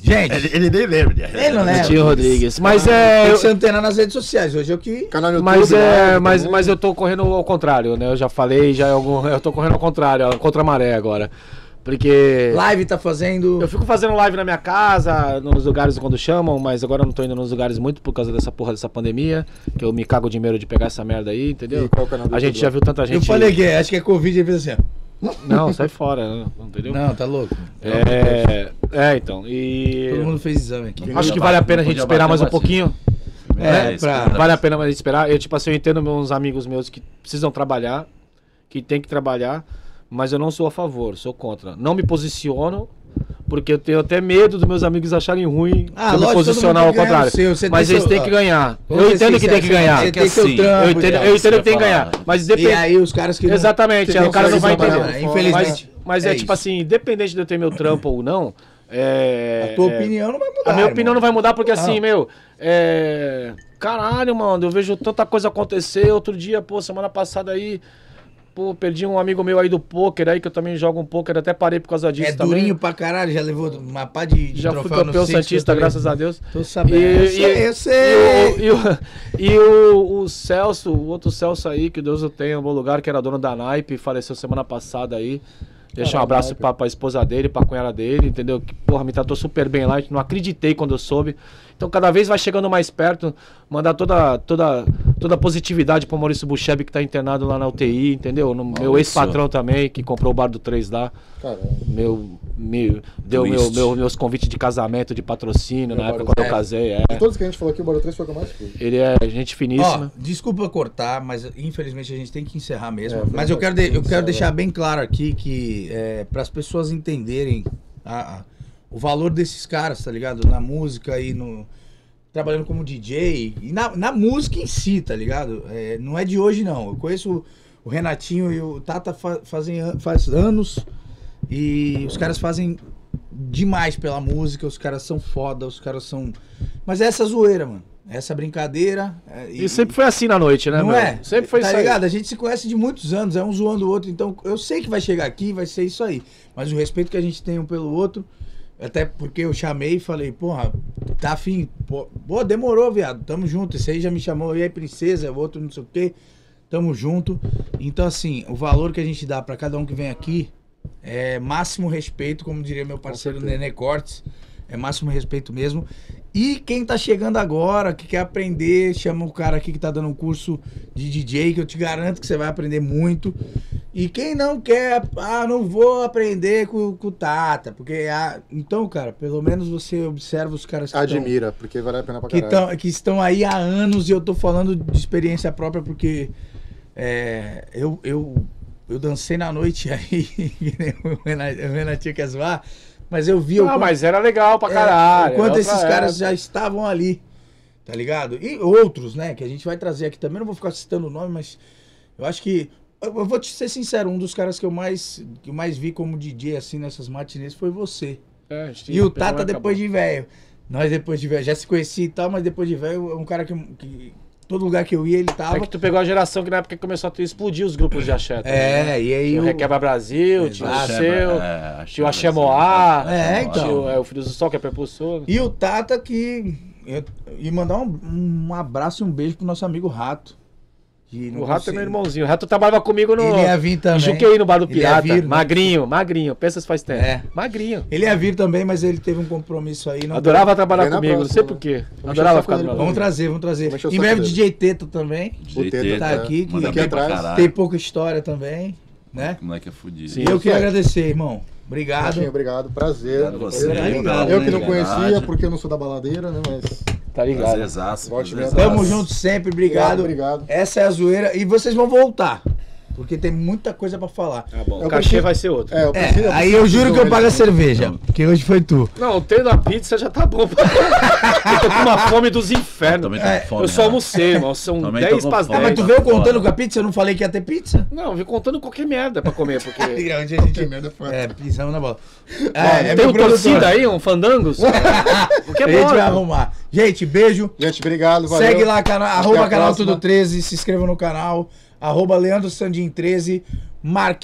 [SPEAKER 3] Gente, ele,
[SPEAKER 1] nem lembra.
[SPEAKER 3] não lembra.
[SPEAKER 4] Renatinho Rodrigues. Mas
[SPEAKER 3] Tá Tem
[SPEAKER 4] é.
[SPEAKER 3] que se antenar nas redes sociais. Hoje eu que.
[SPEAKER 2] Canal no YouTube.
[SPEAKER 4] Mas é,
[SPEAKER 3] né?
[SPEAKER 2] live
[SPEAKER 4] mas,
[SPEAKER 2] também.
[SPEAKER 4] mas né? eu tô correndo ao contrário, né? Eu já falei, já é algum, eu tô correndo ao contrário, ó, contra a maré agora. Porque.
[SPEAKER 3] Live tá fazendo.
[SPEAKER 4] Eu fico fazendo live na minha casa, nos lugares quando chamam, mas agora eu não tô indo nos lugares muito por causa dessa porra dessa pandemia, que eu me cago de medo de pegar essa merda aí, entendeu?
[SPEAKER 2] E qual canal do
[SPEAKER 4] a gente
[SPEAKER 2] YouTube?
[SPEAKER 4] já viu tanta gente.
[SPEAKER 3] Eu falei que é, acho que é Covid, ele fez assim, ó.
[SPEAKER 4] Não, sai fora, né? entendeu?
[SPEAKER 3] Não, tá louco.
[SPEAKER 4] É, é, então. E.
[SPEAKER 3] Todo mundo fez exame aqui.
[SPEAKER 4] Acho que vale a pena a gente
[SPEAKER 11] Podia
[SPEAKER 4] esperar
[SPEAKER 11] bater
[SPEAKER 4] mais um
[SPEAKER 11] vacina.
[SPEAKER 4] pouquinho.
[SPEAKER 3] É,
[SPEAKER 11] É,
[SPEAKER 3] pra.
[SPEAKER 11] espera.
[SPEAKER 4] Vale a pena mais a gente esperar. Eu, tipo assim, eu entendo uns amigos meus que precisam trabalhar, que tem que trabalhar, mas eu não sou a favor, sou contra. Não me posiciono, porque eu tenho até medo dos meus amigos acharem ruim
[SPEAKER 3] Ah,
[SPEAKER 4] se eu me
[SPEAKER 3] lógico, todo
[SPEAKER 4] posicionar
[SPEAKER 3] mundo tem
[SPEAKER 4] ao
[SPEAKER 3] que ganhar
[SPEAKER 4] contrário.
[SPEAKER 3] o seu, você
[SPEAKER 4] mas
[SPEAKER 3] tem
[SPEAKER 4] eles
[SPEAKER 3] seu-
[SPEAKER 4] têm que ganhar.
[SPEAKER 3] Vamos
[SPEAKER 4] Eu
[SPEAKER 3] ser
[SPEAKER 4] entendo que
[SPEAKER 3] sinceros,
[SPEAKER 4] tem que
[SPEAKER 3] você
[SPEAKER 4] ganhar.
[SPEAKER 3] Você tem
[SPEAKER 11] Assim,
[SPEAKER 3] seu trampo. e
[SPEAKER 4] Eu entendo, eu entendo que
[SPEAKER 11] isso que
[SPEAKER 4] tem
[SPEAKER 11] eu
[SPEAKER 4] que
[SPEAKER 11] ia
[SPEAKER 4] ganhar.
[SPEAKER 11] falar.
[SPEAKER 4] Mas
[SPEAKER 3] E
[SPEAKER 4] depende.
[SPEAKER 3] aí os caras que não-
[SPEAKER 4] Exatamente,
[SPEAKER 3] que
[SPEAKER 4] aí o cara não vai
[SPEAKER 3] precisam
[SPEAKER 4] entender.
[SPEAKER 3] trabalhar,
[SPEAKER 4] Mas,
[SPEAKER 3] Infelizmente.
[SPEAKER 4] mas é,
[SPEAKER 3] É
[SPEAKER 4] tipo
[SPEAKER 3] isso.
[SPEAKER 4] assim, independente de eu ter meu trampo ou não, é,
[SPEAKER 3] A tua
[SPEAKER 4] é,
[SPEAKER 3] opinião não vai mudar.
[SPEAKER 4] a minha
[SPEAKER 3] irmão.
[SPEAKER 4] opinião não vai mudar porque assim, meu, é. Caralho, mano, eu vejo tanta coisa acontecer. Outro dia, pô, semana passada aí, pô, perdi um amigo meu aí do pôquer aí, que eu também jogo um pôquer, até parei por causa disso
[SPEAKER 3] É
[SPEAKER 4] também.
[SPEAKER 3] durinho pra caralho, já levou uma pá de, de
[SPEAKER 4] Já fui
[SPEAKER 3] troféu
[SPEAKER 4] campeão santista, graças a Deus.
[SPEAKER 3] Tô sabendo.
[SPEAKER 4] E-
[SPEAKER 3] eu sei, eu
[SPEAKER 4] e- E, o,
[SPEAKER 3] sei.
[SPEAKER 4] e o- e o- o Celso, o outro Celso aí, que Deus o tenha, um bom lugar, que era dono da Naipe, faleceu semana passada aí. Deixar um abraço pra, pra esposa dele, pra cunhada dele, entendeu? Que, porra, me tratou super bem lá, não acreditei quando eu soube. Então, cada vez vai chegando mais perto, mandar toda toda toda a positividade pro Maurício Bucheb, que tá internado lá na UTI, entendeu? No- meu
[SPEAKER 11] Maurício.
[SPEAKER 4] ex-patrão também, que comprou o bar do 3 lá
[SPEAKER 2] Caralho.
[SPEAKER 4] meu, me deu
[SPEAKER 11] Twist.
[SPEAKER 4] meu, meu- meus convites de casamento, de patrocínio na época quando eu casei. É.
[SPEAKER 2] De todos que a gente falou aqui, o Bora 3 foi o que eu mais fui.
[SPEAKER 4] Ele é gente
[SPEAKER 3] Ó,
[SPEAKER 4] finíssima.
[SPEAKER 3] desculpa cortar, mas infelizmente a gente tem que encerrar mesmo.
[SPEAKER 2] É, foi
[SPEAKER 3] mas eu
[SPEAKER 2] verdade,
[SPEAKER 3] quero,
[SPEAKER 2] tem
[SPEAKER 3] de-
[SPEAKER 2] que
[SPEAKER 3] eu quero
[SPEAKER 2] encerrar.
[SPEAKER 3] deixar bem claro aqui que para as pessoas entenderem a- a- o valor desses caras, tá ligado? Na música e no trabalhando como DJ e na, na música em si, tá ligado? É, não é de hoje não. Eu conheço o, o Renatinho e o Tata fa- fazem an- faz anos e os caras fazem demais pela música, os caras são foda, os caras são. Mas é essa zoeira, mano. Essa brincadeira. é,
[SPEAKER 4] E sempre foi assim na noite, né,
[SPEAKER 3] não
[SPEAKER 4] meu?
[SPEAKER 3] é?
[SPEAKER 4] Sempre foi
[SPEAKER 3] tá
[SPEAKER 4] isso aí.
[SPEAKER 3] ligado? A gente se conhece de muitos anos, é um zoando o outro, então eu sei que vai chegar aqui, vai ser isso aí. Mas o respeito que a gente tem um pelo outro, até porque eu chamei e falei, porra, tá afim, pô, pô, demorou, viado, tamo junto. Esse aí já me chamou, e aí, princesa, o outro não sei o quê, tamo junto. Então, assim, o valor que a gente dá pra cada um que vem aqui é máximo respeito, como diria meu parceiro Nenê Cortes, é máximo respeito mesmo. E quem tá chegando agora, que quer aprender, chama o cara aqui que tá dando um curso de DJ, que eu te garanto que você vai aprender muito. E quem não quer, ah, não vou aprender com, com o Tata, porque, ah, então, cara, pelo menos você observa os caras que estão
[SPEAKER 2] Admira, porque vale a pena pra
[SPEAKER 3] que,
[SPEAKER 2] caralho.
[SPEAKER 3] tão, que estão aí há anos e eu tô falando de experiência própria porque é, eu, eu, eu dancei na noite aí, que nem o Renan- o Renatinho quer zoar, mas eu vi o
[SPEAKER 4] Ah,
[SPEAKER 3] quanto-
[SPEAKER 4] mas era legal pra
[SPEAKER 3] é,
[SPEAKER 4] caralho.
[SPEAKER 3] o quanto
[SPEAKER 4] era
[SPEAKER 3] esses
[SPEAKER 4] outra
[SPEAKER 3] caras
[SPEAKER 4] época.
[SPEAKER 3] já estavam ali, tá ligado? E outros, né, que a gente vai trazer aqui também, não vou ficar citando o nome, mas eu acho que... Eu eu vou te ser sincero, um dos caras que eu mais, que eu mais vi como DJ, assim, nessas matinês foi você.
[SPEAKER 4] É, a gente
[SPEAKER 3] E o
[SPEAKER 4] pegou
[SPEAKER 3] Tata
[SPEAKER 4] acabou.
[SPEAKER 3] depois de velho. Nós depois de velho. Já se conhecia e tal, mas depois de velho é um cara que, que Todo lugar que eu ia, ele
[SPEAKER 4] É
[SPEAKER 3] tava.
[SPEAKER 4] que tu pegou a geração que na época começou a ter- explodir os grupos de axé. tá ligado?
[SPEAKER 3] É, e aí.
[SPEAKER 4] Tinha o
[SPEAKER 3] o-
[SPEAKER 4] Requebra Brasil, tinha o
[SPEAKER 11] Axé,
[SPEAKER 4] Ah, Seu,
[SPEAKER 11] é, Axé
[SPEAKER 4] tinha o Axé
[SPEAKER 1] assim,
[SPEAKER 11] Brasil,
[SPEAKER 1] né?
[SPEAKER 4] Moá.
[SPEAKER 3] É,
[SPEAKER 11] Axé Moá.
[SPEAKER 3] então.
[SPEAKER 4] tinha o- é, o Filho do Sol, que é prepulsor.
[SPEAKER 3] E o Tata que. eu- E mandar um, um abraço e um beijo pro nosso amigo Rato. que não
[SPEAKER 4] O Rato é
[SPEAKER 3] consigo-
[SPEAKER 4] meu irmãozinho. O Rato trabalhava comigo no.
[SPEAKER 3] Ele é ia vir
[SPEAKER 4] em
[SPEAKER 3] também.
[SPEAKER 4] Junqueí, no Bar do
[SPEAKER 3] Ele ia
[SPEAKER 4] Pirata.
[SPEAKER 3] vir, né?
[SPEAKER 4] magrinho, magrinho. Pensa se faz tempo.
[SPEAKER 3] É.
[SPEAKER 4] Magrinho.
[SPEAKER 3] Ele ia vir também, mas ele teve um compromisso aí. não
[SPEAKER 4] Adorava trabalhar
[SPEAKER 2] Vem na
[SPEAKER 4] comigo, não
[SPEAKER 2] próxima,
[SPEAKER 4] sei
[SPEAKER 2] né?
[SPEAKER 4] porquê.
[SPEAKER 2] Vamos
[SPEAKER 4] Adorava
[SPEAKER 2] chamar
[SPEAKER 4] ficar
[SPEAKER 2] ele
[SPEAKER 4] do meu
[SPEAKER 3] deu.
[SPEAKER 4] lado.
[SPEAKER 3] Vamos trazer, vamos trazer.
[SPEAKER 4] é
[SPEAKER 2] Vamos encher o
[SPEAKER 3] Em
[SPEAKER 2] saco
[SPEAKER 3] breve o
[SPEAKER 2] dele.
[SPEAKER 3] DJ Teto também.
[SPEAKER 2] O Teta
[SPEAKER 3] tá aqui, que-
[SPEAKER 11] Manda
[SPEAKER 3] que
[SPEAKER 11] bem pra
[SPEAKER 2] atrás.
[SPEAKER 11] caralho.
[SPEAKER 3] Tem pouca história também, né?
[SPEAKER 11] O moleque é fudido.
[SPEAKER 4] Sim.
[SPEAKER 3] E eu queria
[SPEAKER 2] é.
[SPEAKER 3] agradecer, irmão. Obrigado.
[SPEAKER 2] Ratinho, obrigado, prazer.
[SPEAKER 11] Obrigado a você.
[SPEAKER 2] Prazer.
[SPEAKER 11] Obrigado,
[SPEAKER 2] Eu que não
[SPEAKER 11] né?
[SPEAKER 2] conhecia,
[SPEAKER 11] Verdade.
[SPEAKER 2] porque eu não sou da baladeira, né? Mas
[SPEAKER 4] Tá ligado?
[SPEAKER 11] Prazerzaço,
[SPEAKER 2] Volte
[SPEAKER 11] prazerzaço.
[SPEAKER 2] mesmo.
[SPEAKER 3] Tamo junto sempre, obrigado.
[SPEAKER 2] Obrigado, obrigado.
[SPEAKER 3] Essa é a zoeira e vocês vão voltar, porque tem muita coisa pra falar.
[SPEAKER 4] Tá bom.
[SPEAKER 2] Eu
[SPEAKER 4] O cachê
[SPEAKER 2] prefiro-
[SPEAKER 4] vai ser outro.
[SPEAKER 2] é, eu
[SPEAKER 3] É,
[SPEAKER 2] preciso-
[SPEAKER 3] aí eu juro que eu pago a cerveja, porque hoje foi tu.
[SPEAKER 4] Não, o teu da pizza já tá bom. eu tô com uma fome dos infernos.
[SPEAKER 11] Também tô com fome,
[SPEAKER 4] eu só
[SPEAKER 11] né?
[SPEAKER 4] almocei, irmão. São
[SPEAKER 11] Também tô
[SPEAKER 4] 10
[SPEAKER 11] com
[SPEAKER 4] pras
[SPEAKER 2] É,
[SPEAKER 11] fome.
[SPEAKER 3] Ah,
[SPEAKER 4] 10.
[SPEAKER 3] mas tu
[SPEAKER 2] então
[SPEAKER 11] tá
[SPEAKER 3] veio
[SPEAKER 11] fora.
[SPEAKER 3] contando com a pizza? Eu não falei que ia ter pizza?
[SPEAKER 4] Não, eu vim contando qualquer merda pra comer,
[SPEAKER 2] É.
[SPEAKER 4] porque.
[SPEAKER 3] Onde a gente...
[SPEAKER 2] Merda, foi.
[SPEAKER 3] É, pisamos na bola.
[SPEAKER 4] É, tem um torcida aí, um fandangos? o que
[SPEAKER 3] A
[SPEAKER 4] é
[SPEAKER 3] gente vai
[SPEAKER 4] bom?
[SPEAKER 3] arrumar. Gente, beijo.
[SPEAKER 2] Gente, obrigado, valeu.
[SPEAKER 3] Segue lá, cana
[SPEAKER 2] a
[SPEAKER 3] arroba canal
[SPEAKER 2] próxima.
[SPEAKER 3] Tudo 13, se inscreva no canal, arroba Leandro Sandin 13, marque